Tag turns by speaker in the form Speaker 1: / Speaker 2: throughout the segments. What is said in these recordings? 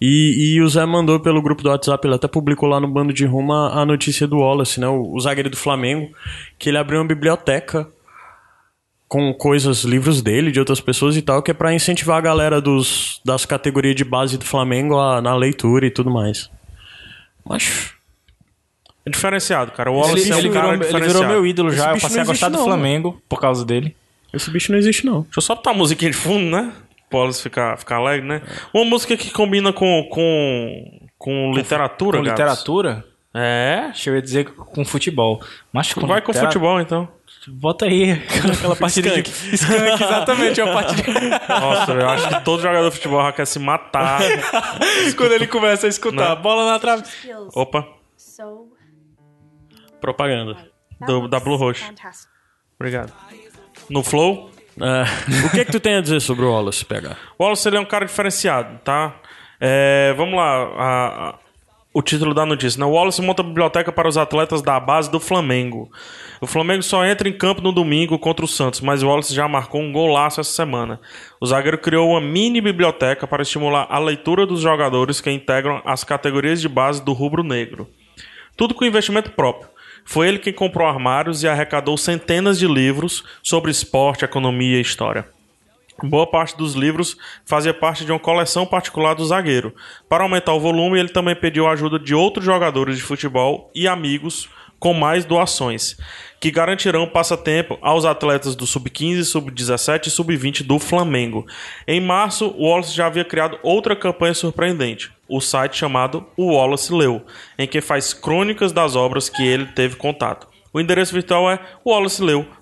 Speaker 1: E, e o Zé mandou pelo grupo do WhatsApp, ele até publicou lá no bando de Roma a notícia do Wallace, né? O, o zagueiro do Flamengo, que ele abriu uma biblioteca com coisas, livros dele, de outras pessoas e tal, que é pra incentivar a galera dos, das categorias de base do Flamengo a- na leitura e tudo mais. Mas.
Speaker 2: É diferenciado, cara. O Wallace
Speaker 3: ele,
Speaker 2: é um
Speaker 3: ele
Speaker 2: cara
Speaker 3: virou, ele
Speaker 2: diferenciado.
Speaker 3: virou meu ídolo
Speaker 1: Esse
Speaker 3: já. Eu
Speaker 1: bicho
Speaker 3: passei
Speaker 1: não
Speaker 3: a gostar
Speaker 1: existe
Speaker 3: do
Speaker 1: não, né?
Speaker 3: Flamengo por causa dele.
Speaker 1: Esse bicho não existe, não.
Speaker 2: Deixa eu só botar uma musiquinha de fundo, né? Pra elas ficar, ficar alegre, né? Uma música que combina com, com, com literatura,
Speaker 3: Com
Speaker 2: Gabs.
Speaker 3: literatura,
Speaker 2: É.
Speaker 3: deixa eu ia dizer com futebol. Mas com
Speaker 2: Vai com
Speaker 3: litera-
Speaker 2: futebol, então.
Speaker 3: Bota aí aquela partida de... Skank, exatamente. é Uma partida...
Speaker 2: Nossa, eu acho que todo jogador de futebol já quer se matar.
Speaker 3: Quando ele começa a escutar, bola na trave.
Speaker 4: feels
Speaker 2: Opa.
Speaker 4: so
Speaker 1: Propaganda.
Speaker 4: that
Speaker 2: Do-
Speaker 4: looks
Speaker 2: da Blue Roxa.
Speaker 4: fantastic.
Speaker 2: Obrigado. No flow,
Speaker 1: É, o que é que tu tem a dizer sobre o Wallace, PH?
Speaker 2: o Wallace ele é um cara diferenciado, tá? É, vamos lá. a- a- o título da notícia, né? O Wallace monta biblioteca para os atletas da base do Flamengo. O Flamengo só entra em campo no domingo contra o Santos, mas o Wallace já marcou um golaço essa semana. O zagueiro criou uma mini biblioteca para estimular a leitura dos jogadores que integram as categorias de base do rubro-negro. Tudo com investimento próprio. Foi ele quem comprou armários e arrecadou centenas de livros sobre esporte, economia e história. Boa parte dos livros fazia parte de uma coleção particular do zagueiro. Para aumentar o volume, ele também pediu a ajuda de outros jogadores de futebol e amigos com mais doações, que garantirão passatempo aos atletas do Sub-15, Sub-17 e Sub-20 do Flamengo. Em março, o Wallace já havia criado outra campanha surpreendente, o site chamado O Wallace Leu, em que faz crônicas das obras que ele teve contato. O endereço virtual é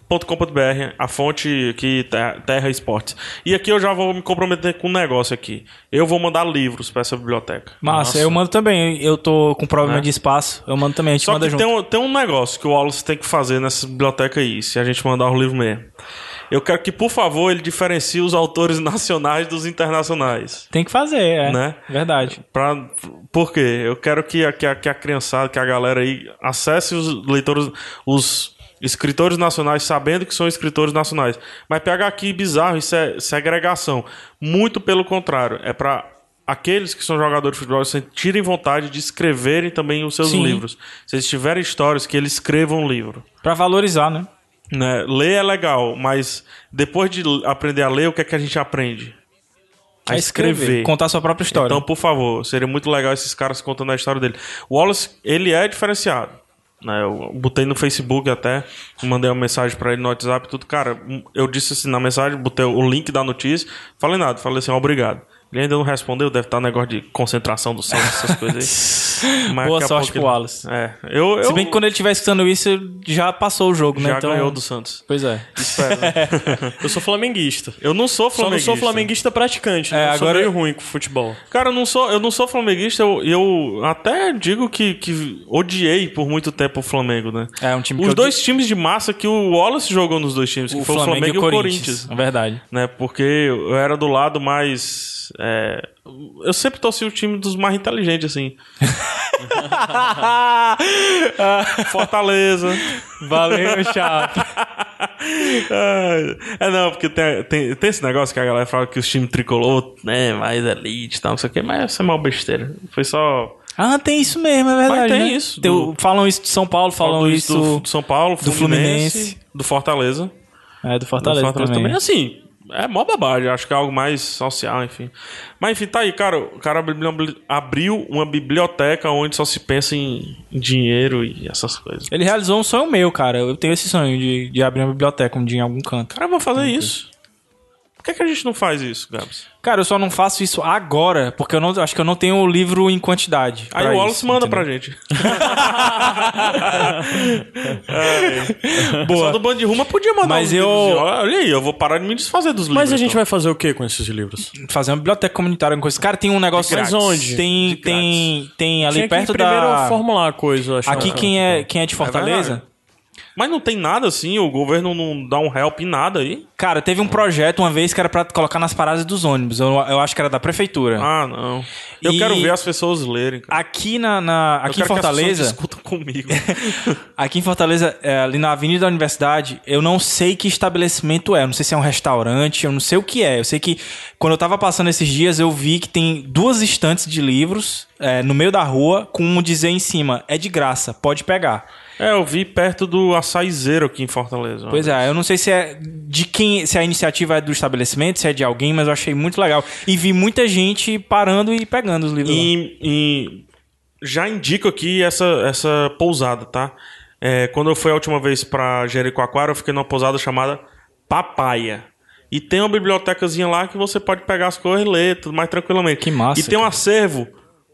Speaker 2: wallaceleu.com.br, a fonte que Terra, terra Esportes. E aqui eu já vou me comprometer com um negócio aqui. Eu vou mandar livros pra essa biblioteca.
Speaker 3: Massa, eu mando também. Eu tô com problema de espaço. Eu mando também, a gente
Speaker 2: Né? Só
Speaker 3: manda
Speaker 2: que
Speaker 3: junto.
Speaker 2: tem um, tem um negócio que o Wallace tem que fazer nessa biblioteca aí, se a gente mandar o livro mesmo. Eu quero que, por favor, ele diferencie os autores nacionais dos internacionais.
Speaker 3: Tem que fazer, é.
Speaker 2: Né?
Speaker 3: Verdade.
Speaker 2: Pra, por quê? Eu quero que a, que, a, que a criançada, que a galera aí acesse os leitores, os escritores nacionais, sabendo que são escritores nacionais. Mas pegar aqui bizarro, isso é segregação. Muito pelo contrário, é pra aqueles que são jogadores de futebol sentirem vontade de escreverem também os seus
Speaker 3: Sim.
Speaker 2: livros. Se eles tiverem histórias, que eles escrevam um livro.
Speaker 3: Pra valorizar, né?
Speaker 2: Né? Ler é legal, mas depois de l- aprender a ler, o que é que a gente aprende? A
Speaker 3: É
Speaker 2: escrever.
Speaker 3: Contar sua própria história.
Speaker 2: Então, por favor, seria muito legal esses caras contando a história dele. O Wallace, ele é diferenciado. Né? Eu botei no Facebook até, mandei uma mensagem pra ele no WhatsApp e tudo. Cara, eu disse assim na mensagem, botei o link da notícia, falei nada, falei assim, obrigado. Ele ainda não respondeu, deve estar negócio de concentração do sangue, essas coisas aí. Mas
Speaker 3: Boa
Speaker 2: daqui a pouco
Speaker 3: sorte pro
Speaker 2: ele-
Speaker 3: Wallace.
Speaker 2: É, eu, eu
Speaker 3: Se bem que quando ele estiver escutando isso, já passou o jogo,
Speaker 2: já
Speaker 3: né? Então...
Speaker 2: ganhou do Santos.
Speaker 3: Pois é.
Speaker 1: Eu sou flamenguista.
Speaker 2: Eu não sou
Speaker 1: Só não
Speaker 2: flamenguista.
Speaker 1: sou flamenguista praticante, né?
Speaker 3: É,
Speaker 1: Eu sou
Speaker 3: agora-
Speaker 1: meio ruim com futebol.
Speaker 2: Cara, eu não sou, eu não sou flamenguista, eu, eu até digo que, que odiei por muito tempo o Flamengo, né?
Speaker 3: É um time que
Speaker 2: Os
Speaker 3: eu-
Speaker 2: dois times de massa que o Wallace jogou nos dois times, que foi o Flamengo e o Corinthians.
Speaker 3: É verdade.
Speaker 2: Né? Porque eu era do lado mais. é, eu sempre torci o time dos mais inteligentes, assim. Fortaleza.
Speaker 3: Valeu, chato.
Speaker 2: é não, porque tem, tem, tem esse negócio que a galera fala que os times tricolor, né, mais elite e tal, não sei o que, mas isso é mal besteira. Foi só.
Speaker 3: Ah, tem isso mesmo, é verdade.
Speaker 2: Mas tem
Speaker 3: né?
Speaker 2: isso,
Speaker 3: Tem o-
Speaker 2: do-
Speaker 3: Falam isso de São Paulo, falam
Speaker 2: Falam
Speaker 3: isso
Speaker 2: do, do São Paulo,
Speaker 3: do
Speaker 2: Fluminense,
Speaker 3: Fluminense.
Speaker 2: do Fortaleza.
Speaker 3: É, do Fortaleza,
Speaker 2: do Fortaleza também.
Speaker 3: também.
Speaker 2: Assim, é mó babagem. Acho que é algo mais social, enfim. Mas enfim, tá aí, cara. O cara abri- abriu uma biblioteca onde só se pensa em dinheiro e essas coisas.
Speaker 3: Ele realizou um sonho meu, cara. Eu tenho esse sonho de, de abrir uma biblioteca um dia em algum canto.
Speaker 2: Cara, vamos fazer isso. Por que, que a gente não faz isso, Gabs?
Speaker 3: Cara, eu só não faço isso agora, porque eu não, acho que eu não tenho o livro em quantidade.
Speaker 2: Aí
Speaker 3: pra
Speaker 2: o Wallace
Speaker 3: isso,
Speaker 2: manda
Speaker 3: entendeu?
Speaker 2: pra gente. É, Boa. Só do bando de rumo podia mandar uns
Speaker 3: Mas eu-
Speaker 2: livros de- Olha aí, eu vou parar de me desfazer dos livros.
Speaker 1: Mas a gente
Speaker 2: então.
Speaker 1: vai fazer o que com esses livros?
Speaker 3: Fazer uma biblioteca comunitária, alguma coisa. Cara, tem um negócio...
Speaker 1: De grátis.
Speaker 3: Mas
Speaker 1: onde?
Speaker 3: Tem,
Speaker 2: De
Speaker 3: tem, tem ali
Speaker 1: Tinha
Speaker 3: perto
Speaker 1: que primeiro
Speaker 3: da...
Speaker 1: formular a coisa. achar
Speaker 3: Aqui
Speaker 1: um-
Speaker 3: quem é, quem é de Fortaleza...
Speaker 2: verdade. Mas não tem nada assim, o governo não dá um help em nada aí.
Speaker 3: Cara, teve um projeto uma vez que era pra colocar nas paradas dos ônibus. Eu, eu acho que era da prefeitura.
Speaker 2: Ah, não. Eu
Speaker 3: E
Speaker 2: quero ver as pessoas lerem, cara.
Speaker 3: Aqui, na, na- aqui
Speaker 2: eu quero
Speaker 3: em
Speaker 2: que as pessoas
Speaker 3: Fortaleza.
Speaker 2: discutam comigo.
Speaker 3: Aqui em Fortaleza, é, ali na Avenida da Universidade, eu não sei que estabelecimento é. Eu não sei se é um restaurante, eu não sei o que é. Eu sei que quando eu tava passando esses dias, eu vi que tem duas estantes de livros é, no meio da rua com um dizer em cima: é de graça, pode pegar.
Speaker 2: é, eu vi perto do açaizeiro aqui em Fortaleza.
Speaker 3: Pois é, eu não sei se é de quem, se a iniciativa é do estabelecimento, se é de alguém, mas eu achei muito legal. E vi muita gente parando e pegando os livros. lá.
Speaker 2: E, e já indico aqui essa, essa pousada, tá? É, quando eu fui a última vez pra Jericoacoara, eu fiquei numa pousada chamada Papaya. E tem uma bibliotecazinha lá que você pode pegar as coisas e ler tudo mais tranquilamente.
Speaker 3: Que massa,
Speaker 2: E tem um acervo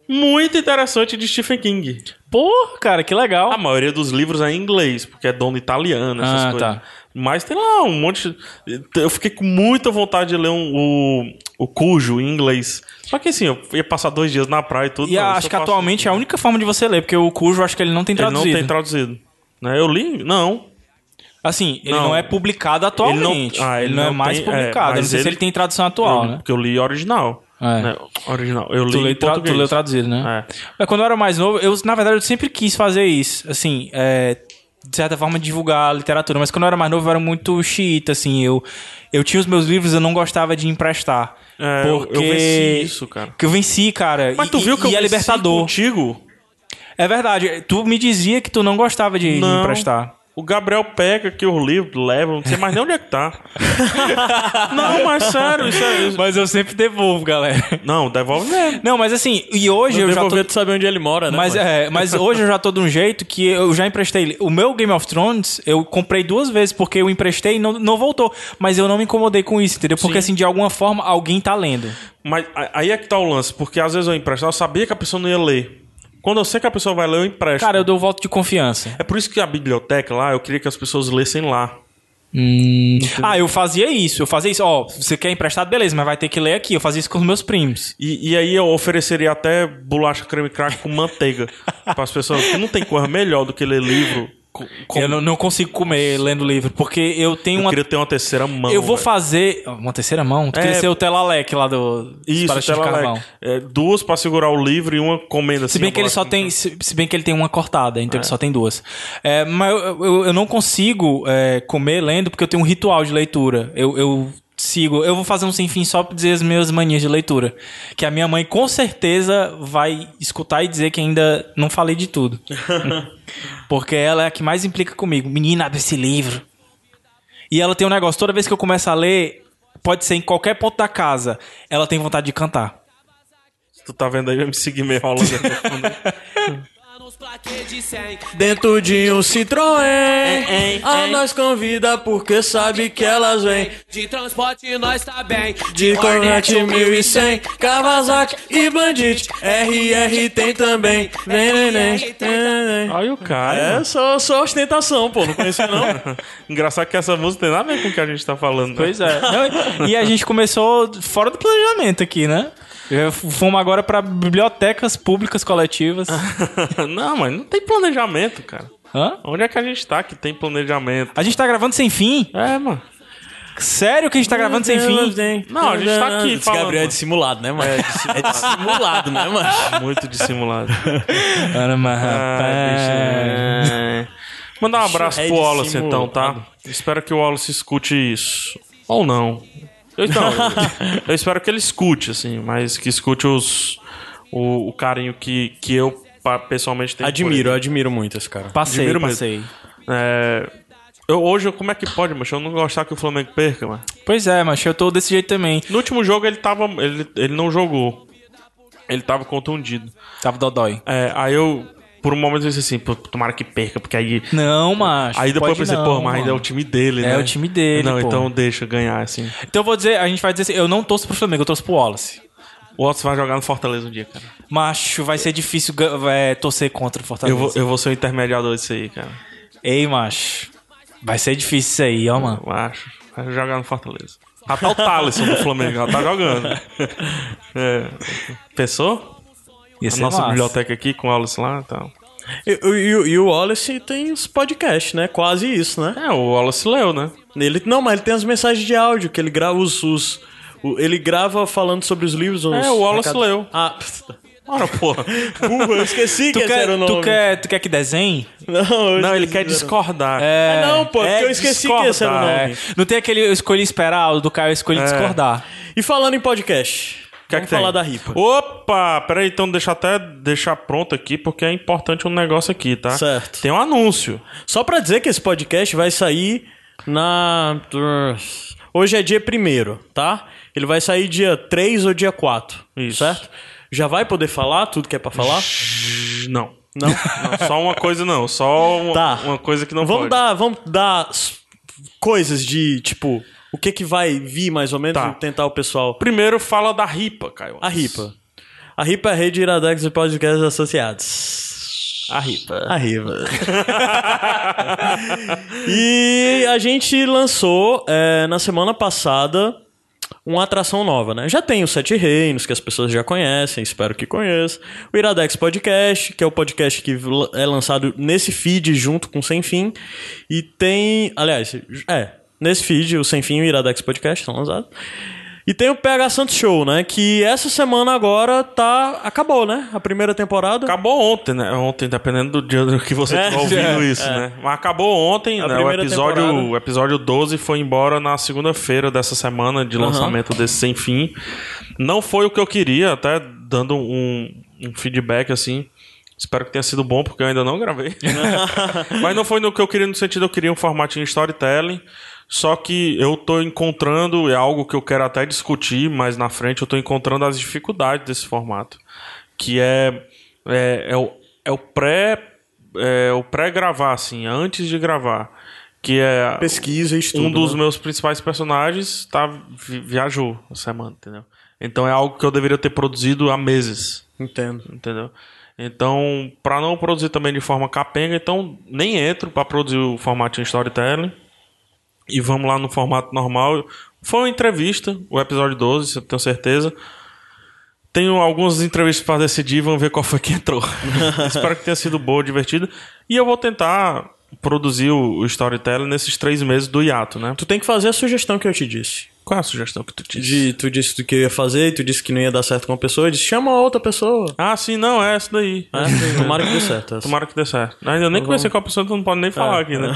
Speaker 2: muito interessante de Stephen King.
Speaker 3: Porra, cara, que legal.
Speaker 2: A maioria dos livros é em inglês, porque é dono italiano, essas
Speaker 3: Ah,
Speaker 2: coisas.
Speaker 3: tá.
Speaker 2: Mas tem lá um monte. Eu fiquei com muita vontade de ler um, o, o Cujo em inglês. Só que assim, eu ia passar dois dias na praia e tudo.
Speaker 3: E
Speaker 2: não, isso
Speaker 3: acho
Speaker 2: eu
Speaker 3: que
Speaker 2: faço-
Speaker 3: atualmente é a única forma de você ler, porque o cujo acho que ele não tem
Speaker 2: Ele
Speaker 3: traduzido.
Speaker 2: não tem traduzido. Né? Eu li? Não.
Speaker 3: Assim, ele
Speaker 2: Não.
Speaker 3: não, é publicado atualmente. Ele não,
Speaker 2: ah, ele
Speaker 3: é
Speaker 2: não
Speaker 3: mais
Speaker 2: tem- é,
Speaker 3: publicado. eu
Speaker 2: mas
Speaker 3: não sei se
Speaker 2: ele-
Speaker 3: ele tem tradução atual,
Speaker 2: eu,
Speaker 3: né?
Speaker 2: Porque eu li original.
Speaker 3: É.
Speaker 2: né? Original. Eu li
Speaker 3: Tu,
Speaker 2: em
Speaker 3: leu tra- tu
Speaker 2: português.
Speaker 3: leu traduzido, né?
Speaker 2: É.
Speaker 3: Mas quando eu era mais novo, eu, na verdade, eu sempre quis fazer isso. Assim, é, de certa forma, divulgar a literatura. Mas quando eu era mais novo, eu era muito xiita, assim. Eu, eu tinha os meus livros, eu não gostava de emprestar.
Speaker 2: É, eu-
Speaker 3: porque...
Speaker 2: eu venci isso, cara.
Speaker 3: Que eu venci, cara.
Speaker 2: Mas
Speaker 3: E-
Speaker 2: tu
Speaker 3: e-
Speaker 2: viu que
Speaker 3: e
Speaker 2: eu
Speaker 3: é
Speaker 2: venci
Speaker 3: libertador.
Speaker 2: contigo?
Speaker 3: É verdade. Tu me dizia que tu não gostava de, de
Speaker 2: Não.
Speaker 3: emprestar.
Speaker 2: O Gabriel pega aqui o livro, leva, não sei mais nem onde é que tá. não, mas sério, isso é isso.
Speaker 3: Mas eu sempre devolvo, galera.
Speaker 2: Não, devolve mesmo.
Speaker 3: Não, mas assim, e hoje eu,
Speaker 1: Eu
Speaker 3: já tô
Speaker 1: devolver, tu sabe onde ele mora, né?
Speaker 3: Mas,
Speaker 1: mano?
Speaker 3: é, mas hoje eu já tô de um jeito que eu já emprestei. O meu Game of Thrones, eu comprei duas vezes porque eu emprestei e não, não voltou. Mas eu não me incomodei com isso, entendeu? Porque, assim, de alguma forma, alguém tá lendo.
Speaker 2: Mas a- aí é que tá o lance, porque às vezes eu empresto, eu sabia que a pessoa não ia ler. Quando eu sei que a pessoa vai ler, eu empresto.
Speaker 3: Cara, eu dou voto de confiança.
Speaker 2: É por isso que a biblioteca lá, eu queria que as pessoas lessem lá. Hum,
Speaker 3: Ah, eu fazia isso. Eu fazia isso. Ó, você quer emprestado? Beleza, mas vai ter que ler aqui. Eu fazia isso com os meus primos.
Speaker 2: E, e aí eu ofereceria até bolacha creme crack com manteiga para as pessoas. Que não tem coisa melhor do que ler livro. Com, com-
Speaker 3: Eu não, não consigo comer lendo livro, porque eu tenho
Speaker 2: Eu
Speaker 3: uma...
Speaker 2: queria ter uma terceira mão.
Speaker 3: eu vou
Speaker 2: velho.
Speaker 3: fazer... Uma terceira mão? Tu queria
Speaker 2: É.
Speaker 3: ser o Telalec lá do... dos
Speaker 2: isso,
Speaker 3: Palestinos de
Speaker 2: tela
Speaker 3: Carvão.
Speaker 2: é, duas para segurar o livro e uma comendo assim.
Speaker 3: Se bem que ele
Speaker 2: uma
Speaker 3: só
Speaker 2: bolacha
Speaker 3: tem. Se, se bem que ele tem uma cortada, então ele só tem duas. É, mas eu, eu, eu não consigo é, comer lendo porque eu tenho um ritual de leitura. Eu, eu sigo. Eu vou fazer um sem fim só pra dizer as minhas manias de leitura. Que a minha mãe com certeza vai escutar e dizer que ainda não falei de tudo. porque ela é a que mais implica comigo. Menina, abre esse livro. E ela tem um negócio, toda vez que eu começo a ler, pode ser em qualquer ponto da casa, ela tem vontade de cantar.
Speaker 2: Tu tá vendo aí, vai me seguir meio rolando.
Speaker 4: Nos plaquês de 100.
Speaker 1: Dentro de um Citroën, a nós convida porque sabe que elas vêm.
Speaker 4: De transporte nós tá bem.
Speaker 1: De Corvette 1100, Kawasaki e Bandit, RR tem também. Vem, vem, vem, vem, vem.
Speaker 2: Olha o cara.
Speaker 1: É só, só ostentação, pô, não conheço não.
Speaker 2: Engraçado que essa música tem nada a ver com o que a gente tá falando. né?
Speaker 3: É. Pois é. Não, e a gente começou fora do planejamento aqui, né? Eu- Fomos agora pra bibliotecas públicas coletivas.
Speaker 2: não, mas não tem planejamento, cara.
Speaker 3: Hã?
Speaker 2: Onde é que a gente tá que tem planejamento?
Speaker 3: A gente tá gravando sem fim?
Speaker 2: É, mano.
Speaker 3: Sério que a gente tá gravando sem fim?
Speaker 2: Não, a gente tá aqui
Speaker 1: Esse
Speaker 2: falando,
Speaker 1: Gabriel é
Speaker 2: mano.
Speaker 1: dissimulado, né, mano? É dissimulado, né, mano?
Speaker 2: Muito dissimulado.
Speaker 3: Cara,
Speaker 2: Ah,
Speaker 3: mas rapaz.
Speaker 2: Ai, bicho. Mandar um abraço
Speaker 1: né, é
Speaker 2: pro Wallace,
Speaker 1: dissimulado.
Speaker 2: então, tá? Espero que o Wallace escute isso. Ou não. Eu, não, eu- eu espero que ele escute, assim, mas que escute os, o, o carinho que, que eu pa- pessoalmente tenho. por ele.
Speaker 1: Admiro, eu admiro muito esse cara.
Speaker 3: Passei,
Speaker 2: Admiro mesmo.
Speaker 3: passei.
Speaker 2: É, eu, hoje, eu- como é que pode, macho? Eu não gostar que o Flamengo perca, mano.
Speaker 3: Pois é, mas eu tô desse jeito também.
Speaker 2: No último jogo ele tava. Ele, ele não jogou. Ele tava contundido.
Speaker 3: Tava dodói.
Speaker 2: É, aí eu, por um momento, eu disse assim, pô, tomara que perca, porque aí.
Speaker 3: Não, macho.
Speaker 2: Aí depois eu
Speaker 3: pode
Speaker 2: pensei,
Speaker 3: não,
Speaker 2: pô, mas
Speaker 3: mano.
Speaker 2: ainda é o time dele,
Speaker 3: É
Speaker 2: né?
Speaker 3: o time dele,
Speaker 2: Não,
Speaker 3: pô.
Speaker 2: então deixa ganhar, assim.
Speaker 3: Então eu vou dizer, a gente vai dizer assim, eu não torço pro Flamengo, eu torço pro Wallace.
Speaker 2: O Otto vai jogar no Fortaleza um dia, cara.
Speaker 3: Macho, vai ser difícil gan- é, torcer contra o
Speaker 2: Eu
Speaker 3: Fortaleza.
Speaker 2: vou, eu vou ser o intermediador disso aí, cara.
Speaker 3: Ei, macho. Vai ser difícil isso aí, ó, mano.
Speaker 2: Eu acho. Vai jogar no Fortaleza. Já tá o Thaleson do Flamengo, já tá jogando. É. Pensou?
Speaker 3: Ia
Speaker 2: A
Speaker 3: ser
Speaker 2: nossa
Speaker 3: é massa.
Speaker 2: biblioteca aqui com o Wallace lá tá. e tal.
Speaker 1: E, e- e o Wallace tem os podcasts, né? Quase isso, né?
Speaker 2: É, o Wallace leu, né?
Speaker 1: Ele, não, mas ele tem as mensagens de áudio, que ele grava os, os, o- ele grava falando sobre os livros. Uns
Speaker 2: É, o Wallace leu.
Speaker 1: Ah, pff,
Speaker 2: Ora, porra.
Speaker 1: burro, eu esqueci
Speaker 3: Tu
Speaker 1: que esse
Speaker 3: quer,
Speaker 1: era o nome.
Speaker 3: tu, quer, tu quer que desenhe?
Speaker 1: Não, eu
Speaker 2: Não, ele
Speaker 1: esqueci
Speaker 2: quer
Speaker 1: que era o nome.
Speaker 2: discordar.
Speaker 1: Ah, não, pô,
Speaker 2: É
Speaker 1: porque eu esqueci que esse era o
Speaker 2: discordar,
Speaker 1: nome. É.
Speaker 3: É. Não tem aquele eu escolhi esperar, o do Caio eu escolhi discordar.
Speaker 1: E falando em podcast,
Speaker 2: Que é
Speaker 1: vamos
Speaker 2: que tem?
Speaker 1: falar da ripa.
Speaker 2: Opa, peraí, então deixa até deixar pronto aqui, porque é importante um negócio aqui, tá?
Speaker 1: Certo.
Speaker 2: Tem um anúncio.
Speaker 1: Só pra dizer que esse podcast vai sair na. Hoje é dia 1 tá? Ele vai sair dia 3 ou dia 4.
Speaker 2: Isso.
Speaker 1: Certo? Já vai poder falar tudo que é pra falar?
Speaker 2: Zzz, Não.
Speaker 1: Não?
Speaker 2: Não, só uma coisa não, só uma,
Speaker 1: Tá.
Speaker 2: uma coisa que não
Speaker 1: vamos
Speaker 2: pode.
Speaker 1: dar, vamos dar s- coisas de tipo o que que vai vir mais ou menos
Speaker 2: Tá.
Speaker 1: e tentar o pessoal.
Speaker 2: Primeiro fala da ripa, Caio.
Speaker 1: A RIPA. A RIPA é a Rede Iradex e Podcasts Associados.
Speaker 2: A ripa.
Speaker 1: A RIPA. e a gente lançou é, na semana passada uma atração nova, né? Já tem os Sete Reinos, que as pessoas já conhecem, espero que conheçam. O Iradex Podcast, que é o podcast que la- é lançado nesse feed junto com o Sem Fim. E tem. Aliás, é. Nesse feed, o Sem Fim e o Iradex Podcast são lançados. E tem o PH Santos Show, né? Que essa semana agora tá. Acabou, né? A primeira temporada.
Speaker 2: Acabou ontem, né? Ontem, dependendo do dia que você
Speaker 1: É,
Speaker 2: estiver
Speaker 1: é,
Speaker 2: ouvindo isso, né? Mas acabou ontem,
Speaker 1: A
Speaker 2: né? O
Speaker 1: primeira
Speaker 2: episódio,
Speaker 1: temporada.
Speaker 2: o episódio 12 foi embora na segunda-feira dessa semana de lançamento desse Sem Fim. Não foi o que eu queria, até dando um, um feedback assim. Espero que tenha sido bom, porque eu ainda não gravei. Mas não foi no que eu queria, no sentido eu queria um formatinho storytelling. Só que eu tô encontrando, é algo que eu quero até discutir mais na frente, eu tô encontrando as dificuldades desse formato. Que é. É, é o, é o pré. É o pré-gravar, assim, antes de gravar. Que é.
Speaker 1: Pesquisa e estudo.
Speaker 2: Um dos
Speaker 1: né?
Speaker 2: meus principais personagens tá, vi- viajou essa semana, entendeu? Então é algo que eu deveria ter produzido há meses
Speaker 1: Entendo.
Speaker 2: entendeu? Então, pra não produzir também de forma capenga, então nem entro pra produzir o formatinho storytelling. E vamos lá no formato normal. Foi uma entrevista, o episódio 12, eu tenho certeza. Tenho algumas entrevistas pra decidir, vamos ver qual foi que entrou. Espero que tenha sido boa, divertida. E eu vou tentar produzir o o storytelling nesses três meses do hiato, né?
Speaker 1: Tu tem que fazer a sugestão que eu te disse.
Speaker 2: Qual é a sugestão que tu te
Speaker 1: De, tu disse do que eu ia fazer, e tu disse que não ia dar certo com uma pessoa, eu disse, chama outra pessoa.
Speaker 2: Ah, sim, não, é essa daí.
Speaker 1: É, tomara que dê certo. é. essa.
Speaker 2: Tomara que dê certo. Ainda nem conversei com a pessoa, então não pode nem falar aqui, né?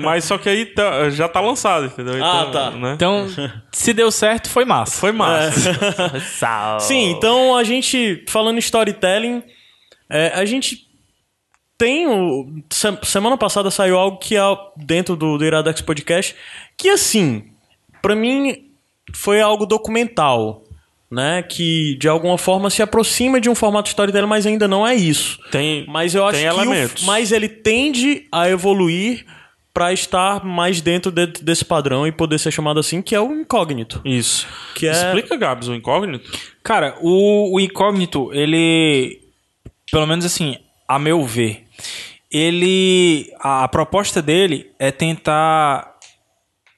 Speaker 2: Mas só que aí tá- já tá lançado, entendeu?
Speaker 1: Ah,
Speaker 2: Então,
Speaker 1: tá.
Speaker 2: né?
Speaker 3: Então, se deu certo, foi massa.
Speaker 2: Foi massa. É.
Speaker 1: Sim, então a gente, falando em storytelling, é, a gente tem o. se- Semana passada saiu algo que é dentro do, do Iradex Podcast, que assim, pra mim foi algo documental, né? Que de alguma forma se aproxima de um formato storytelling, mas ainda não é isso.
Speaker 2: Tem,
Speaker 1: Mas eu acho
Speaker 2: tem
Speaker 1: que o-
Speaker 2: elementos.
Speaker 1: mas ele tende a evoluir pra estar mais dentro de- desse padrão e poder ser chamado assim, que é o incógnito.
Speaker 2: Isso.
Speaker 1: Que é-
Speaker 2: Explica, Gabs, o incógnito.
Speaker 3: Cara, o, o Incógnito, ele. Pelo menos assim, a meu ver, ele. A, a proposta dele é tentar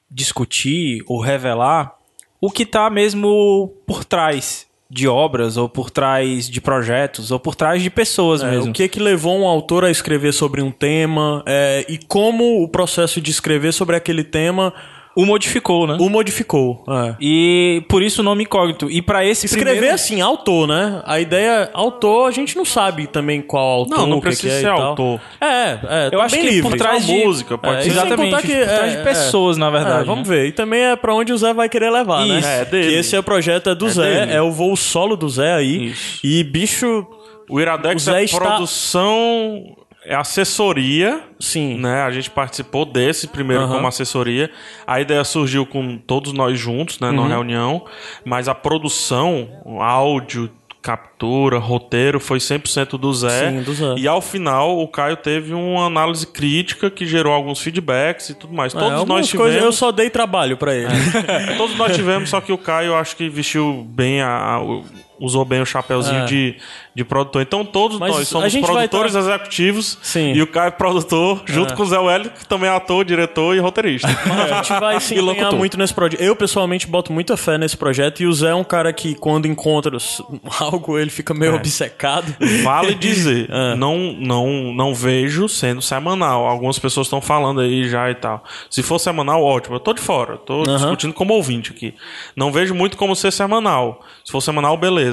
Speaker 3: discutir ou revelar o que tá mesmo por trás de obras, ou por trás de projetos, ou por trás de pessoas
Speaker 1: É,
Speaker 3: mesmo.
Speaker 1: o que que levou um autor a escrever sobre um tema é, e como o processo de escrever sobre aquele tema
Speaker 3: O modificou, né?
Speaker 1: o modificou. é.
Speaker 3: E por isso o nome Incógnito. E pra esse
Speaker 1: Escrever
Speaker 3: primeiro...
Speaker 1: assim, autor, né? A ideia, autor, a gente não sabe também qual autor,
Speaker 2: Não, não
Speaker 1: o que
Speaker 2: precisa
Speaker 1: que é
Speaker 2: ser
Speaker 1: e tal.
Speaker 2: autor.
Speaker 1: É, é.
Speaker 3: Eu
Speaker 1: tá
Speaker 3: acho
Speaker 1: bem
Speaker 3: que
Speaker 1: livre.
Speaker 3: por trás
Speaker 2: Só
Speaker 3: de
Speaker 2: música, pode
Speaker 1: É,
Speaker 2: ser.
Speaker 1: e sem
Speaker 3: Exatamente,
Speaker 1: contar que-
Speaker 3: por trás
Speaker 1: é,
Speaker 3: de
Speaker 1: é.
Speaker 3: pessoas, na verdade.
Speaker 1: É, vamos
Speaker 3: né?
Speaker 1: ver. E também é pra onde o Zé vai querer levar,
Speaker 3: Isso.
Speaker 1: né?
Speaker 2: É, dele.
Speaker 1: Que esse é o projeto é do Zé,
Speaker 2: dele.
Speaker 1: é o voo solo do Zé aí.
Speaker 2: Isso.
Speaker 1: E bicho,
Speaker 2: O Iradex
Speaker 1: O Zé
Speaker 2: é
Speaker 1: está-
Speaker 2: produção, é assessoria.
Speaker 1: Sim.
Speaker 2: Né? A gente participou desse primeiro
Speaker 1: Aham.
Speaker 2: como assessoria. A ideia surgiu com todos nós juntos, né?
Speaker 1: Uhum.
Speaker 2: Numa reunião. Mas a produção, o áudio, captura, roteiro, foi 100% do Zé.
Speaker 1: Sim, do Zé.
Speaker 2: E ao final, o Caio teve uma análise crítica que gerou alguns feedbacks e tudo mais.
Speaker 1: é,
Speaker 2: Todos nós
Speaker 1: algumas
Speaker 2: tivemos.
Speaker 1: coisas,
Speaker 3: né?
Speaker 1: eu só
Speaker 3: É.
Speaker 1: dei trabalho pra ele.
Speaker 2: Todos nós tivemos, só que o Caio acho que vestiu bem a- a- o, usou bem o chapéuzinho
Speaker 1: É.
Speaker 2: de, de produtor. Então todos
Speaker 1: Mas
Speaker 2: nós
Speaker 1: a
Speaker 2: somos
Speaker 1: gente vai
Speaker 2: produtores executivos
Speaker 1: Sim.
Speaker 2: e o Caio é produtor, junto com o Zé Wellington, que também é ator, diretor e roteirista.
Speaker 1: A gente vai se
Speaker 2: E
Speaker 1: empenhar
Speaker 2: locutor.
Speaker 1: muito nesse projeto. Eu, pessoalmente, boto muita fé nesse projeto. E o Zé é um cara que, quando encontra s- algo, ele fica
Speaker 3: É.
Speaker 1: meio obcecado.
Speaker 2: Vale dizer,
Speaker 1: Ah.
Speaker 2: não, não, não vejo sendo semanal. Algumas pessoas estão falando aí já e tal. Se for semanal, ótimo. Eu tô de fora, tô discutindo como ouvinte aqui. Não vejo muito como ser semanal. Se for semanal, beleza.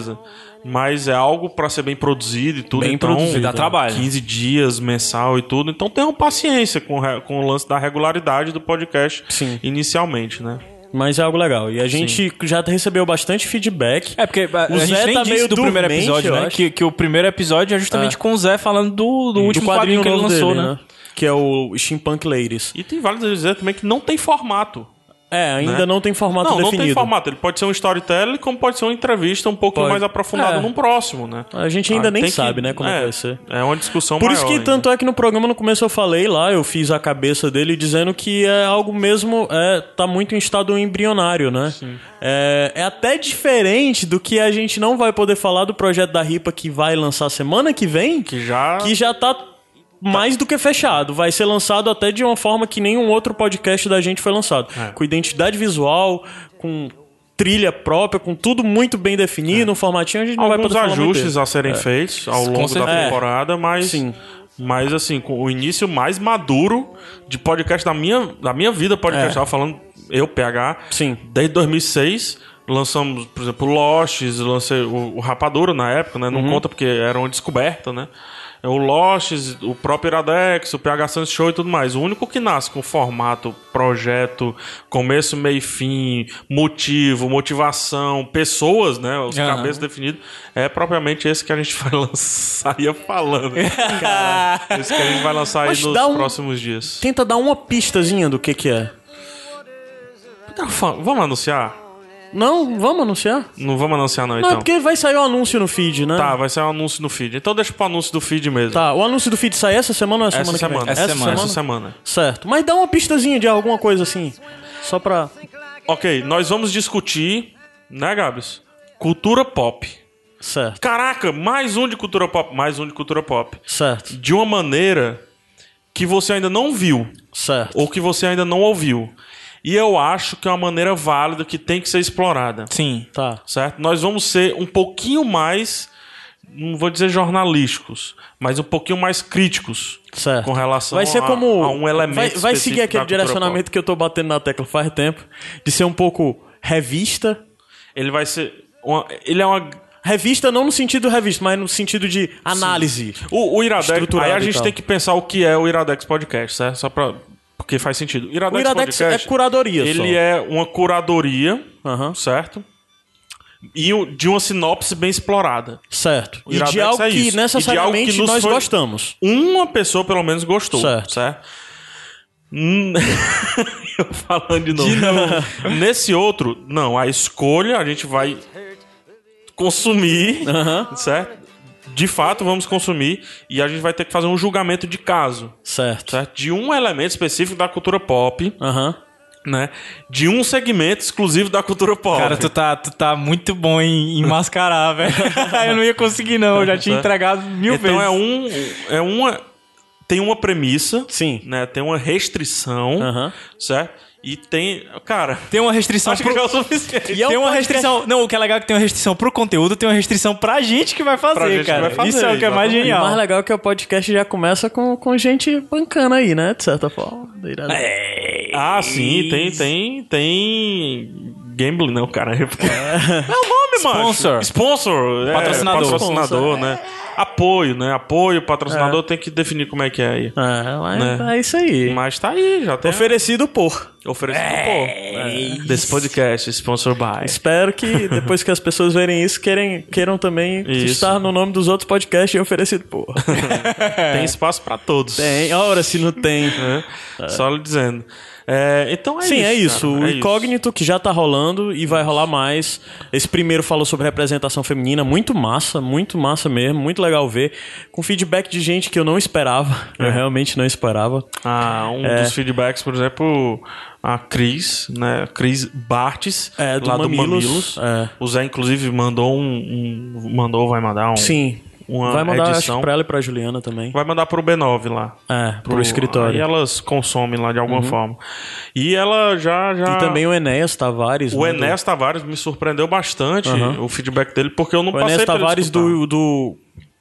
Speaker 2: Mas é algo pra ser bem produzido e tudo.
Speaker 1: Bem
Speaker 2: então,
Speaker 1: produzido,
Speaker 3: dá trabalho.
Speaker 2: 15 dias mensal e tudo. Então tenham paciência com, re- com o lance da regularidade do podcast
Speaker 1: Sim.
Speaker 2: inicialmente, né?
Speaker 1: Mas é algo legal. E a gente já recebeu bastante feedback.
Speaker 3: É, porque a,
Speaker 1: O
Speaker 3: a gente
Speaker 1: Zé
Speaker 3: nem
Speaker 1: tá
Speaker 3: disse
Speaker 1: meio
Speaker 3: do primeiro
Speaker 1: dormente,
Speaker 3: episódio,
Speaker 1: eu
Speaker 3: né?
Speaker 1: acho.
Speaker 3: Que, que o primeiro episódio é justamente com o Zé falando do, do último
Speaker 1: Do
Speaker 3: quadrinho, que ele
Speaker 1: novo
Speaker 3: lançou,
Speaker 1: dele,
Speaker 3: né?
Speaker 1: Que é o Steampunk Ladies.
Speaker 2: E tem vários dizer também que não tem formato.
Speaker 1: É, ainda
Speaker 2: né?
Speaker 1: não tem formato
Speaker 2: não,
Speaker 1: definido.
Speaker 2: não tem formato. Ele pode ser um storytelling, como pode ser uma entrevista um pouco
Speaker 1: Pode.
Speaker 2: mais aprofundada
Speaker 3: É.
Speaker 2: num próximo, né?
Speaker 1: A gente ainda nem
Speaker 2: tem
Speaker 1: sabe, né, como
Speaker 2: é,
Speaker 1: vai ser.
Speaker 2: É uma discussão
Speaker 1: Por
Speaker 2: maior
Speaker 1: isso que
Speaker 2: ainda.
Speaker 1: tanto é que no programa no começo eu falei lá, eu fiz a cabeça dele dizendo que é algo mesmo, é, tá muito em estado embrionário, né? É, é até diferente do que a gente não vai poder falar do projeto da Ripa que vai lançar semana que vem,
Speaker 2: Que já...
Speaker 1: que já tá mais do que fechado. Vai ser lançado até de uma forma que nenhum outro podcast da gente foi lançado.
Speaker 2: É.
Speaker 1: Com identidade visual, com trilha própria, com tudo muito bem definido, um formatinho a gente não vai
Speaker 2: É. Alguns
Speaker 1: poder falar muito
Speaker 2: ajustes
Speaker 1: dele. É.
Speaker 2: a serem feitos ao
Speaker 3: Com
Speaker 2: longo da
Speaker 1: certeza. É.
Speaker 2: temporada, mas...
Speaker 1: Sim.
Speaker 2: Mas, assim, com o início mais maduro de podcast da minha, da minha vida, podcast,
Speaker 1: É.
Speaker 2: tava falando eu, PH,
Speaker 1: Sim.
Speaker 2: desde 2006... Lançamos, por exemplo, Lostes, lancei o, o Rapadura na época, né? Não
Speaker 1: Uhum.
Speaker 2: conta porque era uma descoberta, né? É O Lostes, o próprio Iradex, o PH Santos Show e tudo mais. O único que nasce com formato, projeto, começo, meio e fim, motivo, motivação, pessoas, né? Os
Speaker 3: Aham.
Speaker 2: cabeças definidos, é propriamente esse que a gente vai lançar. Ia falando. Esse que a gente vai lançar aí
Speaker 1: Mas
Speaker 2: nos
Speaker 1: dá um-
Speaker 2: próximos dias.
Speaker 1: Tenta dar uma pistazinha do que que é.
Speaker 2: Tá, fa- Vamos anunciar?
Speaker 1: Não, vamos anunciar?
Speaker 2: Não vamos anunciar, não,
Speaker 1: Não, é
Speaker 2: então.
Speaker 1: porque vai sair o anúncio no feed, né?
Speaker 2: Tá, vai ser um anúncio no feed. Então deixa pro anúncio do feed mesmo.
Speaker 1: Tá, o anúncio do feed sai essa semana ou é semana
Speaker 2: Essa
Speaker 1: que vem?
Speaker 2: semana.
Speaker 3: Essa semana.
Speaker 2: Essa semana.
Speaker 1: Certo. Mas dá uma pistazinha de alguma coisa assim. Só pra.
Speaker 2: Ok, nós vamos discutir, né, Gabs? Cultura pop.
Speaker 1: Certo,
Speaker 2: Caraca, mais um de cultura pop, mais um de cultura pop.
Speaker 1: certo,
Speaker 2: De uma maneira que você ainda não viu.
Speaker 1: certo.
Speaker 2: ou que você ainda não ouviu. E eu acho que é uma maneira válida que tem que ser explorada,
Speaker 3: Sim.
Speaker 1: Tá.
Speaker 2: certo? Nós vamos ser um pouquinho mais, não vou dizer jornalísticos, mas um pouquinho mais críticos
Speaker 1: Certo.
Speaker 2: com relação
Speaker 1: vai ser
Speaker 2: a,
Speaker 1: como
Speaker 2: a um elemento.
Speaker 1: vai, vai seguir
Speaker 2: específico
Speaker 1: aquele
Speaker 2: da cultura
Speaker 1: direcionamento
Speaker 2: pop.
Speaker 1: que eu tô batendo na tecla faz tempo de ser um pouco revista.
Speaker 2: Ele vai ser. uma- ele é uma.
Speaker 1: Revista não no sentido revista, mas no sentido de análise.
Speaker 2: O, o Iradex.
Speaker 1: Estruturado então.
Speaker 2: Aí a
Speaker 1: e
Speaker 2: gente
Speaker 1: tal.
Speaker 2: tem que pensar o que é o Iradex Podcast, certo? Só pra. Porque faz sentido. O Iradex,
Speaker 1: O Iradex é
Speaker 2: Podcast,
Speaker 1: curadoria só. Ah.
Speaker 2: Ele é uma curadoria,
Speaker 1: Aham.
Speaker 2: certo? E o- de uma sinopse bem explorada.
Speaker 1: Certo.
Speaker 2: O
Speaker 1: E
Speaker 2: Iradex
Speaker 1: de algo
Speaker 2: é isso. E
Speaker 1: que
Speaker 2: de algo que
Speaker 1: necessariamente
Speaker 2: nos
Speaker 1: nós
Speaker 2: foi-
Speaker 1: gostamos.
Speaker 2: uma pessoa pelo menos gostou, certo?
Speaker 1: Certo.
Speaker 2: Hum, Eu falando de novo. Nesse outro, não, a escolha a gente vai consumir, certo? De fato, vamos consumir e a gente vai ter que fazer um julgamento de caso,
Speaker 1: Certo.
Speaker 2: certo? De um elemento específico da cultura pop,
Speaker 1: Aham.
Speaker 2: né? De um segmento exclusivo da cultura pop.
Speaker 3: Cara, tu tá, tu tá muito bom em, em mascarar, velho. eu não ia conseguir, não. Eu já tinha entregado mil
Speaker 2: então
Speaker 3: vezes.
Speaker 2: é um é uma tem uma premissa,
Speaker 1: Sim.
Speaker 2: né? Tem uma restrição,
Speaker 1: Aham.
Speaker 2: certo? E tem, cara,
Speaker 3: Tem uma restrição
Speaker 2: Acho que
Speaker 3: pro...
Speaker 2: já é o suficiente.
Speaker 1: E é um
Speaker 3: tem uma
Speaker 1: podcast-
Speaker 3: restrição. Não, o que é legal é que tem uma restrição pro conteúdo, tem uma restrição pra gente que vai fazer,
Speaker 2: Pra gente que
Speaker 3: cara.
Speaker 2: vai fazer,
Speaker 3: Isso é o que é mais
Speaker 2: exatamente.
Speaker 1: E o
Speaker 3: genial.
Speaker 1: mais legal é que o podcast já começa com, com gente bancando aí, né? De certa forma. É.
Speaker 2: Ah, sim, tem, tem, tem. Gambling, não, cara. É o nome, mano.
Speaker 3: Sponsor.
Speaker 2: Sponsor. é,
Speaker 3: Patrocinador.
Speaker 2: patrocinador, né? Apoio, né? Apoio, patrocinador, tem que definir como é que é aí.
Speaker 1: Ah. mas
Speaker 2: Né?
Speaker 1: é isso aí.
Speaker 2: Mas tá aí, já tem.
Speaker 1: Oferecido por.
Speaker 2: Oferecido, pô. É. Desse podcast, sponsor by.
Speaker 1: Espero que depois que as pessoas verem isso, querem, queiram também
Speaker 2: Isso.
Speaker 1: estar no nome dos outros podcasts e oferecido por.
Speaker 2: Tem espaço pra todos.
Speaker 1: Tem. Ora, se não tem.
Speaker 2: Né? Só lhe dizendo. É, então é
Speaker 1: Sim, é
Speaker 2: isso.
Speaker 1: isso.
Speaker 2: cara,
Speaker 1: o
Speaker 2: é
Speaker 1: Incógnito que já tá rolando e vai rolar mais. Esse primeiro falou sobre representação feminina, muito massa, muito massa mesmo, muito legal ver. Com feedback de gente
Speaker 2: É.
Speaker 1: que eu não esperava, eu realmente não esperava.
Speaker 2: Ah, um dos feedbacks, por exemplo, a Cris, né? a Cris Bartes,
Speaker 1: É, do
Speaker 2: lá
Speaker 1: Mamilos,
Speaker 2: do Mamilos.
Speaker 1: é.
Speaker 2: O Zé, inclusive, mandou um. um- mandou, vai mandar um.
Speaker 1: Sim.
Speaker 2: Uma
Speaker 1: Vai mandar, acho
Speaker 2: edição.
Speaker 1: que pra ela e pra Juliana também.
Speaker 2: Vai mandar pro B9 lá.
Speaker 1: É, pro, escritório. Uhum.
Speaker 2: Aí elas consomem lá de alguma forma. E ela já. já...
Speaker 1: E também o Enéas Tavares.
Speaker 2: O
Speaker 1: né, do-
Speaker 2: Enéas Tavares me surpreendeu bastante
Speaker 1: Aham.
Speaker 2: o feedback dele, porque eu não
Speaker 1: O
Speaker 2: passei
Speaker 1: Enéas
Speaker 2: pra ele
Speaker 1: Tavares
Speaker 2: escutar.
Speaker 1: do, do.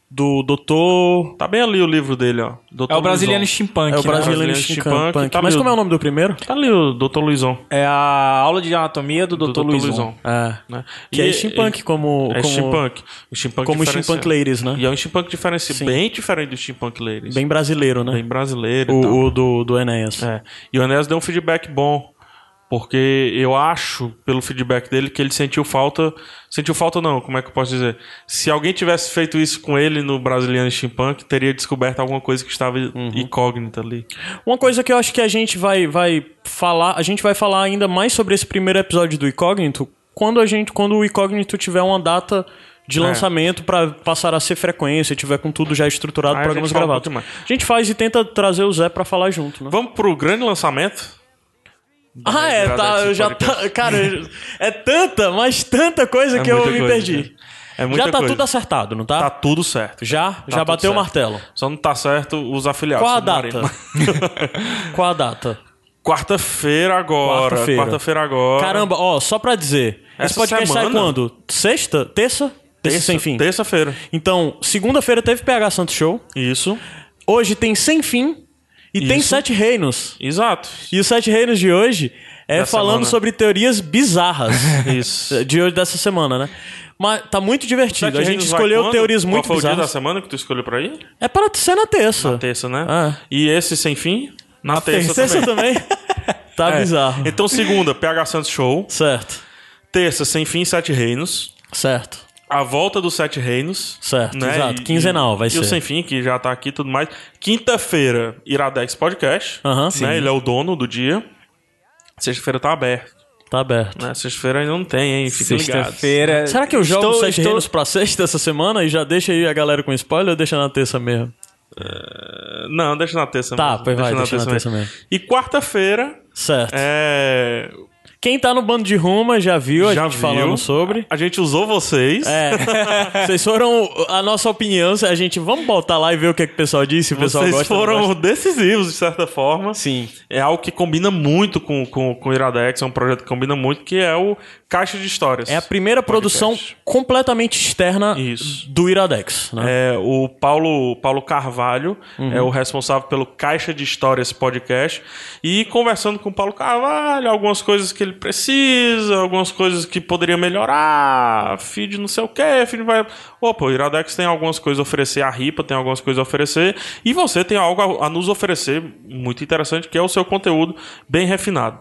Speaker 1: Do Doutor.
Speaker 2: Tá bem ali o livro dele, ó. Dr.
Speaker 3: É o brasiliano
Speaker 2: Luizon.
Speaker 3: steampunk,
Speaker 1: É o
Speaker 3: né?
Speaker 1: brasileiro
Speaker 2: Steampunk,
Speaker 1: Steampunk. Punk.
Speaker 2: tá
Speaker 1: Mas
Speaker 2: meio-
Speaker 1: como é o nome do primeiro?
Speaker 2: Tá ali o Dr. Luizon.
Speaker 3: É a aula de anatomia do Dr.
Speaker 2: Do Dr.
Speaker 3: Luizon.
Speaker 2: Luizon.
Speaker 1: É.
Speaker 2: né?
Speaker 1: Que
Speaker 2: E-
Speaker 1: é steampunk como.
Speaker 2: É
Speaker 1: como
Speaker 2: steampunk. O steampunk
Speaker 1: como
Speaker 2: diferencia.
Speaker 1: steampunk ladies, né?
Speaker 2: E é um steampunk diferenciado, bem diferente do steampunk ladies.
Speaker 1: Bem brasileiro, né?
Speaker 2: Bem brasileiro e tal.
Speaker 1: o, o do, do Enéas.
Speaker 2: É. E o Enéas deu um feedback bom. Porque eu acho, pelo feedback dele, que ele sentiu falta. Sentiu falta, não, como é que eu posso dizer? Se alguém tivesse feito isso com ele no Brasiliano Steampunk, teria descoberto alguma coisa que estava
Speaker 1: Uhum.
Speaker 2: incógnita ali.
Speaker 1: Uma coisa que eu acho que a gente vai, vai falar, a gente vai falar ainda mais sobre esse primeiro episódio do Incógnito quando a gente, quando o Incógnito tiver uma data
Speaker 2: É.
Speaker 1: de lançamento pra passar a ser frequência, tiver com tudo já estruturado
Speaker 2: Aí a
Speaker 1: para
Speaker 2: gente
Speaker 1: algumas
Speaker 2: fala um
Speaker 1: gravadas.
Speaker 2: pouquinho mais.
Speaker 1: a gente faz e tenta trazer o Zé pra falar junto, né?
Speaker 2: Vamos pro grande lançamento?
Speaker 1: Ah, é, tá, eu já tá, cara, eu- é tanta, mas tanta coisa
Speaker 2: É
Speaker 1: que eu
Speaker 2: muita
Speaker 1: me
Speaker 2: coisa,
Speaker 1: perdi.
Speaker 2: é. É muita
Speaker 1: já tá
Speaker 2: coisa.
Speaker 1: tudo acertado, não tá?
Speaker 2: Tá tudo certo.
Speaker 1: já, já
Speaker 2: tudo
Speaker 1: bateu o
Speaker 2: certo.
Speaker 1: martelo.
Speaker 2: Só não tá certo os afiliados. né,
Speaker 1: Qual a
Speaker 2: do Marino.
Speaker 1: data? Qual a data?
Speaker 2: Quarta-feira agora.
Speaker 1: Quarta-feira.
Speaker 2: Quarta-feira agora.
Speaker 1: Caramba, ó, só pra dizer.
Speaker 2: Essa
Speaker 1: esse podcast sai
Speaker 2: semana?
Speaker 1: quando? Sexta? Terça? Terça sem fim.
Speaker 2: Terça-feira.
Speaker 1: Então, segunda-feira teve PH Santo Show.
Speaker 2: Isso.
Speaker 1: Hoje tem Sem Fim. E tem
Speaker 2: Isso.
Speaker 1: Sete Reinos.
Speaker 2: Exato.
Speaker 1: E os Sete Reinos de hoje é
Speaker 2: Da
Speaker 1: falando
Speaker 2: semana.
Speaker 1: sobre teorias bizarras.
Speaker 2: Isso.
Speaker 1: de hoje dessa semana, né? Mas tá muito divertido.
Speaker 2: Sete
Speaker 1: a gente
Speaker 2: Reinos vai
Speaker 1: escolheu
Speaker 2: quando?
Speaker 1: teorias muito
Speaker 2: Qual foi o dia da
Speaker 1: bizarras.
Speaker 2: semana que tu escolheu pra ir?
Speaker 1: É para ser na terça.
Speaker 2: Terça, né?
Speaker 1: Ah.
Speaker 2: E esse sem fim? Na, terça,
Speaker 1: também.
Speaker 2: também.
Speaker 1: tá
Speaker 2: É.
Speaker 1: bizarro.
Speaker 2: Então, segunda, PH Santos Show.
Speaker 1: Certo.
Speaker 2: Terça, sem fim, Sete Reinos.
Speaker 1: Certo.
Speaker 2: A volta dos Sete Reinos. né?
Speaker 1: Certo, exato. Quinzenal vai
Speaker 2: E o
Speaker 1: ser.
Speaker 2: Sem Fim, que já tá aqui e tudo mais. Quinta-feira, Iradex Podcast.
Speaker 1: Aham, sim.
Speaker 2: né? Ele é o dono do dia. Sexta-feira tá aberto.
Speaker 1: Tá aberto.
Speaker 2: Né? Sexta-feira ainda não tem, hein? Fiquem ligados.
Speaker 3: Sexta-feira.
Speaker 1: Será que eu jogo
Speaker 3: estou,
Speaker 1: os sete
Speaker 3: estou-
Speaker 1: reinos pra sexta essa semana e já deixa aí a galera com spoiler ou deixa na terça mesmo?
Speaker 2: Não, deixa na terça
Speaker 1: Tá,
Speaker 2: mesmo.
Speaker 1: pois vai, deixa na terça
Speaker 2: E quarta-feira
Speaker 1: Certo.
Speaker 2: é.
Speaker 1: Quem tá no bando de ruma já viu a
Speaker 2: já
Speaker 1: gente
Speaker 2: viu.
Speaker 1: falando sobre.
Speaker 2: A gente usou vocês.
Speaker 1: É, vocês foram a nossa opinião, a gente vamos botar lá e ver o que, é que o pessoal disse, se o pessoal
Speaker 2: Vocês
Speaker 1: gosta. não
Speaker 2: foram
Speaker 1: gosta.
Speaker 2: decisivos, de certa forma.
Speaker 1: Sim.
Speaker 2: É algo que combina muito com, com, com o Iradex, é um projeto que combina muito, que é o Caixa de Histórias.
Speaker 1: É a primeira produção completamente externa
Speaker 2: Isso.
Speaker 1: do Iradex, né?
Speaker 2: É, o Paulo, Paulo Carvalho é o responsável pelo Caixa de Histórias Podcast. E conversando com o Paulo Carvalho, algumas coisas que ele precisa, algumas coisas que poderia melhorar, feed não sei o que, feed vai. Opa, o Iradex tem algumas coisas a oferecer, a RIPA tem algumas coisas a oferecer, e você tem algo a, a nos oferecer muito interessante, que é o seu conteúdo bem refinado.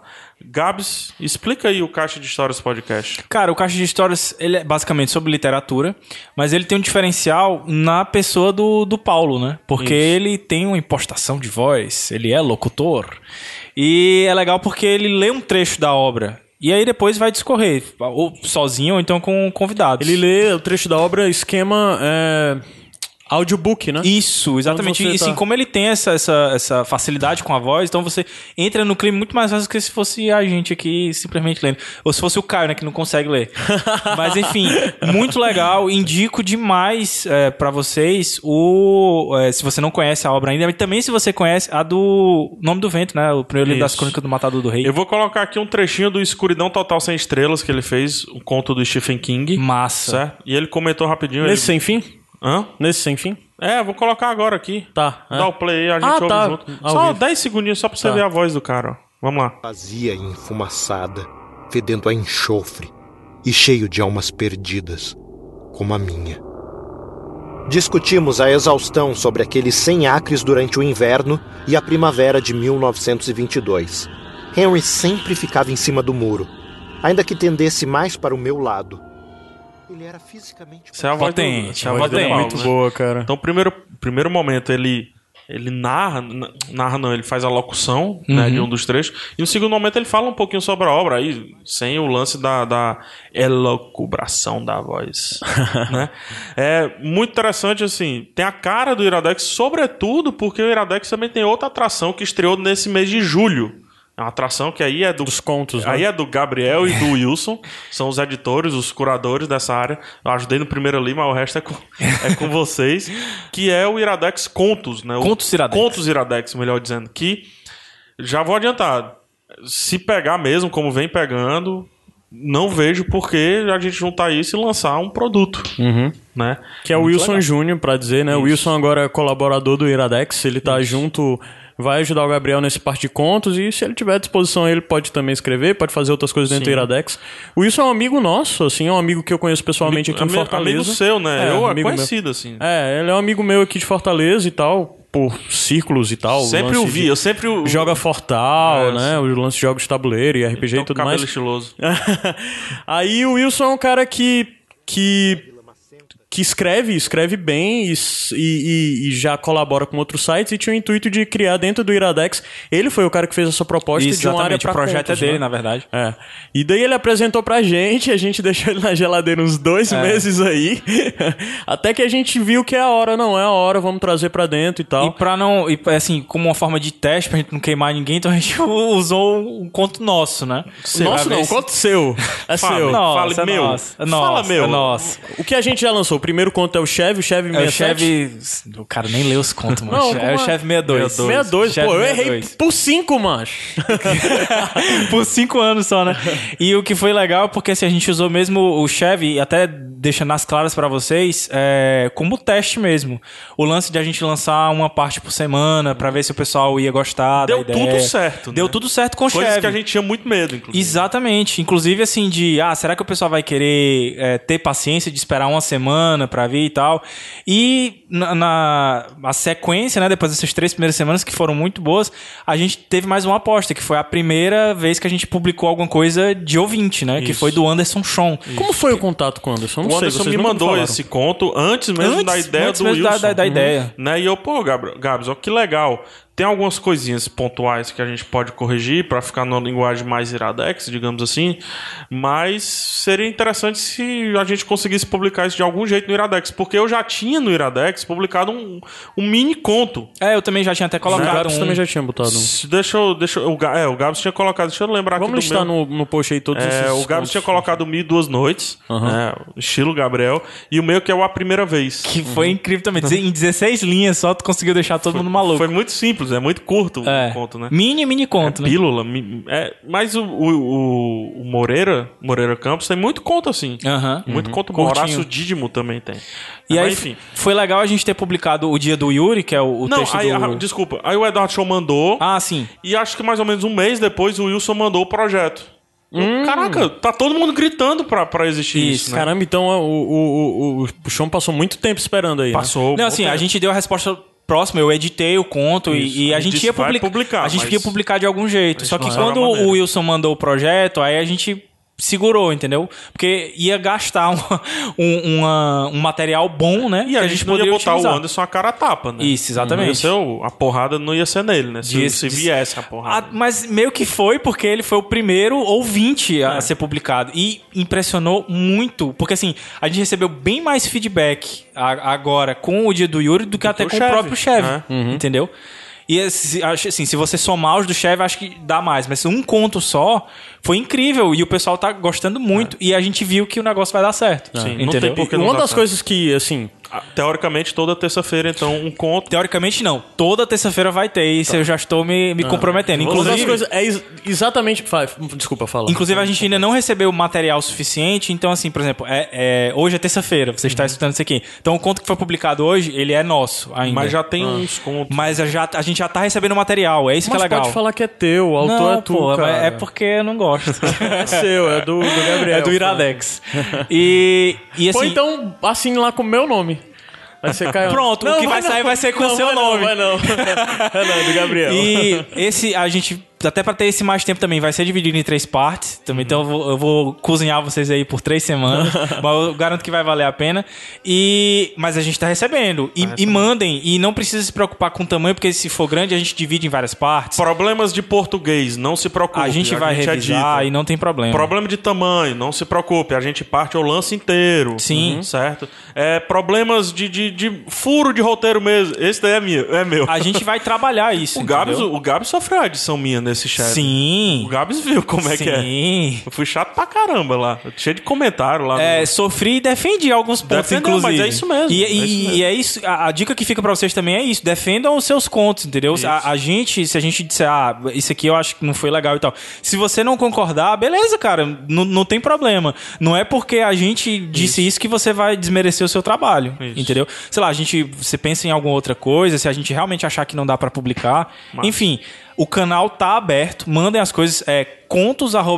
Speaker 2: Gabs, explica aí o Caixa de Histórias Podcast.
Speaker 3: Cara, o Caixa de Histórias, ele é basicamente sobre literatura, mas ele tem um diferencial na pessoa do, do Paulo, né? Porque ele tem uma impostação de voz, ele é locutor. E é legal porque ele lê um trecho da obra. E aí depois vai discorrer, ou sozinho ou então com convidados.
Speaker 1: Ele lê o trecho da obra esquema é, audiobook, né?
Speaker 3: Isso, exatamente.
Speaker 1: você
Speaker 3: E sim,
Speaker 1: tá-
Speaker 3: como ele tem essa, essa, essa facilidade com a voz, então você entra no clima muito mais fácil que se fosse a gente aqui simplesmente lendo. Ou se fosse o Caio, né, que não consegue ler. Mas enfim, muito legal. Indico demais é, para vocês o. é, se você não conhece a obra ainda, e também se você conhece a do Nome do Vento, né? O primeiro livro das
Speaker 2: Isso.
Speaker 3: crônicas do Matador do Rei.
Speaker 2: Eu vou colocar aqui um trechinho do Escuridão Total Sem Estrelas que ele fez, o conto do Stephen King.
Speaker 3: Massa.
Speaker 2: Certo? E ele comentou rapidinho.
Speaker 1: Nesse
Speaker 2: Ele...
Speaker 1: sem fim?
Speaker 2: Hã?
Speaker 1: Nesse sem fim?
Speaker 2: É, vou colocar agora aqui.
Speaker 1: Tá. é.
Speaker 2: Dá o play aí, a gente
Speaker 1: Ah,
Speaker 2: ouve
Speaker 1: tá.
Speaker 2: junto.
Speaker 1: Ao
Speaker 2: Só
Speaker 1: vivo.
Speaker 2: 10 segundinhos só pra você
Speaker 1: Tá.
Speaker 2: ver a voz do cara, ó. Vamos lá.
Speaker 5: vazia e enfumaçada, fedendo a enxofre e cheio de almas perdidas, como a minha. Discutimos a exaustão sobre aqueles 100 acres durante o inverno e a primavera de 1922. Henry sempre ficava em cima do muro, ainda que tendesse mais para o meu lado. Ele era fisicamente.
Speaker 2: Isso é a voz do,
Speaker 3: Potente,
Speaker 2: isso é a voz do
Speaker 3: potente.
Speaker 2: Paulo,
Speaker 1: Muito
Speaker 2: né?
Speaker 1: boa, cara.
Speaker 2: Então, primeiro, primeiro momento, ele, ele narra, n- narra não, ele faz a locução né,
Speaker 1: Uhum.
Speaker 2: de um dos trechos. E no segundo momento, ele fala um pouquinho sobre a obra, aí, sem o lance da, da elocubração da voz. né? É muito interessante, assim, tem a cara do Iradex, sobretudo porque o Iradex também tem outra atração que estreou nesse mês de julho. É uma atração que aí é do.
Speaker 1: Dos contos, né?
Speaker 2: Aí é do Gabriel e do Wilson, são os editores, os curadores dessa área. Eu ajudei no primeiro ali, mas o resto é com, é com vocês. Que é o Iradex Contos, né? O-
Speaker 3: Contos Iradex.
Speaker 2: Contos Iradex, melhor dizendo. Que já vou adiantar. Se pegar mesmo, como vem pegando, não vejo por que a gente juntar isso e lançar um produto.
Speaker 1: Uhum.
Speaker 2: Né?
Speaker 1: Que é o
Speaker 2: Muito
Speaker 1: Wilson
Speaker 2: legal.
Speaker 1: Júnior, pra dizer, né? O Wilson agora é colaborador do Iradex, ele tá junto, vai ajudar o Gabriel nesse parte de contos e se ele tiver à disposição, ele pode também escrever, pode fazer outras coisas dentro do Iradex. O Wilson é um amigo nosso, assim, é um amigo que eu conheço pessoalmente aqui em
Speaker 2: Amigo-
Speaker 1: Fortaleza.
Speaker 2: Amigo seu, né?
Speaker 1: É,
Speaker 2: eu
Speaker 1: amigo meu.
Speaker 2: conhecido, assim.
Speaker 1: É, ele é um amigo meu aqui de Fortaleza e tal, por círculos e tal.
Speaker 2: Sempre
Speaker 1: lance
Speaker 2: ouvi,
Speaker 1: de-
Speaker 2: eu sempre o-
Speaker 1: Joga Fortal,
Speaker 2: É,
Speaker 1: né? O lance de jogos de tabuleiro e RPG e
Speaker 2: Então,
Speaker 1: tudo
Speaker 2: cabelo
Speaker 1: mais.
Speaker 2: estiloso.
Speaker 1: Aí o Wilson é um cara que. que. que escreve, escreve bem e, s- e- e- e já colabora com outros sites e tinha o intuito de criar dentro do Iradex. Ele foi o cara que fez essa proposta de uma área
Speaker 3: Exatamente,
Speaker 1: pra
Speaker 3: o projeto
Speaker 1: contos,
Speaker 3: é dele,
Speaker 1: né?
Speaker 3: na verdade.
Speaker 1: É. E daí ele apresentou pra gente, a gente deixou ele na geladeira uns dois
Speaker 3: É.
Speaker 1: meses aí. Até que a gente viu que é a hora, não é a hora, vamos trazer pra dentro e
Speaker 3: E
Speaker 1: tal.
Speaker 3: pra não. E assim, como uma forma de teste pra gente não queimar ninguém, então a gente usou um conto nosso, né?
Speaker 1: Nossa,
Speaker 3: Pra
Speaker 1: não,
Speaker 3: ver se-
Speaker 1: quanto seu? É
Speaker 2: Fala,
Speaker 1: seu.
Speaker 3: Nossa,
Speaker 2: Fale
Speaker 3: é
Speaker 2: meu.
Speaker 3: nosso, é
Speaker 2: Fala
Speaker 3: nosso,
Speaker 2: meu.
Speaker 3: É nosso.
Speaker 1: O que a gente já lançou? O primeiro conto é o Chevy, o Chevy
Speaker 3: É o
Speaker 1: 67.
Speaker 3: chefe. O cara nem leu os contos, mano.
Speaker 1: Não, como
Speaker 3: é o
Speaker 1: é?
Speaker 3: chefe 62.
Speaker 1: 62,
Speaker 3: Chefe
Speaker 1: pô, eu errei
Speaker 3: 62.
Speaker 1: por 5, macho.
Speaker 3: Por cinco anos só, né? E o que foi legal, porque assim, a gente usou mesmo o Chevy, até deixando as claras pra vocês, é, como teste mesmo. O lance de a gente lançar uma parte por semana pra ver se o pessoal ia gostar
Speaker 2: Deu
Speaker 3: da ideia.
Speaker 2: tudo certo, né?
Speaker 3: Deu tudo certo com o
Speaker 2: Coisas
Speaker 1: é,
Speaker 3: Chevy.
Speaker 2: que a gente tinha muito medo, inclusive.
Speaker 3: Exatamente. Inclusive, assim, de ah, será que o pessoal vai querer é, ter paciência de esperar uma semana pra vir e tal? E na, na- a sequência, né, depois dessas três primeiras semanas que foram muito boas, a gente teve mais uma aposta, que foi a primeira vez que a gente publicou alguma coisa de ouvinte, né? Que foi do Anderson Chon.
Speaker 1: Como foi o contato com o Anderson? Não
Speaker 2: O
Speaker 1: sei,
Speaker 2: Anderson
Speaker 1: vocês
Speaker 2: me
Speaker 1: nunca
Speaker 2: mandou
Speaker 1: falaram.
Speaker 2: esse conto antes mesmo
Speaker 3: Antes,
Speaker 2: da ideia
Speaker 3: antes
Speaker 2: do
Speaker 3: mesmo
Speaker 2: Wilson.
Speaker 3: da- da- da ideia.
Speaker 2: Né? E eu, pô, Gabri- Gabs, ó, que legal. Tem algumas coisinhas pontuais que a gente pode corrigir pra ficar numa linguagem mais iradex, digamos assim. Mas seria interessante se a gente conseguisse publicar isso de algum jeito no Iradex. Porque eu já tinha no Iradex publicado um, um mini conto.
Speaker 3: É, eu também já tinha até
Speaker 1: O
Speaker 3: colocado
Speaker 1: Gabs
Speaker 3: um...
Speaker 1: também já tinha botado um.
Speaker 2: Deixa eu. Deixa eu o, Ga- é, o Gabs tinha colocado. Deixa eu lembrar aqui
Speaker 1: Vamos
Speaker 2: do meu.
Speaker 1: listar no, no post aí todos
Speaker 2: É,
Speaker 1: esses
Speaker 2: o Gabs
Speaker 1: contos. né?
Speaker 2: tinha colocado Mil e Duas Noites, né, estilo Gabriel, e o meu que é o A Primeira Vez.
Speaker 3: Que foi incrível também. Em 16 linhas só, tu conseguiu deixar todo mundo maluco.
Speaker 2: Foi muito simples, é muito curto
Speaker 3: É.
Speaker 2: o conto, né?
Speaker 3: Mini, mini conto, né?
Speaker 2: Pílula. mi- É, mas o, o, o- o Moreira, Moreira Campos, tem muito conto assim.
Speaker 3: Aham.
Speaker 2: Muito conto bom.
Speaker 3: É. Curtinho.
Speaker 2: Horácio Dídimo também tem.
Speaker 3: E
Speaker 2: Mas,
Speaker 3: aí,
Speaker 2: enfim.
Speaker 3: foi legal a gente ter publicado o dia do Yuri, que é o, o
Speaker 2: Não,
Speaker 3: texto
Speaker 2: aí,
Speaker 3: do...
Speaker 2: ah, desculpa. Aí o Eduardo Show mandou.
Speaker 3: Ah, sim.
Speaker 2: E acho que mais ou menos um mês depois o Wilson mandou o projeto. Eu, Caraca, tá todo mundo gritando pra, pra existir isso,
Speaker 3: Isso,
Speaker 2: né?
Speaker 1: Caramba, então ó, o, o, o, o, o Chão passou muito tempo esperando aí. né?
Speaker 2: Passou.
Speaker 3: Não, assim,
Speaker 2: bom
Speaker 3: a
Speaker 2: tempo.
Speaker 3: gente deu a resposta próxima, eu editei o conto e, e a
Speaker 2: a gente
Speaker 3: gente ia
Speaker 2: vai
Speaker 3: publica-
Speaker 2: publicar,
Speaker 3: A gente
Speaker 2: mas-
Speaker 3: ia publicar de algum jeito. Só que
Speaker 2: não sabe a
Speaker 3: quando
Speaker 2: maneira.
Speaker 3: o Wilson mandou o projeto, aí a gente segurou, entendeu? Porque ia gastar um, um, uma- um material bom, né?
Speaker 2: E a, gente, não ia botar
Speaker 3: utilizar.
Speaker 2: o Anderson a cara a tapa, né?
Speaker 3: Isso, exatamente.
Speaker 2: Não ia ser o- a porrada não ia ser nele, né? Se,
Speaker 3: Disse-
Speaker 2: se
Speaker 3: disse-
Speaker 2: viesse a
Speaker 3: Ah,
Speaker 2: porrada.
Speaker 3: mas meio que foi porque ele foi o primeiro ouvinte a ser publicado. E impressionou muito. Porque assim, a gente recebeu bem mais feedback a- agora com o dia do Yuri do que até
Speaker 2: o
Speaker 3: com o
Speaker 2: Chevy,
Speaker 3: próprio chefe.
Speaker 2: né?
Speaker 3: Entendeu? E esse- acho assim, se você somar os do chefe, acho que dá mais. Mas um conto só foi incrível. E o pessoal tá gostando muito. E a gente viu que o negócio vai dar certo.
Speaker 1: é,
Speaker 2: Sim, não tem
Speaker 3: entendeu?
Speaker 2: por que não
Speaker 1: uma
Speaker 2: dá
Speaker 1: das
Speaker 2: certo.
Speaker 1: coisas que, assim,
Speaker 2: Ah, Teoricamente, toda terça-feira, então, um conto.
Speaker 3: Teoricamente, não. Toda terça-feira vai ter. Isso eu já estou me, me comprometendo.
Speaker 1: uma das
Speaker 3: Inclusive.
Speaker 1: coisas é ex- exatamente... fa- Desculpa, fala.
Speaker 3: Inclusive, a gente ainda não recebeu material suficiente. Então, assim, por exemplo, é, é- hoje é terça-feira, você
Speaker 2: Uhum.
Speaker 3: está escutando isso aqui. Então, o conto que foi publicado hoje, ele é nosso ainda. Ah.
Speaker 2: Mas já tem uns contos.
Speaker 3: Mas a, já, a gente já tá recebendo material, é isso
Speaker 1: Mas
Speaker 3: que é legal.
Speaker 1: pode falar que é teu, o autor
Speaker 3: não,
Speaker 1: é tu,
Speaker 3: pô,
Speaker 1: cara.
Speaker 3: é porque eu não gosto.
Speaker 1: É seu, é do, do Gabriel.
Speaker 3: é do Iradex. E, e assim...
Speaker 1: Ou então assine lá com o meu nome. Vai ser Caio.
Speaker 3: Pronto, o que vai sair vai ser com o seu
Speaker 1: vai
Speaker 3: nome.
Speaker 1: Não, vai não. é não, é do Gabriel.
Speaker 3: E esse, a gente, até pra ter esse mais tempo também, vai ser dividido em três partes. Também, Então eu vou, eu vou cozinhar vocês aí por três semanas. mas eu garanto que vai valer a pena. E, mas a gente tá recebendo. E, e mandem. E não precisa se preocupar com o tamanho, porque se for grande, a gente divide em várias partes.
Speaker 2: Problemas de português, não se preocupe.
Speaker 3: a gente vai revisar
Speaker 2: edita.
Speaker 3: e não tem problema.
Speaker 2: Problema de tamanho, não se preocupe. A gente parte o lance inteiro. Uhum.
Speaker 3: Sim.
Speaker 2: Certo? É, problemas de, de, de furo de roteiro mesmo. Esse daí é meu. É meu.
Speaker 3: A gente vai trabalhar isso.
Speaker 2: O Gabs,
Speaker 3: entendeu?
Speaker 2: o Gabs sofreu a adição minha nesse chat.
Speaker 3: Sim.
Speaker 2: O Gabs viu como é que é.
Speaker 3: Sim.
Speaker 2: Eu fui chato pra caramba lá. Cheio de comentário lá. no-
Speaker 3: É, sofri e defendi alguns pontos,
Speaker 2: Defendeu,
Speaker 3: inclusive.
Speaker 2: mas é isso mesmo,
Speaker 3: E,
Speaker 2: é isso
Speaker 3: e-
Speaker 2: mesmo.
Speaker 3: e é isso. A, a dica que fica pra vocês também é isso. Defendam os seus contos, entendeu? A, a gente, se a gente disser, ah, isso aqui eu acho que não foi legal e tal. Se você não concordar, beleza, cara. Não, não tem problema. Não é porque a gente disse isso, que você vai desmerecer o seu trabalho, entendeu? Sei lá, a gente, você pensa em alguma outra coisa, se a gente realmente achar que não dá pra publicar. Enfim, o canal tá aberto. Mandem as coisas. É,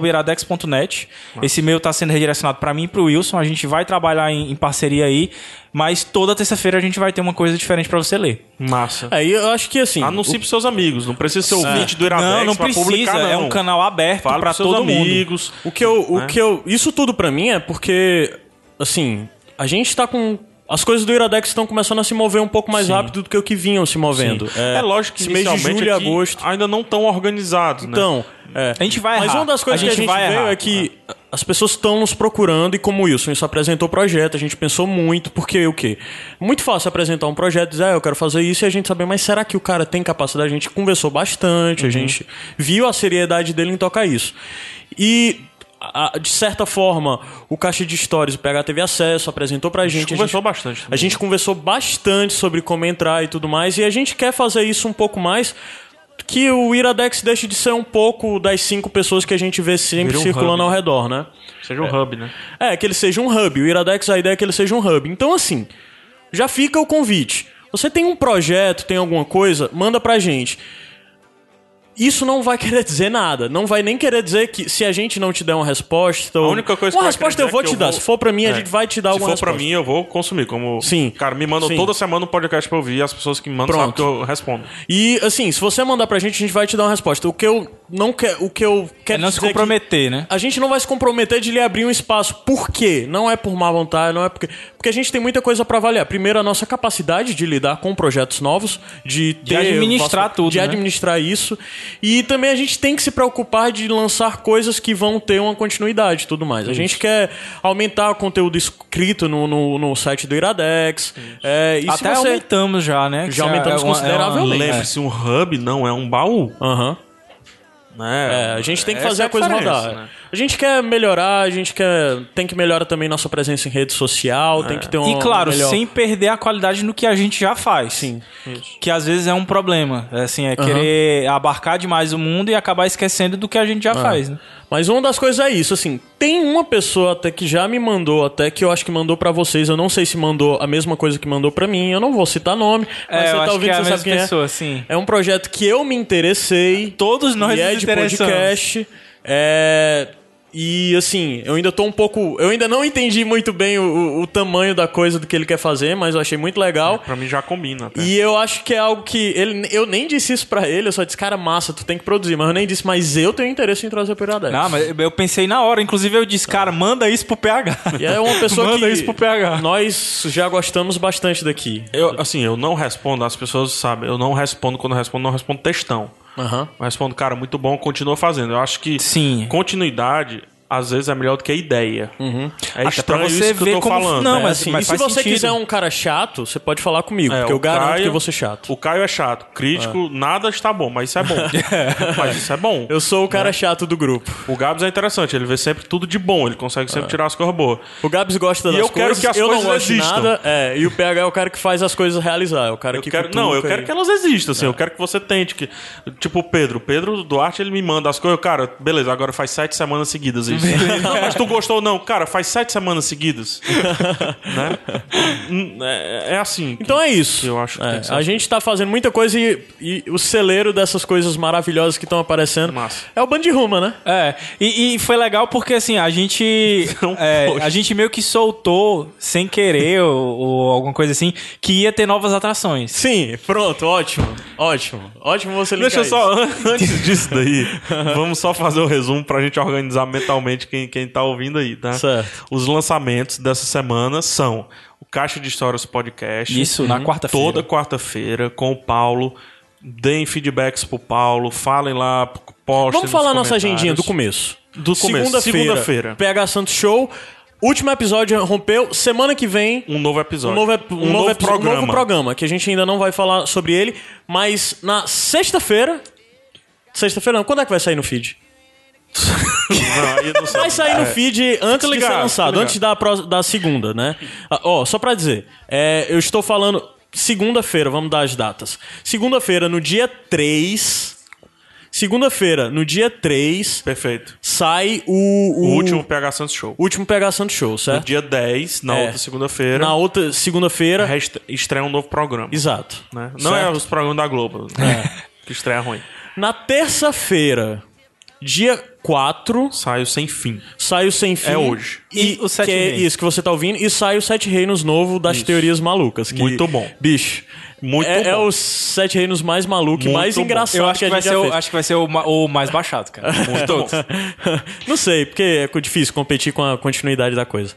Speaker 3: contos@iradex.net. Esse e-mail está sendo redirecionado para mim e para o Wilson. A gente vai trabalhar em, em parceria aí, mas toda terça-feira a gente vai ter uma coisa diferente para você ler.
Speaker 2: Massa.
Speaker 3: É,
Speaker 1: Aí eu acho que assim.
Speaker 2: Anuncie pros seus amigos. Não precisa ser ouvinte É. do Iradex
Speaker 3: não, não
Speaker 2: pra
Speaker 3: precisa.
Speaker 2: publicar, não.
Speaker 3: É um canal aberto
Speaker 2: Fala
Speaker 3: para
Speaker 2: pros seus
Speaker 3: todo mundo.
Speaker 2: amigos.
Speaker 1: O que eu, o
Speaker 2: né?
Speaker 1: que eu, isso tudo pra mim é porque assim, a gente tá com as coisas do Iradex estão começando a se mover um pouco mais rápido do que o que vinham se movendo.
Speaker 2: É, lógico que
Speaker 1: esse mês de
Speaker 2: inicialmente
Speaker 1: julho e
Speaker 2: aqui
Speaker 1: agosto.
Speaker 2: ainda não tão organizados, né?
Speaker 1: Então, é.
Speaker 3: A gente vai
Speaker 1: Mas
Speaker 3: errar.
Speaker 1: uma das coisas
Speaker 3: A gente
Speaker 1: que a
Speaker 3: vai
Speaker 1: gente veio
Speaker 3: errar. né?
Speaker 1: é que as pessoas estão nos procurando e como o Wilson isso apresentou o projeto, a gente pensou muito, porque o quê? Muito fácil apresentar um projeto, dizer, ah, eu quero fazer isso e a gente saber, mas será que o cara tem capacidade? A gente conversou bastante,
Speaker 3: Uhum.
Speaker 1: a gente viu a seriedade dele em tocar isso. E a- a- de certa forma, o Caixa de Stories, o PH teve acesso, apresentou pra gente. a gente-
Speaker 2: conversou bastante também.
Speaker 1: A gente conversou bastante sobre como entrar e tudo mais, e a gente quer fazer isso um pouco mais. Que o Iradex deixe de ser um pouco das cinco pessoas que a gente vê sempre
Speaker 2: Vira um hub,
Speaker 1: circulando ao
Speaker 2: né?
Speaker 1: redor, né?
Speaker 2: Seja um hub, né?
Speaker 1: É, que ele seja um hub. O Iradex, a ideia é que ele seja um hub. Então, assim, já fica o convite. Você tem um projeto, tem alguma coisa, manda pra gente. Isso não vai querer dizer nada. Não vai nem querer dizer que se a gente não te der uma resposta. ou-
Speaker 2: única coisa que
Speaker 1: uma
Speaker 2: vai
Speaker 1: resposta eu
Speaker 2: querer dizer
Speaker 1: vou
Speaker 2: é que
Speaker 1: te
Speaker 2: eu
Speaker 1: dar.
Speaker 2: vou-
Speaker 1: Se for pra mim,
Speaker 2: É.
Speaker 1: a gente vai te dar
Speaker 2: Se
Speaker 1: alguma
Speaker 2: for pra
Speaker 1: resposta.
Speaker 2: mim, eu vou consumir. Como...
Speaker 1: Sim.
Speaker 2: Cara, me mandam
Speaker 1: Sim.
Speaker 2: toda semana um podcast pra eu ouvir. As pessoas que me mandam sabem
Speaker 1: Pronto.
Speaker 2: que eu respondo.
Speaker 1: E assim, se você mandar pra gente, a gente vai te dar uma resposta. O que eu não quero, o que eu
Speaker 3: É
Speaker 1: quero
Speaker 3: não se
Speaker 1: dizer é que
Speaker 3: comprometer, né?
Speaker 1: A gente não vai se comprometer de lhe abrir um espaço. Por quê? Não é por má vontade, não é porque. Porque a gente tem muita coisa pra avaliar. Primeiro, a nossa capacidade de lidar com projetos novos, de, ter
Speaker 3: administrar tudo,
Speaker 1: De
Speaker 3: né?
Speaker 1: administrar isso. E também a gente tem que se preocupar de lançar coisas que vão ter uma continuidade e tudo mais. A gente quer aumentar o conteúdo escrito no, no, no site do Iradex. É, e se
Speaker 3: Até
Speaker 1: você-
Speaker 3: aumentamos já, né? Que
Speaker 1: Já aumentamos
Speaker 3: uma-
Speaker 1: consideravelmente.
Speaker 3: é.
Speaker 2: Lembre-se, um hub não é um baú.
Speaker 1: Aham.
Speaker 2: Né?
Speaker 1: É, a gente tem que
Speaker 2: Essa
Speaker 1: fazer
Speaker 2: é
Speaker 1: a coisa
Speaker 2: diferença,
Speaker 1: rodar.
Speaker 2: né?
Speaker 1: A gente quer melhorar, a gente quer tem que melhorar também nossa presença em rede social,
Speaker 2: É.
Speaker 1: tem que ter um
Speaker 3: E claro,
Speaker 1: um melhor...
Speaker 3: sem perder a qualidade no que a gente já faz.
Speaker 1: Sim.
Speaker 3: Que às vezes é um problema. É, Assim, é querer abarcar demais o mundo e acabar esquecendo do que a gente
Speaker 1: Ah.
Speaker 3: já faz, né?
Speaker 1: Mas uma das coisas é isso, assim, tem uma pessoa até que já me mandou, até que eu acho que mandou pra vocês, eu não sei se mandou a mesma coisa que mandou pra mim, eu não vou citar nome, mas
Speaker 3: É,
Speaker 1: você
Speaker 3: eu
Speaker 1: tá
Speaker 3: acho que
Speaker 1: ouvindo,
Speaker 3: é a
Speaker 1: você sabe
Speaker 3: mesma
Speaker 1: quem
Speaker 3: pessoa,
Speaker 1: é.
Speaker 3: sim.
Speaker 1: É um projeto que eu me interessei.
Speaker 3: Todos nós
Speaker 1: e é
Speaker 3: nos
Speaker 1: de
Speaker 3: interessamos.
Speaker 1: podcast. É, E assim, eu ainda tô um pouco. Eu ainda não entendi muito bem o, o- o tamanho da coisa do que ele quer fazer, mas eu achei muito legal.
Speaker 2: Pra mim já combina. até.
Speaker 1: E eu acho que é algo que. Ele, eu nem disse isso pra ele, eu só disse, cara, massa, tu tem que produzir. Mas eu nem disse, mas eu tenho interesse em trazer o Piradex.
Speaker 3: Não, mas eu pensei na hora. Inclusive eu disse, cara, manda isso pro PH.
Speaker 1: E é uma pessoa
Speaker 3: manda
Speaker 1: que
Speaker 3: isso pro PH.
Speaker 1: nós já gostamos bastante daqui.
Speaker 2: Eu, assim, eu não respondo, as pessoas sabem, eu não respondo quando eu respondo, não respondo textão.
Speaker 1: Aham.
Speaker 2: Eu respondo, cara, muito bom, continua fazendo. Eu acho que
Speaker 3: Sim.
Speaker 2: continuidade, às vezes, é melhor do que a ideia.
Speaker 1: Uhum.
Speaker 2: É
Speaker 3: Até
Speaker 2: estranho
Speaker 3: pra você
Speaker 2: isso que
Speaker 3: ver
Speaker 2: eu tô
Speaker 3: como-
Speaker 2: falando.
Speaker 3: não,
Speaker 2: né?
Speaker 3: mas-
Speaker 1: Assim,
Speaker 3: mas
Speaker 1: e se
Speaker 3: faz
Speaker 1: você
Speaker 3: sentido.
Speaker 1: quiser um cara chato, você pode falar comigo,
Speaker 2: É,
Speaker 1: porque eu
Speaker 2: o
Speaker 1: garanto
Speaker 2: Caio-
Speaker 1: que eu vou ser chato. Ah.
Speaker 2: O Caio é chato. Crítico, nada está bom, mas isso é bom. mas isso é bom.
Speaker 1: Eu sou o cara chato do grupo.
Speaker 2: O Gabs é interessante, ele vê sempre tudo de bom, ele consegue
Speaker 1: É.
Speaker 2: sempre tirar as coisas boas.
Speaker 1: O Gabs gosta
Speaker 2: E
Speaker 1: das
Speaker 2: eu quero
Speaker 1: coisas,
Speaker 2: que as
Speaker 1: eu não
Speaker 2: coisas
Speaker 1: gosto de
Speaker 2: existam.
Speaker 1: nada. É, e o PH é o cara que faz as coisas realizar, é o cara
Speaker 2: Eu
Speaker 1: que
Speaker 2: quero,
Speaker 1: cutuca É.
Speaker 2: não, eu quero
Speaker 1: e-
Speaker 2: que elas existam, assim. Eu quero que você tente. Que, tipo, o Pedro. Pedro Duarte, ele me manda as coisas. Eu, Cara, beleza, agora faz sete semanas seguidas isso. não, mas tu gostou ou não? Cara, faz sete semanas seguidas. né? Hum, É, é assim. que-
Speaker 1: Então é isso.
Speaker 2: Eu acho que
Speaker 1: É,
Speaker 2: tem que ser
Speaker 1: a gente tá fazendo muita coisa e, e o celeiro dessas coisas maravilhosas que estão aparecendo
Speaker 2: Massa.
Speaker 1: é o Band de Ruma, né?
Speaker 3: É, e, e foi legal porque assim, a gente.
Speaker 2: Não
Speaker 3: é,
Speaker 2: pode.
Speaker 3: a gente meio que soltou, sem querer, ou, ou alguma coisa assim, que ia ter novas atrações.
Speaker 1: Sim, pronto, ótimo. Ótimo. Ótimo você linkar
Speaker 2: Deixa eu
Speaker 1: isso.
Speaker 2: só, an- antes disso daí, vamos só fazer o resumo pra gente organizar mentalmente quem, quem tá ouvindo aí, tá?
Speaker 1: Certo.
Speaker 2: Os lançamentos dessa semana são o Caixa de Histórias Podcast. Uhum.
Speaker 3: Isso, na quarta-feira.
Speaker 2: Toda quarta-feira, com o Paulo. Deem feedbacks pro Paulo, falem lá, postem
Speaker 1: Vamos falar
Speaker 2: nos
Speaker 1: nossa agendinha do
Speaker 2: comentários.
Speaker 1: começo.
Speaker 2: Do começo, segunda-feira.
Speaker 1: PH Santos Show. Último episódio rompeu. Semana que vem
Speaker 2: Um novo episódio.
Speaker 1: Um novo, ep- um novo epi- um novo programa, que a gente ainda não vai falar sobre ele, mas na sexta-feira Sexta-feira não. Quando é que vai sair no feed?
Speaker 2: Não, aí eu não É, sei.
Speaker 1: Vai sair no feed antes de
Speaker 2: ligado,
Speaker 1: ser
Speaker 2: fica
Speaker 1: lançado,
Speaker 2: ligado.
Speaker 1: antes da, pró- da segunda, né? Ah, Ó, só pra dizer, é, eu estou falando segunda-feira, vamos dar as datas. Segunda-feira, no dia 3. Segunda-feira, no dia 3,
Speaker 2: Perfeito.
Speaker 1: sai o,
Speaker 2: O
Speaker 1: o,
Speaker 2: último PH Santos Show.
Speaker 1: último PH Santo Show,
Speaker 2: No
Speaker 1: certo?
Speaker 2: dia 10, na
Speaker 1: É.
Speaker 2: outra segunda-feira,
Speaker 1: Na outra segunda-feira.
Speaker 2: resta- estreia um novo programa.
Speaker 1: Exato.
Speaker 2: né? Não é os programas da Globo, né? que estreia ruim.
Speaker 1: Na terça-feira, dia 4,
Speaker 2: Saio sem fim.
Speaker 1: sai o Sem Fim.
Speaker 2: É hoje.
Speaker 1: E,
Speaker 3: E o Sete
Speaker 1: que é
Speaker 3: Reinos.
Speaker 1: isso que você tá ouvindo. E sai o Sete Reinos novo das teorias malucas. que-
Speaker 2: Muito bom.
Speaker 1: Bicho.
Speaker 2: Muito
Speaker 1: é,
Speaker 2: bom.
Speaker 1: é os Sete Reinos mais maluco e
Speaker 2: Muito
Speaker 1: mais
Speaker 2: bom.
Speaker 1: engraçado
Speaker 3: Eu acho que,
Speaker 1: a
Speaker 3: vai
Speaker 1: gente
Speaker 3: ser,
Speaker 1: já
Speaker 3: o,
Speaker 1: fez.
Speaker 3: acho que vai ser o, ma- o mais baixado, cara. De todos.
Speaker 1: Não sei, porque é difícil competir com a continuidade da coisa.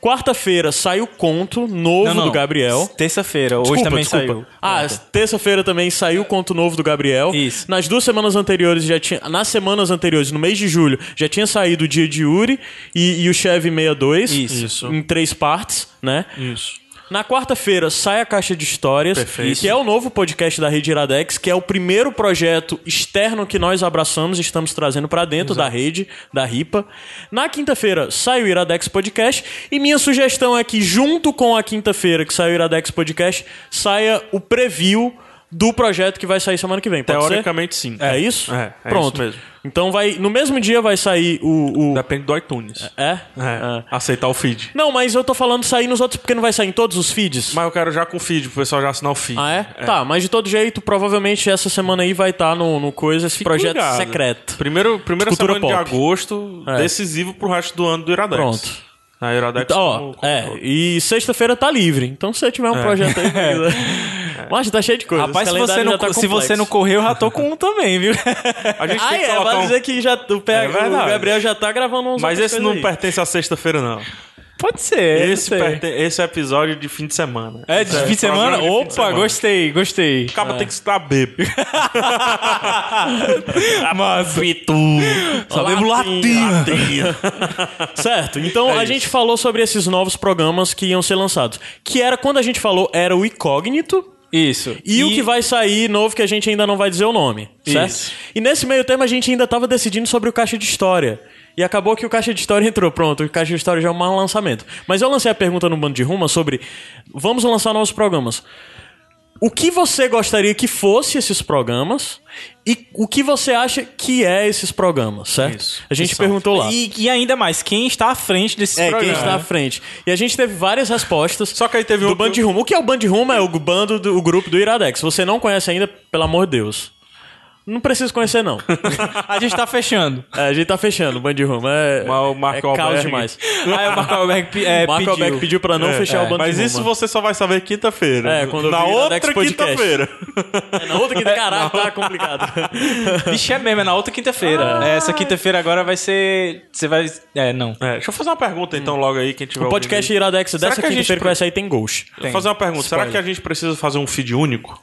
Speaker 1: Quarta-feira sai o conto novo
Speaker 3: Não, não.
Speaker 1: do Gabriel.
Speaker 3: Terça-feira, hoje
Speaker 1: Desculpa,
Speaker 3: também
Speaker 1: desculpa.
Speaker 3: saiu.
Speaker 1: Ah, terça-feira também saiu o conto novo do Gabriel.
Speaker 3: Isso.
Speaker 1: Nas duas semanas anteriores já tinha. Nas semanas anteriores, no mês de julho, já tinha saído o dia de Yuri e, e o Chevy 62.
Speaker 3: Isso.
Speaker 2: Isso.
Speaker 1: Em três partes, né?
Speaker 2: Isso.
Speaker 1: Na quarta-feira sai a Caixa de Histórias,
Speaker 2: Perfeito.
Speaker 1: que é o novo podcast da Rede Iradex, que é o primeiro projeto externo que nós abraçamos e estamos trazendo pra dentro da rede, da RIPA. Na quinta-feira sai o Iradex Podcast e minha sugestão é que junto com a quinta-feira que sai o Iradex Podcast, saia o preview do projeto que vai sair semana que vem. Pode ser?
Speaker 2: Teoricamente, sim.
Speaker 1: É isso?
Speaker 2: É, é
Speaker 1: Pronto.
Speaker 2: isso mesmo.
Speaker 1: Então vai, no mesmo dia vai sair o... o...
Speaker 2: Depende do iTunes.
Speaker 1: É?
Speaker 2: É,
Speaker 1: É.
Speaker 2: Aceitar o feed.
Speaker 1: Não, mas eu tô falando sair nos outros, porque não vai sair em todos os feeds?
Speaker 2: Mas eu quero já com o feed, pro pessoal já assinar o feed.
Speaker 1: Ah, é? Tá, mas de todo jeito, provavelmente essa semana aí vai estar no, no coisa, esse
Speaker 2: Fica
Speaker 1: projeto
Speaker 2: ligado.
Speaker 1: secreto.
Speaker 2: Primeiro, primeira
Speaker 1: De cultura
Speaker 2: semana de
Speaker 1: pop.
Speaker 2: agosto,
Speaker 1: É.
Speaker 2: decisivo pro resto do ano do Iradex.
Speaker 1: Pronto.
Speaker 2: A Iradex
Speaker 1: Então, ó,
Speaker 2: como- como
Speaker 1: é,
Speaker 2: todo.
Speaker 1: e sexta-feira tá livre, então se você tiver um projeto aí, é. mas tá cheio de coisa.
Speaker 3: Rapaz,
Speaker 1: esse
Speaker 3: se você,
Speaker 1: calendário
Speaker 3: não,
Speaker 1: já tá
Speaker 3: se você
Speaker 1: complexo.
Speaker 3: não correr, eu já tô com um também, viu?
Speaker 2: A gente
Speaker 1: Ah,
Speaker 2: tem que
Speaker 1: é,
Speaker 2: colocar
Speaker 1: vai
Speaker 2: um-
Speaker 1: dizer que já, o, PH,
Speaker 2: É verdade.
Speaker 1: o Gabriel já tá gravando uns
Speaker 2: Mas esse não
Speaker 1: pertence.
Speaker 2: pertence à sexta-feira, não.
Speaker 3: Pode ser.
Speaker 2: Esse,
Speaker 3: não sei.
Speaker 2: perten- esse é episódio de fim de semana.
Speaker 3: É, de fim de semana?
Speaker 2: Programa de fim
Speaker 3: Opa,
Speaker 2: de semana.
Speaker 3: gostei, gostei.
Speaker 2: O cabo tem que estar bêbado.
Speaker 3: Mas... Sabemos
Speaker 1: Latim,
Speaker 3: latim.
Speaker 1: Certo, então
Speaker 2: É
Speaker 1: a gente falou sobre esses novos programas que iam ser lançados. Que era, quando a gente falou, era o Incógnito,
Speaker 3: Isso.
Speaker 1: E, o que vai sair novo que a gente ainda não vai dizer o nome, certo?
Speaker 3: Isso.
Speaker 1: E nesse meio tempo a gente ainda tava decidindo sobre o Caixa de História. E acabou que o Caixa de História entrou, pronto, o Caixa de História já é um mau lançamento. Mas eu lancei a pergunta no bando de ruma sobre vamos lançar novos programas. O que você gostaria que fosse esses programas e o que você acha que é esses programas, certo?
Speaker 2: Isso.
Speaker 1: A gente perguntou lá.
Speaker 3: E, né? e ainda mais, quem está à frente desses
Speaker 1: É, quem
Speaker 3: programas?
Speaker 1: está à frente. E a gente teve várias respostas.
Speaker 2: Só que aí teve
Speaker 1: do
Speaker 2: um-
Speaker 1: Band de Rumo. O que é o Band de Rumo? É o bando do o grupo do Iradex. Se você não conhece ainda, pelo amor de Deus. Não precisa conhecer, não.
Speaker 3: A gente tá fechando.
Speaker 1: É, a gente tá fechando o Band de Rumo. É,
Speaker 2: Mas o Marco
Speaker 1: é caos
Speaker 2: Alberg- Ah,
Speaker 1: demais.
Speaker 3: Aí o Marco Alberg pe- Ah, é,
Speaker 1: O Marco
Speaker 3: pediu.
Speaker 1: Alberg pediu pra não fechar o Band
Speaker 2: É, Mas
Speaker 1: de Rumo.
Speaker 2: isso você só vai saber quinta-feira.
Speaker 1: É, quando eu
Speaker 2: Na
Speaker 1: vi o
Speaker 2: outra
Speaker 1: Iradex Podcast.
Speaker 2: quinta-feira.
Speaker 1: É, na outra que... Caralho, tá complicado.
Speaker 3: Vixe, é mesmo, é na outra quinta-feira.
Speaker 1: Ah.
Speaker 3: É, Essa quinta-feira agora vai ser... Você vai... É, não.
Speaker 2: É, deixa eu fazer uma pergunta então logo aí, quem tiver
Speaker 1: O podcast é
Speaker 2: ouvindo aí.
Speaker 1: Iradex dessa
Speaker 2: que a gente
Speaker 1: quinta-feira que
Speaker 2: pre-
Speaker 1: vai sair tem Ghost.
Speaker 2: Vou fazer uma pergunta. Será que a gente precisa fazer um feed único?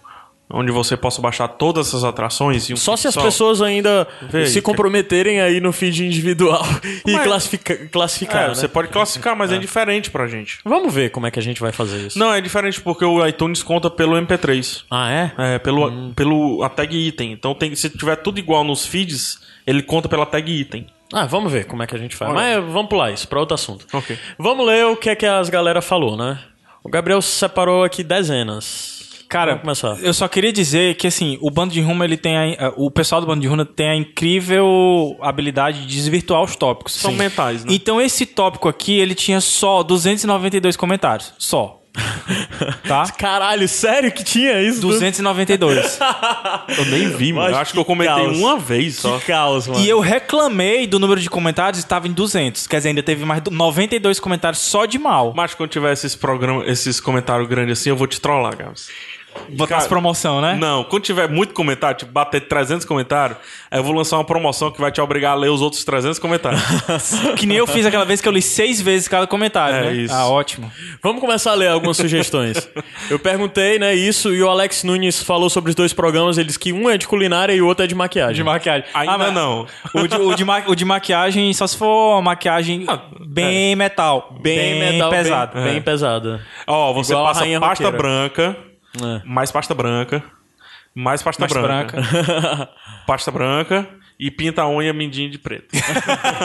Speaker 2: Onde você possa baixar todas essas atrações? e um
Speaker 1: Só
Speaker 2: feed
Speaker 1: se as pessoas ainda
Speaker 2: Vê
Speaker 1: se
Speaker 2: aí,
Speaker 1: comprometerem aí no feed individual e
Speaker 2: Mas-
Speaker 1: classifica-
Speaker 2: É,
Speaker 1: classificar, né?
Speaker 2: você pode classificar, mas é. diferente pra gente.
Speaker 1: Vamos ver como é que a gente vai fazer isso.
Speaker 2: Não, é diferente porque o iTunes conta pelo MP3.
Speaker 1: Ah, é?
Speaker 2: É, pelo, pelo a tag item. Então tem, se tiver tudo igual nos feeds, ele conta pela tag item.
Speaker 1: Ah, vamos ver como é que a gente faz.
Speaker 2: Olha.
Speaker 1: Mas vamos pular isso, pra outro assunto.
Speaker 2: Ok.
Speaker 1: Vamos ler o que é que as galera falou, né? O Gabriel separou aqui dezenas.
Speaker 3: Cara,
Speaker 1: vamos começar.
Speaker 3: eu só queria dizer que assim, o bando de rumo ele tem a- a- o pessoal do bando de rumo tem a incrível habilidade de desvirtuar os tópicos.
Speaker 2: São mentais, né?
Speaker 3: Então esse tópico aqui, ele tinha só 292 comentários, só. tá?
Speaker 1: Caralho, sério que tinha isso?
Speaker 3: 292.
Speaker 2: Eu nem vi, mano.
Speaker 1: Mas
Speaker 2: Eu acho que eu comentei
Speaker 1: caos.
Speaker 2: uma vez só.
Speaker 1: Que caos, mano.
Speaker 3: e eu reclamei do número de comentários, estava em 200. Quer dizer, ainda teve mais do- 92 comentários só de mal.
Speaker 2: Mas quando tiver esses, programa, esses comentários grandes assim, eu vou te trollar, Gabs.
Speaker 3: Botar as
Speaker 2: cara,
Speaker 3: promoção, né?
Speaker 2: Não, quando tiver muito comentário, tipo, bater 300 comentários, aí eu vou lançar uma promoção que vai te obrigar a ler os outros 300 comentários.
Speaker 3: Que nem eu fiz aquela vez que eu li seis vezes cada comentário,
Speaker 2: É
Speaker 3: né?
Speaker 2: isso.
Speaker 3: Ah, ótimo.
Speaker 1: Vamos começar a ler algumas sugestões. Eu perguntei, né, isso, e o Alex Nunes falou sobre os dois programas. Ele disse que um é de culinária e o outro é de maquiagem.
Speaker 3: De maquiagem. Ah,
Speaker 2: Ainda
Speaker 3: mas
Speaker 2: não.
Speaker 3: O de, o de ma- o de maquiagem, só se for uma maquiagem bem metal.
Speaker 1: Ah, é. Bem, metal, bem- é.
Speaker 3: pesado. é.
Speaker 1: Bem, pesada.
Speaker 2: Ó, você
Speaker 1: Igual a
Speaker 2: passa
Speaker 1: rainha
Speaker 2: pasta
Speaker 1: roqueira.
Speaker 2: branca,
Speaker 1: É.
Speaker 2: mais pasta branca, Mais pasta
Speaker 3: Mais
Speaker 2: branca. pasta branca e pinta a unha mindinho de preto.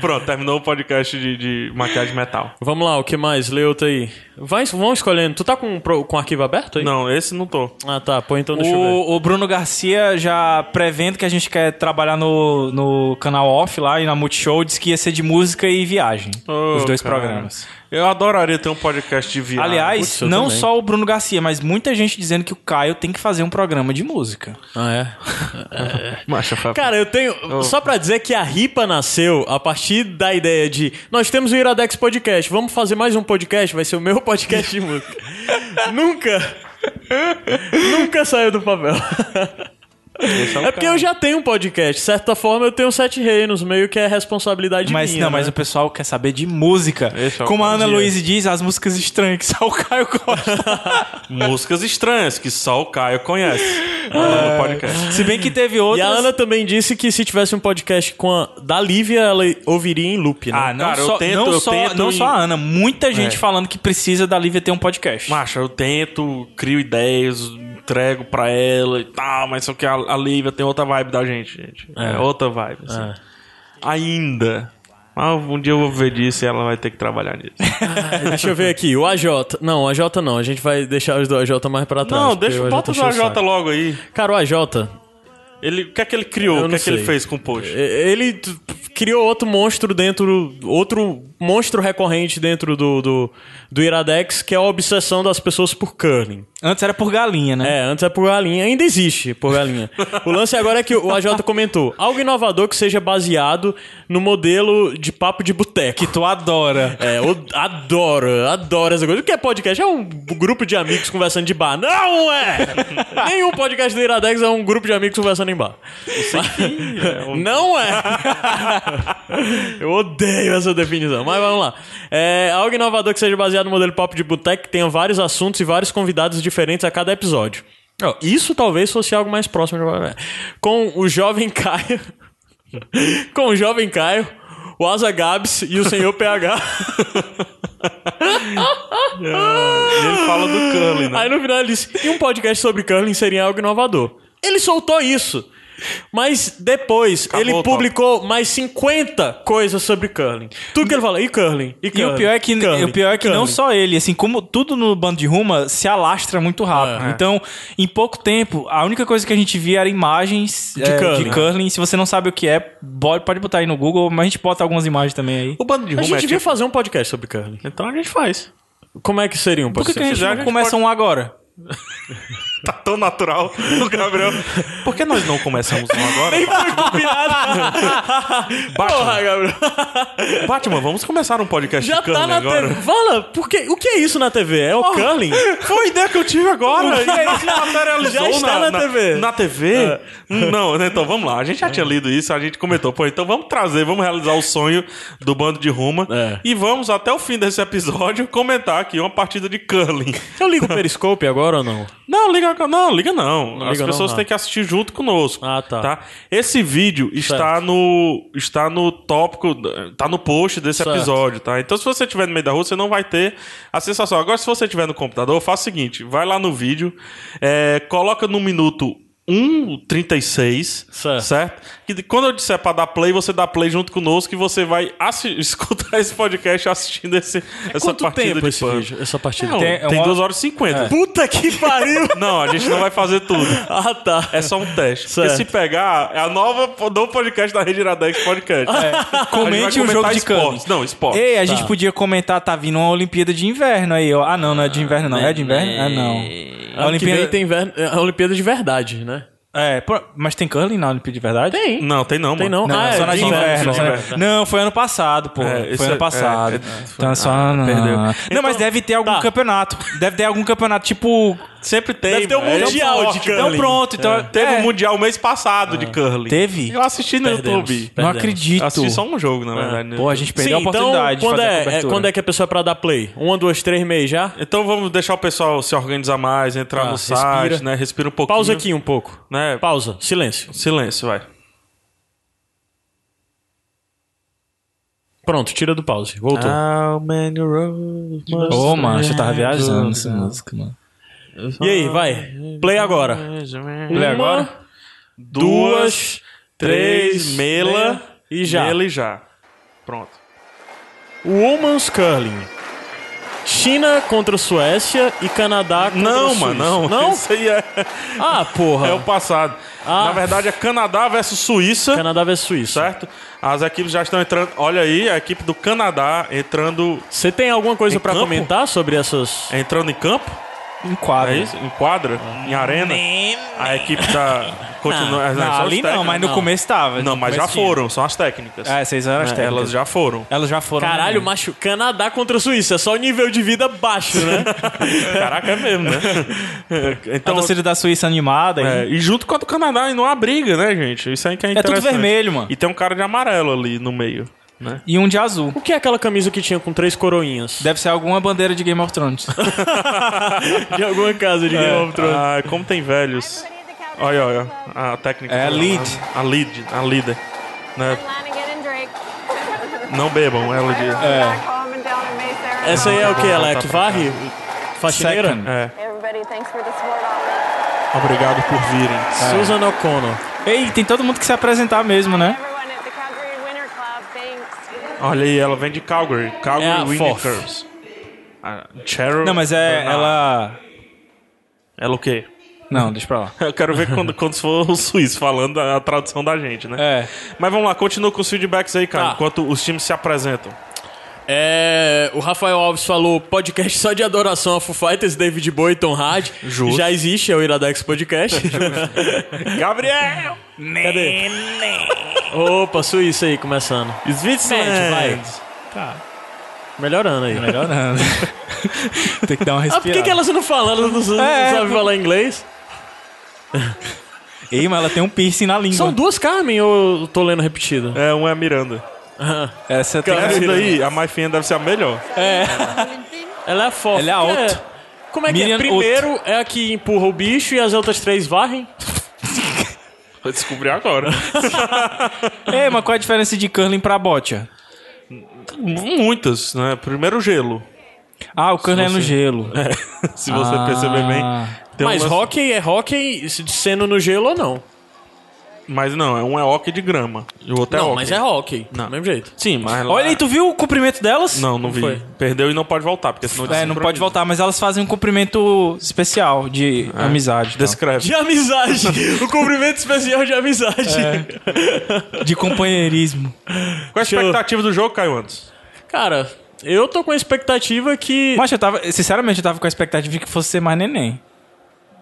Speaker 2: Pronto, terminou o podcast de, de maquiagem metal.
Speaker 1: Vamos lá, o que mais? Lê outro aí. Vai, vão escolhendo. Tu tá com, o pro- com o arquivo aberto aí?
Speaker 2: Não, esse não tô.
Speaker 1: Ah, tá. Pô, então deixa eu ver.
Speaker 3: O, o Bruno Garcia já prevendo que a gente quer trabalhar no, no canal off lá e na Multishow, disse que ia ser de música e viagem.
Speaker 2: Ô,
Speaker 3: os dois
Speaker 2: cara,
Speaker 3: programas.
Speaker 2: Eu adoraria ter um podcast de viagem.
Speaker 3: Aliás,
Speaker 1: putz, eu
Speaker 3: não
Speaker 1: também.
Speaker 3: só o Bruno Garcia, mas muita gente dizendo que o Caio tem que fazer um programa de música.
Speaker 1: Ah, é?
Speaker 2: Macho, fa-
Speaker 1: Cara, eu tenho.
Speaker 3: Oh.
Speaker 1: Só pra dizer que a RIPA nasceu a partir da ideia de. Nós temos o Iradex Podcast, vamos fazer mais um podcast? Vai ser o meu podcast de música. Nunca. Nunca saiu do papel.
Speaker 2: é o
Speaker 1: É, porque eu já tenho um podcast. De certa forma, eu tenho sete reinos, meio que é responsabilidade
Speaker 3: mas
Speaker 1: minha.
Speaker 3: não, mas
Speaker 1: né?
Speaker 3: o pessoal quer saber de música.
Speaker 2: Esse é o
Speaker 3: Como a Ana
Speaker 2: dia.
Speaker 3: Luiz diz, as músicas estranhas que só o Caio gosta.
Speaker 2: músicas estranhas que só o Caio conhece. Ah, no podcast.
Speaker 3: Se bem que teve
Speaker 1: E
Speaker 3: outras.
Speaker 1: a Ana também disse que se tivesse um podcast com a da Lívia, ela ouviria em loop, né?
Speaker 3: Ah, não,
Speaker 2: Cara, eu
Speaker 3: só,
Speaker 2: tento-
Speaker 3: não,
Speaker 2: eu
Speaker 3: só,
Speaker 2: tento
Speaker 3: não
Speaker 2: em- É.
Speaker 3: só a Ana, muita gente falando que precisa da Lívia ter um podcast.
Speaker 2: Macho, eu tento, crio ideias, entrego pra ela e tal, mas só que a, a Lívia tem outra vibe da gente, gente. É, outra vibe, assim. Ainda. Mas um dia eu vou ver disso e ela vai ter que trabalhar nisso.
Speaker 1: Deixa eu ver aqui, o AJ. Não, o AJ não, a gente vai deixar os do AJ mais pra trás.
Speaker 2: Não,
Speaker 1: porque
Speaker 2: deixa, bota o
Speaker 1: encheu
Speaker 2: AJ
Speaker 1: saco.
Speaker 2: logo aí.
Speaker 1: Cara, o AJ,
Speaker 2: Ele, o que é que ele criou?
Speaker 1: Eu
Speaker 2: O que
Speaker 1: não
Speaker 2: é que ele
Speaker 1: sei.
Speaker 2: fez com o post?
Speaker 1: E- Ele t- criou outro monstro dentro. Outro monstro recorrente dentro do, do, do Iradex, que é a obsessão das pessoas por curling.
Speaker 3: Antes era por galinha, né?
Speaker 1: É, antes é por galinha. Ainda existe por galinha. o lance agora é que o AJ comentou: algo inovador que seja baseado no modelo de papo de boteco.
Speaker 3: Que tu adora.
Speaker 1: É, eu adoro, adoro essa coisa. O que é podcast? É um grupo de amigos conversando de bar. Não é! Nenhum podcast do Iradex é um grupo de amigos conversando em bar. Não é! Eu odeio essa definição, mas vamos lá. É, algo inovador que seja baseado no modelo pop de boteco, que tenha vários assuntos e vários convidados diferentes a cada episódio. Ó, Isso talvez fosse algo mais próximo de agora. Com o jovem Caio. Com o jovem Caio, o Asa Gabs e o senhor PH.
Speaker 2: E ele fala do curling, né?
Speaker 1: Aí no final ele disse: e um podcast sobre curling seria algo inovador. Ele soltou isso. Mas depois
Speaker 2: Acabou o
Speaker 1: ele
Speaker 2: tópico.
Speaker 1: publicou mais 50 coisas sobre curling. Tudo que ele fala, e curling, e
Speaker 3: E
Speaker 1: curling.
Speaker 3: o pior é que,
Speaker 1: curling,
Speaker 3: o pior é que
Speaker 1: curling."
Speaker 3: não só ele, assim, como tudo no bando de ruma se alastra muito rápido.
Speaker 1: É.
Speaker 3: Então, em pouco tempo, a única coisa que a gente via era imagens é, de, curling.
Speaker 1: curling.
Speaker 3: Se você não sabe o que é, bo- pode botar aí no Google, mas a gente bota algumas imagens também aí.
Speaker 2: O bando de
Speaker 1: A
Speaker 2: rumo
Speaker 1: gente
Speaker 2: é
Speaker 1: devia
Speaker 2: tipo-
Speaker 1: fazer um podcast sobre curling.
Speaker 2: Então a gente faz.
Speaker 1: Como é que seria um
Speaker 3: Por
Speaker 1: podcast?
Speaker 3: que, que a gente
Speaker 2: quiser, a
Speaker 3: não
Speaker 2: gente
Speaker 3: começa um agora?
Speaker 2: Tá tão natural o Gabriel. Por que nós não começamos um agora?
Speaker 1: Porra, Gabriel.
Speaker 2: Batman, vamos começar um podcast
Speaker 1: Já
Speaker 2: de curling
Speaker 1: tá na
Speaker 2: agora.
Speaker 1: TV. Fala, por que- o que é isso na TV? É o curling? é
Speaker 2: Foi a ideia que eu tive agora. E aí se materializou
Speaker 1: Já está na É. TV.
Speaker 2: Na TV? Hum, Não, né? então vamos lá. A gente já tinha lido isso, a gente comentou. Pô, então vamos trazer, vamos realizar o sonho do bando de Ruma.
Speaker 1: É.
Speaker 2: E vamos, até o fim desse episódio, comentar aqui uma partida de curling.
Speaker 1: Eu ligo o Periscope agora ou não?
Speaker 2: Não, liga não. Liga não. As
Speaker 1: liga não,
Speaker 2: pessoas
Speaker 1: ah.
Speaker 2: têm que assistir junto conosco.
Speaker 1: Ah, tá.
Speaker 2: Esse vídeo está
Speaker 1: Certo.
Speaker 2: no, está no tópico, está no post desse
Speaker 1: Certo.
Speaker 2: episódio, tá? Então, se você estiver no meio da rua, você não vai ter a sensação. Agora, se você estiver no computador, faça o seguinte: vai lá no vídeo, é, coloca no minuto 1,36,
Speaker 1: Certo.
Speaker 2: certo? Que de- quando eu disser pra dar play, você dá play junto conosco e você vai assi- escutar esse podcast assistindo esse, essa
Speaker 1: Quanto
Speaker 2: partida
Speaker 1: tempo
Speaker 2: de
Speaker 1: esse
Speaker 2: pano.
Speaker 1: vídeo? Essa partida?
Speaker 2: Não,
Speaker 3: Tem-
Speaker 2: tem,
Speaker 3: é uma-
Speaker 2: 2 horas e 50.
Speaker 1: Puta que pariu!
Speaker 2: Não, a gente não vai fazer tudo.
Speaker 1: ah, tá.
Speaker 2: É só um teste.
Speaker 1: Certo.
Speaker 2: Porque se pegar, é a nova do podcast da Rede Iradex Podcast.
Speaker 3: Comente o jogo de curling.
Speaker 2: esporte. Não, esporte.
Speaker 3: Ei, a gente podia comentar, tá vindo uma Olimpíada de Inverno aí, ó. Ah, não, não é de inverno, não. É de inverno?
Speaker 2: Né,
Speaker 3: Ah, não. A
Speaker 1: Ano que
Speaker 3: Olimpíada
Speaker 1: vem tem inverno- é a Olimpíada de verdade, né?
Speaker 3: É, pô, mas tem curling na Olimpíada de verdade?
Speaker 1: Tem.
Speaker 2: Não, tem não,
Speaker 1: Tem não?
Speaker 2: mano.
Speaker 3: Não,
Speaker 1: Ah,
Speaker 3: é
Speaker 1: é
Speaker 3: só na de
Speaker 1: de
Speaker 3: inverno.
Speaker 1: inverno,
Speaker 3: só na-
Speaker 2: de inverno. tá.
Speaker 3: Não, foi ano passado, pô.
Speaker 2: É,
Speaker 3: foi
Speaker 2: isso
Speaker 3: ano
Speaker 2: é-
Speaker 3: passado.
Speaker 2: é, é, foi-
Speaker 3: então só.
Speaker 2: ah,
Speaker 3: não.
Speaker 2: perdeu.
Speaker 3: Não, mas
Speaker 2: Então-
Speaker 3: deve ter algum
Speaker 1: tá.
Speaker 3: campeonato. Deve ter algum campeonato, tipo.
Speaker 2: Sempre tem.
Speaker 1: Deve ter um
Speaker 2: mano. Ele é
Speaker 1: mundial de
Speaker 2: forte, mano.
Speaker 1: curling.
Speaker 3: Então pronto, então.
Speaker 2: Teve
Speaker 3: é.
Speaker 2: um mundial mês passado de curling.
Speaker 3: Teve?
Speaker 2: Eu assisti no
Speaker 1: Perdemos. É.
Speaker 2: YouTube.
Speaker 3: Não
Speaker 1: Perdemos.
Speaker 3: acredito.
Speaker 2: Eu assisti só um jogo, na verdade.
Speaker 3: Pô, a gente
Speaker 1: Sim,
Speaker 3: perdeu a oportunidade
Speaker 1: então,
Speaker 3: de
Speaker 1: quando
Speaker 3: fazer a
Speaker 1: é, é-
Speaker 3: cobertura.
Speaker 1: quando é que a pessoa é pra dar play? Uma, duas, três, meia já?
Speaker 2: Então vamos deixar o pessoal se organizar mais, entrar
Speaker 1: Ah,
Speaker 2: no
Speaker 1: respira.
Speaker 2: site, né? Respira um pouquinho.
Speaker 1: Pausa aqui um pouco.
Speaker 2: Né?
Speaker 1: Pausa, silêncio.
Speaker 2: Silêncio, vai.
Speaker 1: Pronto, tira do pause.
Speaker 2: Ah,
Speaker 1: Voltou.
Speaker 2: How many roads must
Speaker 3: Ô, mano,
Speaker 2: a
Speaker 3: eu tava
Speaker 2: man
Speaker 3: viajando
Speaker 2: go
Speaker 3: essa música, mano.
Speaker 1: E aí, vai. Play agora.
Speaker 2: Uma,
Speaker 1: Play agora.
Speaker 2: duas, três, mela
Speaker 1: e já.
Speaker 2: Mela e já. Pronto.
Speaker 1: Women's Curling. China contra Suécia e Canadá contra
Speaker 2: Não,
Speaker 1: Suíça.
Speaker 2: mano, não.
Speaker 1: Não?
Speaker 2: Isso aí é,
Speaker 1: Ah, porra.
Speaker 2: é o passado.
Speaker 1: Ah.
Speaker 2: Na verdade é Canadá versus Suíça.
Speaker 1: Canadá versus Suíça.
Speaker 2: certo? As equipes já estão entrando. Olha aí, a equipe do Canadá entrando,
Speaker 1: Você tem alguma coisa
Speaker 2: Em
Speaker 1: pra
Speaker 2: campo?
Speaker 1: comentar sobre essas...
Speaker 2: entrando em campo,
Speaker 3: Em Um quadro.
Speaker 2: é isso? Em quadra, em arena. A equipe tá continua as-
Speaker 3: Não,
Speaker 2: são as
Speaker 3: ali não,
Speaker 2: técnicas.
Speaker 3: mas no começo tava.
Speaker 2: Não,
Speaker 3: no
Speaker 2: mas já
Speaker 3: começo tinha.
Speaker 2: foram, são as técnicas.
Speaker 3: É, vocês eram as
Speaker 2: Né,
Speaker 3: técnicas.
Speaker 2: Elas já foram.
Speaker 3: Elas já foram.
Speaker 1: Caralho,
Speaker 3: né?
Speaker 1: macho, Canadá contra Suíça. É só o nível de vida baixo, né?
Speaker 2: Caraca, é mesmo, né?
Speaker 3: A
Speaker 2: então,
Speaker 3: torcida da Suíça animada.
Speaker 2: é,
Speaker 3: hein?
Speaker 2: e junto com a do Canadá, e não há briga, né, gente? Isso aí que é
Speaker 3: É tudo
Speaker 2: interessante.
Speaker 3: vermelho, mano.
Speaker 2: E tem um cara de amarelo ali no meio, né?
Speaker 3: E um de azul.
Speaker 1: O que é aquela camisa que tinha com três coroinhas?
Speaker 3: Deve ser alguma bandeira de Game of Thrones.
Speaker 1: De alguma casa de Game of Thrones.
Speaker 2: Ah, como tem velhos. Olha, olha, a técnica.
Speaker 3: É a lead.
Speaker 2: A lead, a líder. Né? Não bebam, ela diz.
Speaker 3: É.
Speaker 6: É.
Speaker 1: Essa aí é o
Speaker 3: Ah,
Speaker 1: que? Ela é que varre? Faxineira?
Speaker 3: tá, Second.
Speaker 2: É,
Speaker 6: Everybody, thanks for the support offer.
Speaker 2: obrigado por virem.
Speaker 3: É.
Speaker 1: Susan O'Connor.
Speaker 3: Ei, tem todo mundo que se apresentar mesmo, né?
Speaker 6: Everyone at the Calgary Winter Club, thanks.
Speaker 3: É.
Speaker 2: Olha aí, ela vem de Calgary.
Speaker 1: É a
Speaker 2: Calgary Winnie
Speaker 1: Fof.
Speaker 2: Curves. A Cheryl.
Speaker 3: Não, mas é.
Speaker 2: Bernard.
Speaker 3: Ela.
Speaker 2: Ela o quê?
Speaker 3: Não, deixa pra lá.
Speaker 2: Eu quero ver quando, quando for o Suíço falando a a tradução da gente, né?
Speaker 3: É.
Speaker 2: Mas vamos lá, continua com os feedbacks aí, cara,
Speaker 1: Tá.
Speaker 2: enquanto os times se apresentam.
Speaker 1: É, o Rafael Alves falou podcast só de adoração a Foo Fighters, David Bowie, Tom Hardy.
Speaker 2: Justo.
Speaker 1: Já existe, é o Iradex Podcast.
Speaker 2: Gabriel!
Speaker 1: Cadê? Opa, Suíça aí, começando.
Speaker 3: é.
Speaker 1: Switzerland, vai.
Speaker 3: Tá.
Speaker 1: Melhorando aí.
Speaker 3: Melhorando. tem que dar uma
Speaker 1: Ah,
Speaker 3: respirada.
Speaker 1: por que, que elas não falam? Elas não, não
Speaker 3: É,
Speaker 1: sabem falar inglês?
Speaker 3: Ei, mas ela tem um piercing na língua.
Speaker 1: São duas Carmen ou eu tô lendo repetido?
Speaker 2: É, um é a Miranda.
Speaker 3: Essa tem
Speaker 2: Essa daí, a Maifinha deve ser a melhor.
Speaker 1: Ela é fofa.
Speaker 3: Ela é a
Speaker 1: Que
Speaker 3: Otto.
Speaker 1: Como é que
Speaker 3: Miriam
Speaker 1: é? Primeiro é a que empurra o bicho e as outras três varrem?
Speaker 2: Vou descobrir agora.
Speaker 3: Ei, mas qual é a diferença de curling pra bocha?
Speaker 2: Muitas, né? Primeiro gelo.
Speaker 3: Ah, o curling é no gelo.
Speaker 2: Se você
Speaker 3: Ah.
Speaker 2: perceber bem. tem um
Speaker 1: Mas
Speaker 2: lance-
Speaker 1: hóquei é hóquei se- sendo no gelo ou não?
Speaker 2: Mas não, é um é hockey de grama. E o outro é
Speaker 1: não,
Speaker 2: hockey.
Speaker 1: mas é hóquei.
Speaker 2: Não.
Speaker 1: Do mesmo jeito.
Speaker 2: Sim, mas. lá-
Speaker 3: Olha aí, tu viu o comprimento delas?
Speaker 2: Não, não
Speaker 1: Não
Speaker 2: vi.
Speaker 1: foi.
Speaker 2: Perdeu e não pode voltar, porque senão
Speaker 3: É, não pode voltar, mas elas fazem um cumprimento especial de amizade. tá? e tal.
Speaker 2: Descreve.
Speaker 1: De amizade. o cumprimento especial de amizade.
Speaker 3: De companheirismo.
Speaker 2: Qual é a expectativa do jogo, Caio Antes?
Speaker 1: Cara, eu tô com a expectativa que...
Speaker 3: Mas eu tava, sinceramente, eu tava com a expectativa de que fosse ser mais neném.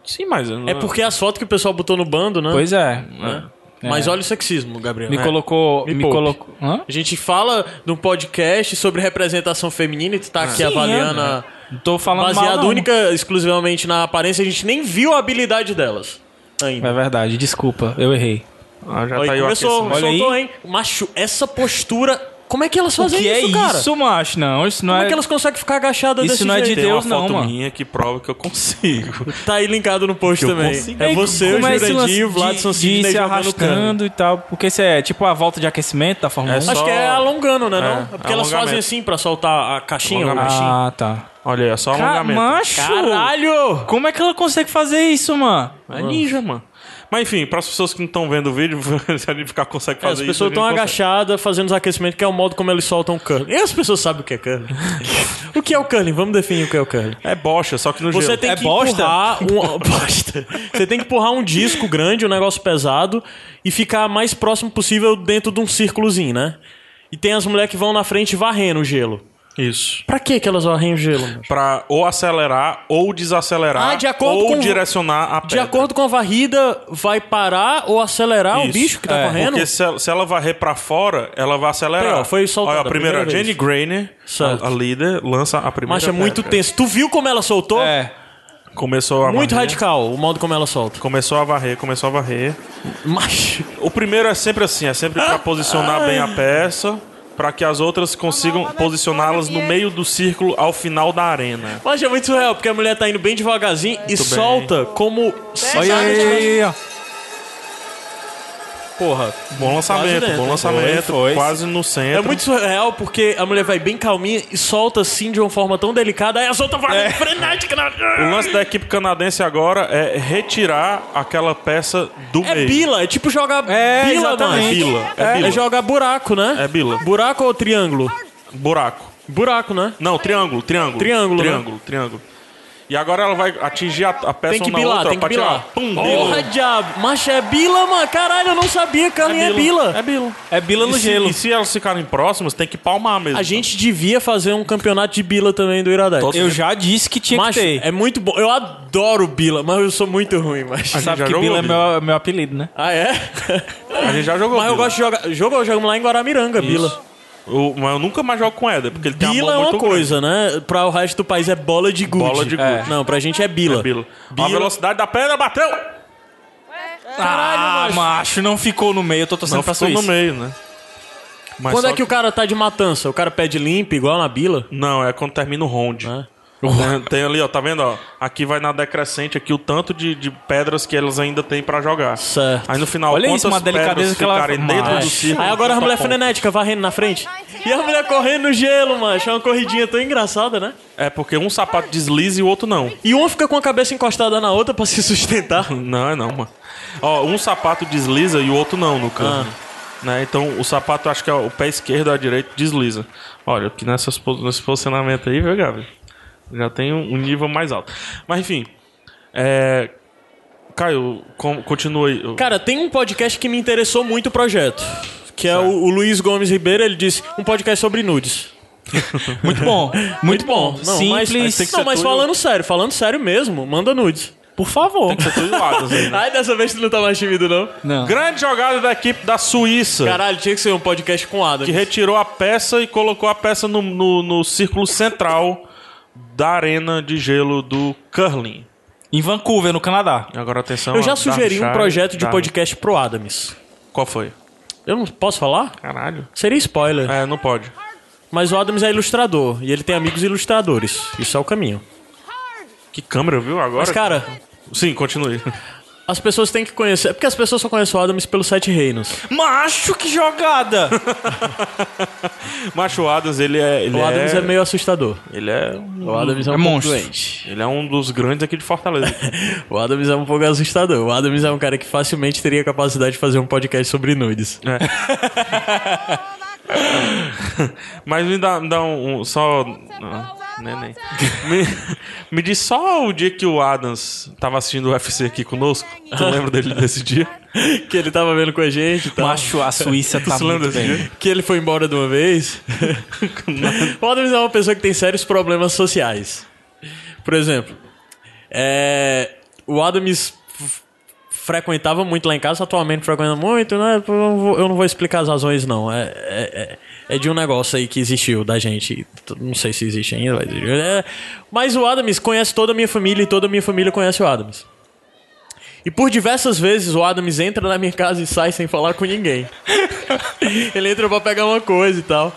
Speaker 2: Sim, mas.
Speaker 1: É porque as fotos que o pessoal botou no bando, né?
Speaker 3: Pois é. É.
Speaker 1: Mas olha o sexismo, Gabriel.
Speaker 3: Me colocou.
Speaker 1: É. Me
Speaker 3: Me,
Speaker 1: poupe.
Speaker 3: colocou. Hã?
Speaker 1: A gente fala num podcast sobre representação feminina e tu tá aqui avaliando a...
Speaker 3: Não tô falando mal,
Speaker 1: Baseado
Speaker 3: não.
Speaker 1: única exclusivamente na aparência, a gente nem viu a habilidade delas. Ainda.
Speaker 3: É verdade, desculpa, eu errei.
Speaker 2: Ah, já
Speaker 1: Olha,
Speaker 2: tá aí o
Speaker 1: começou,
Speaker 2: aquecimento.
Speaker 3: Olha
Speaker 1: soltou,
Speaker 3: aí.
Speaker 1: hein? Macho, essa postura. Como é que elas fazem
Speaker 3: o que
Speaker 1: isso,
Speaker 3: é
Speaker 1: cara?
Speaker 3: isso, macho? Não, isso não
Speaker 1: Como
Speaker 3: é.
Speaker 1: é que elas conseguem ficar agachadas
Speaker 3: Isso
Speaker 1: desse
Speaker 3: não é de
Speaker 1: jeito?
Speaker 2: Tem
Speaker 3: Deus
Speaker 2: uma foto
Speaker 3: não, mano.
Speaker 2: minha que prova que eu consigo.
Speaker 1: Tá aí linkado no post
Speaker 2: eu
Speaker 1: também.
Speaker 2: consigo.
Speaker 1: É
Speaker 3: Ei,
Speaker 1: você, o
Speaker 3: como é esse lance
Speaker 1: Jurandir, o
Speaker 3: de-
Speaker 1: Vladson
Speaker 3: de
Speaker 1: Sidney
Speaker 3: se
Speaker 1: jogando cano.
Speaker 3: arrastando e tal. Porque isso é tipo a volta de aquecimento da Fórmula
Speaker 2: É
Speaker 3: 1.
Speaker 2: só-
Speaker 1: Acho que é alongando, né? Não?
Speaker 2: É,
Speaker 1: É porque elas
Speaker 2: alongamento.
Speaker 1: fazem assim pra soltar a caixinha. o
Speaker 2: Alongamento.
Speaker 1: bichinho.
Speaker 3: Ah, tá.
Speaker 2: Olha aí, é só
Speaker 3: Ca-
Speaker 2: alongamento.
Speaker 3: macho!
Speaker 1: Caralho!
Speaker 3: Como é que ela consegue fazer isso, mano?
Speaker 2: É ninja, mano. Mas enfim, para as pessoas que não estão vendo o vídeo, se a gente ficar consegue
Speaker 1: É,
Speaker 2: fazer
Speaker 1: as
Speaker 2: isso.
Speaker 1: pessoas
Speaker 2: a gente
Speaker 1: estão
Speaker 2: consegue.
Speaker 1: agachadas fazendo os aquecimentos, que é o modo como eles soltam o curling. E as pessoas sabem o que é curling. o que é o curling? Vamos definir o que é o curling.
Speaker 2: É bocha, só que no
Speaker 1: Você
Speaker 2: gelo.
Speaker 1: tem
Speaker 3: É
Speaker 1: que
Speaker 3: bosta?
Speaker 1: empurrar um bosta. Você tem que empurrar um disco grande, um negócio pesado e ficar mais próximo possível dentro de um círculozinho, né? E tem as mulheres que vão na frente varrendo o gelo.
Speaker 2: Isso.
Speaker 1: Pra que que elas varrem o gelo? mano?
Speaker 2: Pra ou acelerar, ou desacelerar,
Speaker 1: Ah, de acordo
Speaker 2: ou
Speaker 1: com-
Speaker 2: direcionar a pedra.
Speaker 1: De acordo com a varrida, vai parar ou acelerar o
Speaker 2: Isso.
Speaker 1: bicho que tá
Speaker 3: É,
Speaker 1: correndo?
Speaker 2: Porque se ela, se ela varrer pra fora, ela vai acelerar.
Speaker 1: Peraí, ó, foi soltada
Speaker 2: Olha,
Speaker 1: a
Speaker 2: a primeira,
Speaker 1: primeira
Speaker 2: Jenny
Speaker 1: vez.
Speaker 2: Grainer,
Speaker 1: Certo.
Speaker 2: a, a líder, lança a primeira.
Speaker 1: Mas é muito
Speaker 2: pedra.
Speaker 1: tenso. Tu viu como ela soltou?
Speaker 3: É.
Speaker 2: Começou a
Speaker 1: Muito
Speaker 2: varrer,
Speaker 1: radical o modo como ela solta.
Speaker 2: Começou a varrer, começou a varrer.
Speaker 1: Macho.
Speaker 2: O primeiro é sempre assim, é sempre
Speaker 1: Ah,
Speaker 2: pra posicionar bem a peça, pra que as outras consigam posicioná-las no meio do círculo ao final da arena.
Speaker 1: Mas é muito surreal, porque a mulher tá indo bem é né? devagarzinho e solta como.
Speaker 3: Olha aí, ó. Porra.
Speaker 2: Bom lançamento,
Speaker 1: dentro.
Speaker 2: bom lançamento,
Speaker 3: Foi, foi.
Speaker 2: quase no centro.
Speaker 1: É muito surreal porque a mulher vai bem calminha e solta assim de uma forma tão delicada, aí as outras vai frenética. né?" Na...
Speaker 2: O lance da equipe canadense agora é retirar aquela peça do
Speaker 1: É
Speaker 2: meio.
Speaker 1: bila, é tipo jogar
Speaker 3: É,
Speaker 1: bila, mano.
Speaker 3: exatamente.
Speaker 2: Bila, é
Speaker 1: É,
Speaker 2: bila.
Speaker 1: é jogar buraco, né?
Speaker 2: É bila.
Speaker 1: Buraco ou triângulo?
Speaker 2: Buraco.
Speaker 1: Buraco, né?
Speaker 2: Não, triângulo, triângulo.
Speaker 1: Triângulo, né?
Speaker 2: Triângulo, triângulo. E agora ela vai atingir a, a peça
Speaker 1: Tem que
Speaker 2: uma na
Speaker 1: bilar,
Speaker 2: outra
Speaker 1: tem que
Speaker 2: pra
Speaker 1: bilar.
Speaker 2: tirar. Pum,
Speaker 1: Porra,
Speaker 2: bila.
Speaker 1: diabo. Mas é bila, mano. Caralho, eu não sabia que a linha é bila.
Speaker 2: É bila.
Speaker 3: É bila
Speaker 2: E
Speaker 3: no
Speaker 2: se-
Speaker 3: gelo.
Speaker 2: E se elas ficarem próximas, tem que palmar mesmo.
Speaker 1: A gente devia fazer um campeonato de bila também do Iradete.
Speaker 2: Todo-
Speaker 3: Eu já disse que tinha
Speaker 1: Macho,
Speaker 3: que ter.
Speaker 1: é muito bom. Eu adoro bila, mas eu sou muito ruim, mas.
Speaker 2: gente
Speaker 3: Sabe
Speaker 2: já
Speaker 3: que
Speaker 2: jogou
Speaker 3: Bila é
Speaker 2: Bila.
Speaker 3: meu, meu apelido, né?
Speaker 1: Ah, é?
Speaker 2: A gente já jogou
Speaker 1: Mas eu
Speaker 2: Bila.
Speaker 1: gosto de jogar. Jogo, jogamos lá em Guaramiranga, bila.
Speaker 2: Eu- mas eu nunca mais jogo com Éder, porque ele tem
Speaker 1: Bila é
Speaker 2: a mão
Speaker 1: uma
Speaker 2: muito
Speaker 1: coisa, né? Pra o resto do país é bola de gude.
Speaker 2: Bola de gude.
Speaker 1: É. Não, pra gente é bila.
Speaker 2: grande. Bila. A velocidade da pedra bateu!
Speaker 3: ah, macho, não ficou no meio. Eu tô torcendo
Speaker 2: Não
Speaker 3: pra
Speaker 2: ficou
Speaker 3: Suíça.
Speaker 2: no meio, né? Mas
Speaker 1: Quando
Speaker 2: só
Speaker 1: é que o cara tá de matança? O cara pede limpo, igual na bila?
Speaker 2: Não, é quando termina o round.
Speaker 1: Ah.
Speaker 2: Tem- Tem ali, ó, tá vendo? Ó? Aqui vai na decrescente aqui o tanto de, de pedras que eles ainda têm pra jogar.
Speaker 1: Certo.
Speaker 2: Aí no final,
Speaker 3: Olha
Speaker 2: quantas
Speaker 3: isso, uma
Speaker 2: pedras
Speaker 3: delicadeza que ela-
Speaker 2: ficarem dentro
Speaker 3: Mas-
Speaker 2: do círculo?
Speaker 1: É. Aí agora a mulher
Speaker 2: Tá bom.
Speaker 1: frenética varrendo na frente. E a mulher correndo no gelo, mano. É uma corridinha tão engraçada, né?
Speaker 2: É porque um sapato desliza e o outro não.
Speaker 1: E uma fica com a cabeça encostada na outra pra se sustentar.
Speaker 2: Não, é não, mano. Ó, um sapato desliza e o outro não no cano.
Speaker 3: Ah.
Speaker 2: Né? Então o sapato, acho que é o pé esquerdo ou a direita desliza. Olha, que nessas, po- nesse posicionamento aí, viu, Gabi? Já tem um, um nível mais alto. Mas enfim. É... Caio, com- continua aí.
Speaker 1: Cara, tem um podcast que me interessou muito o projeto. Que é o, o Luiz Gomes Ribeiro, ele disse, um podcast sobre nudes.
Speaker 3: Muito bom. Muito bom.
Speaker 1: Não, mas-
Speaker 3: Simples.
Speaker 1: mas, tem que ser não, mas
Speaker 2: tudo-
Speaker 1: falando sério, falando sério mesmo, manda nudes.
Speaker 3: Por favor.
Speaker 2: Tá tudo lado, Zé, né?
Speaker 1: Ai, dessa vez tu não tá mais tímido, não?
Speaker 3: Não.
Speaker 2: Grande jogada da equipe da Suíça.
Speaker 1: Caralho, tinha que ser um podcast com Adam.
Speaker 2: que retirou a peça e colocou a peça no, no, no círculo central da arena de gelo do curling.
Speaker 3: Em Vancouver, no Canadá.
Speaker 2: Agora atenção.
Speaker 1: Eu já
Speaker 2: a
Speaker 1: sugeri um
Speaker 2: Darkshire,
Speaker 1: projeto de
Speaker 2: Dark-
Speaker 1: podcast pro Adams.
Speaker 2: Qual foi?
Speaker 1: Eu não posso falar?
Speaker 2: Caralho.
Speaker 1: Seria spoiler.
Speaker 2: É, não pode.
Speaker 1: Mas o Adams é ilustrador e ele tem amigos ilustradores. Isso é o caminho.
Speaker 2: Que câmera, viu? Agora.
Speaker 1: Mas, cara,
Speaker 2: Sim, continue.
Speaker 1: as pessoas têm que conhecer. É porque as pessoas só conhecem o Adams pelos Sete Reinos.
Speaker 3: Macho, que jogada!
Speaker 2: Macho Adams, ele é. Ele
Speaker 1: O Adams é meio assustador.
Speaker 2: Ele é. um-
Speaker 1: O Adams é um
Speaker 3: É
Speaker 1: pouco
Speaker 3: monstro.
Speaker 1: doente.
Speaker 2: Ele é um dos grandes aqui de Fortaleza.
Speaker 1: O Adams é um pouco assustador. O Adams é um cara que facilmente teria capacidade de fazer um podcast sobre nudes.
Speaker 2: É. Mas me dá, me dá um, um- Só. Ah, neném. Me, me diz só o dia que o Adams tava assistindo o UFC aqui conosco. Tu lembra dele desse dia?
Speaker 1: que ele tava vendo com a gente e tal.
Speaker 3: Então, Macho, a Suíça tá
Speaker 2: Você lembra
Speaker 3: muito
Speaker 2: desse
Speaker 3: bem.
Speaker 2: dia?
Speaker 1: Que ele foi embora de uma vez. o Adams é uma pessoa que tem sérios problemas sociais. Por exemplo, é, o Adams f- frequentava muito lá em casa, atualmente frequenta muito, né? Eu não vou, eu não vou explicar as razões, não. É, é- é- é de um negócio aí que existiu da gente. Não sei se existe ainda, mas, é. mas o Adams conhece toda a minha família e toda a minha família conhece o Adams. E por diversas vezes o Adams entra na minha casa e sai sem falar com ninguém. Ele entra pra pegar uma coisa e tal.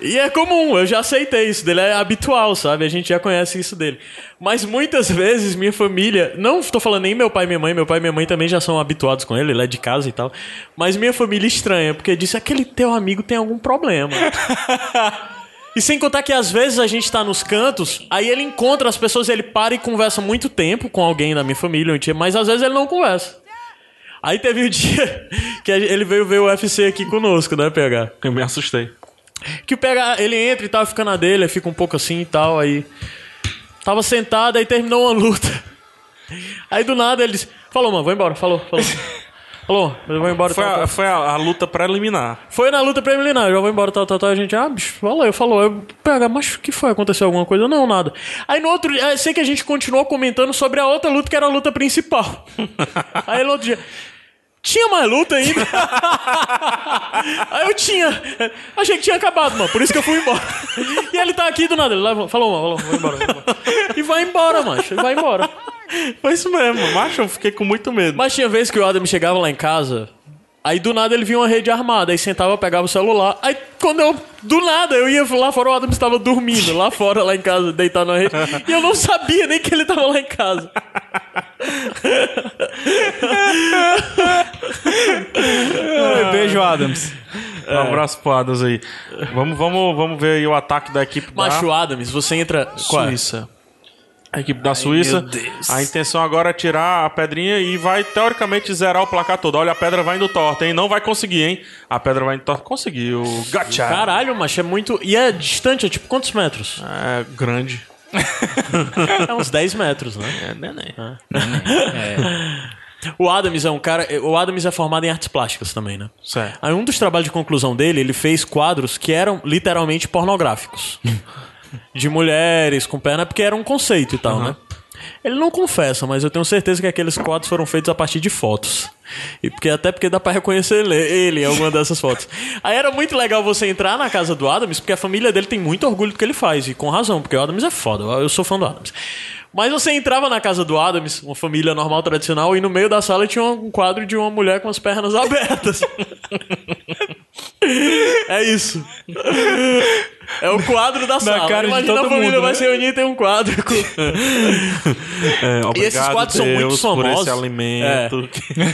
Speaker 1: E é comum, eu já aceitei isso dele, é habitual, sabe? A gente já conhece isso dele. Mas muitas vezes minha família, não tô falando nem meu pai e minha mãe, meu pai e minha mãe também já são habituados com ele, ele é de casa e tal. Mas minha família estranha, porque disse: aquele teu amigo tem algum problema. E sem contar que às vezes a gente tá nos cantos, aí ele encontra as pessoas, ele para e conversa muito tempo com alguém da minha família, um tio, mas às vezes ele não conversa. Aí teve o dia que a- ele veio ver o UFC aqui conosco, né, PH?
Speaker 2: Eu me assustei.
Speaker 1: Que o PH, ele entra e tal, fica na dele, aí fica um pouco assim e tal, aí... Tava sentado, aí terminou uma luta. Aí do nada ele disse, falou, mano, vou embora, falou, falou. Falou, eu vou embora. tá
Speaker 2: Foi
Speaker 1: tal, tal.
Speaker 2: a, foi a, a luta preliminar.
Speaker 1: Foi na luta preliminar, eu já vou embora, tal, tal, tal. A gente, ah, bicho, valeu, falou. Eu, pega, mas o que foi? Aconteceu alguma coisa? Não, nada. Aí no outro dia, eu sei que a gente continuou comentando sobre a outra luta, que era a luta principal. Aí no outro dia. Tinha mais luta ainda? Aí eu tinha. Achei que tinha acabado, mano. Por isso que eu fui embora. E ele tá aqui do nada. Ele leva- falou, mano, falou, vou embora, vou embora. E vai embora, macho. E vai embora.
Speaker 2: Foi isso mesmo, É, macho. Eu fiquei com muito medo.
Speaker 1: Mas tinha vez que o Adam chegava lá em casa, aí do nada ele via uma rede armada, aí sentava, pegava o celular. Aí quando eu, do nada, eu ia lá fora, o Adam estava dormindo lá fora, lá em casa, deitado na rede. e eu não sabia nem que ele estava lá em casa.
Speaker 3: Sérgio Adams.
Speaker 2: Um abraço pro Adams aí. Vamos, vamos, vamos ver aí o ataque da equipe da
Speaker 1: Macho Adams, você entra. Qual é?
Speaker 2: Suíça. A equipe da Suíça.
Speaker 1: meu Deus.
Speaker 2: A intenção agora é tirar a pedrinha e vai, teoricamente, zerar o placar todo. Olha, a pedra vai indo torta, hein? Não vai conseguir, hein? A pedra vai indo torta. Conseguiu. Gotcha.
Speaker 1: Caralho, macho, é muito. E é distante, é tipo quantos metros?
Speaker 2: É grande.
Speaker 1: É uns 10 metros, né?
Speaker 2: É neném.
Speaker 3: Ah,
Speaker 1: O Adams é um cara. O Adams é formado em artes plásticas também, né?
Speaker 2: Certo.
Speaker 1: Aí um dos trabalhos de conclusão dele, ele fez quadros que eram literalmente pornográficos. de mulheres com perna, porque era um conceito e tal, né? Ele não confessa, mas eu tenho certeza que aqueles quadros foram feitos a partir de fotos. E porque até porque dá pra reconhecer ele, ele em alguma dessas fotos. Aí era muito legal você entrar na casa do Adams, porque a família dele tem muito orgulho do que ele faz, e com razão, porque o Adams é foda, eu sou fã do Adams. Mas você entrava na casa do Adams, uma família normal tradicional, e no meio da sala tinha um quadro de uma mulher com as pernas abertas. É isso. É o quadro da sala.
Speaker 3: cara de
Speaker 1: Imagina
Speaker 3: todo
Speaker 1: a família
Speaker 3: mundo,
Speaker 1: vai
Speaker 3: né?
Speaker 1: se reunir e tem um quadro com.
Speaker 2: É,
Speaker 1: E esses
Speaker 2: obrigado,
Speaker 1: quadros são muito
Speaker 2: Deus,
Speaker 1: famosos.
Speaker 2: Por esse alimento.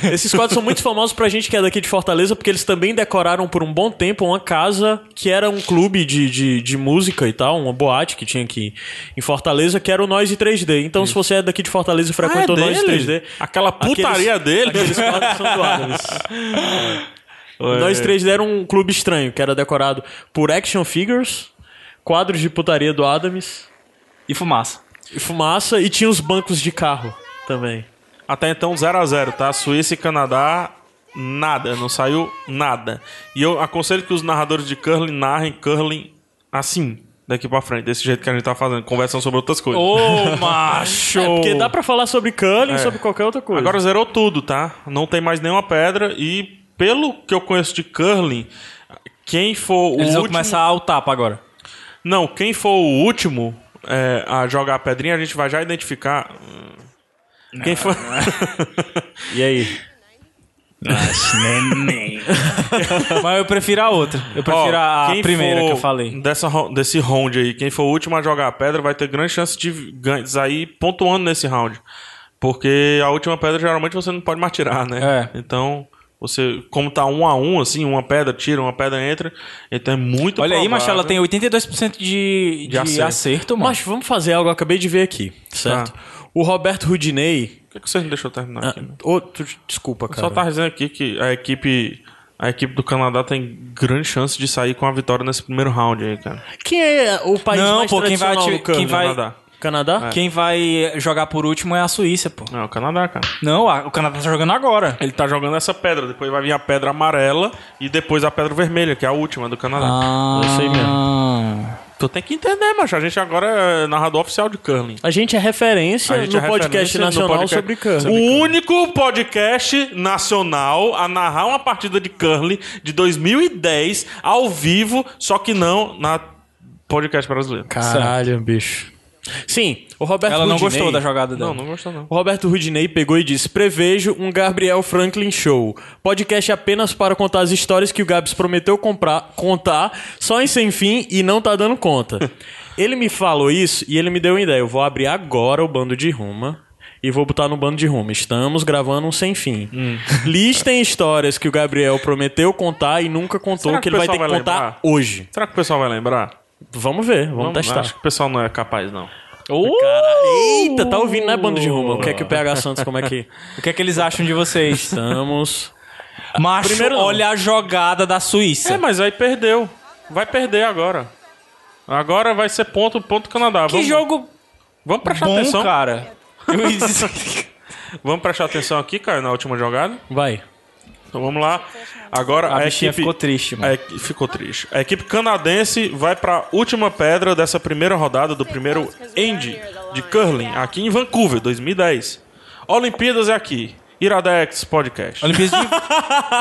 Speaker 1: É. Esses quadros são muito famosos pra gente que é daqui de Fortaleza, porque eles também decoraram por um bom tempo uma casa que era um clube de, de, de música e tal, uma boate que tinha aqui em Fortaleza, que era o Noise 3D. Então, se você é daqui de
Speaker 3: Ah,
Speaker 1: Fortaleza e frequentou o Noise 3D.
Speaker 2: Aquela putaria
Speaker 1: aqueles-
Speaker 2: dele.
Speaker 1: Aqueles quadros são do Adams.
Speaker 2: Oi.
Speaker 1: Nós três deram um clube estranho, que era decorado por action figures, quadros de putaria do Adams,
Speaker 3: E fumaça.
Speaker 1: e fumaça, e tinha os bancos de carro também.
Speaker 2: Até então 0 a 0 tá? Suíça e Canadá, nada, não saiu nada. E eu aconselho que os narradores de curling narrem curling assim, daqui pra frente, desse jeito que a gente tá fazendo, conversando sobre outras coisas.
Speaker 3: Ô, macho!
Speaker 1: É, porque dá pra falar sobre curling e sobre qualquer outra coisa.
Speaker 2: Agora zerou tudo, tá? Não tem mais nenhuma pedra e pelo que eu conheço de curling, quem for o
Speaker 3: Eles vão
Speaker 2: último...
Speaker 3: começar a tapa agora.
Speaker 2: Não, quem for o último é, a jogar a pedrinha, a gente vai já identificar. Quem for...
Speaker 3: é.
Speaker 1: E aí?
Speaker 3: Mas eu prefiro a outra. Eu prefiro a
Speaker 2: quem
Speaker 3: primeira
Speaker 2: for
Speaker 3: que eu falei.
Speaker 2: Dessa, ro- desse round aí, quem for o último a jogar a pedra vai ter grande chance de ganhar aí pontuando nesse round. Porque a última pedra geralmente você não pode mais tirar, né?
Speaker 3: É.
Speaker 2: Então, você, como tá um a um, assim, uma pedra tira, uma pedra entra, então é muito
Speaker 3: Olha aí,
Speaker 2: provável-
Speaker 3: macho, ela tem 82% de, de,
Speaker 2: né? acerto.
Speaker 3: acerto. mano.
Speaker 1: Macho, vamos fazer algo, eu acabei de ver aqui, certo? O Roberto Rudinei.
Speaker 2: Por que que você não deixou eu terminar
Speaker 3: Ah,
Speaker 2: aqui? né?
Speaker 1: Ô, tu- desculpa, cara.
Speaker 2: Só tá dizendo aqui que a equipe. A equipe do Canadá tem grande chance de sair com a vitória nesse primeiro round aí, cara.
Speaker 1: Quem é o país
Speaker 3: Não,
Speaker 1: mais
Speaker 3: pô, quem vai
Speaker 1: tradicional
Speaker 3: ati-
Speaker 1: do curling?
Speaker 3: quem vai- Ah. É.
Speaker 2: Canadá.
Speaker 1: Canadá?
Speaker 3: Quem vai jogar por último é a Suíça, pô.
Speaker 2: Não, é o Canadá, cara.
Speaker 3: Não, a- o Canadá tá jogando agora.
Speaker 2: Ele tá jogando essa pedra, depois vai vir a pedra amarela e depois a pedra vermelha, que é a última do Canadá.
Speaker 3: Ah,
Speaker 1: isso aí
Speaker 2: Tu tem que entender, macho. A gente agora é narrador oficial de curling.
Speaker 1: A gente é referência
Speaker 2: A gente
Speaker 1: no
Speaker 2: é
Speaker 1: podcast
Speaker 2: referência no
Speaker 1: nacional
Speaker 2: podcast-
Speaker 1: sobre curling.
Speaker 2: O único podcast nacional a narrar uma partida de curling de 2010 ao vivo, só que não na podcast brasileiro.
Speaker 1: Caralho, bicho. Sim, o Roberto
Speaker 3: Ela não
Speaker 1: Rudinei-
Speaker 3: gostou da jogada dela.
Speaker 2: Não, não gostou não.
Speaker 1: O Roberto Rudinei pegou e disse: Prevejo um Gabriel Franklin Show. Podcast apenas para contar as histórias que o Gabs prometeu comprar, contar, só em sem fim e não tá dando conta. ele me falou isso e ele me deu uma ideia. Eu vou abrir agora o bando de Roma. E vou botar no bando de Roma. Estamos gravando um sem fim.
Speaker 2: Hum.
Speaker 1: Listem histórias que o Gabriel prometeu contar e nunca contou,
Speaker 2: Será
Speaker 1: que,
Speaker 2: que
Speaker 1: ele
Speaker 2: o
Speaker 1: vai ter que
Speaker 2: pessoal vai
Speaker 1: contar
Speaker 2: lembrar?
Speaker 1: hoje.
Speaker 2: Será que o pessoal vai lembrar?
Speaker 1: Vamos ver, vamos, testar.
Speaker 2: Acho que o pessoal não é capaz, não.
Speaker 1: Caralho. Eita, tá ouvindo, né, bando de Roma? O que é que o PH Santos, como é que.
Speaker 3: O que é que eles acham de vocês?
Speaker 1: Estamos.
Speaker 3: macho,
Speaker 1: Primeiro não.
Speaker 3: olha a jogada da Suíça.
Speaker 2: É, mas aí perdeu. Vai perder agora. Agora vai ser ponto, ponto Canadá.
Speaker 3: que
Speaker 2: Vamos-
Speaker 3: jogo
Speaker 2: Vamos prestar
Speaker 3: bom,
Speaker 2: atenção.
Speaker 3: cara. Eu ia dizer-
Speaker 2: Vamos prestar atenção aqui, Caio, na última jogada.
Speaker 1: Vai.
Speaker 2: Então vamos lá. Agora
Speaker 3: A
Speaker 2: a,
Speaker 3: bichinha
Speaker 2: equipe
Speaker 3: ficou triste, mano.
Speaker 2: a equi- ficou triste. A equipe canadense vai pra última pedra dessa primeira rodada do primeiro End de curling aqui em Vancouver, 2010. Olimpíadas é aqui. Iradex Podcast.
Speaker 3: Olimpíadas de,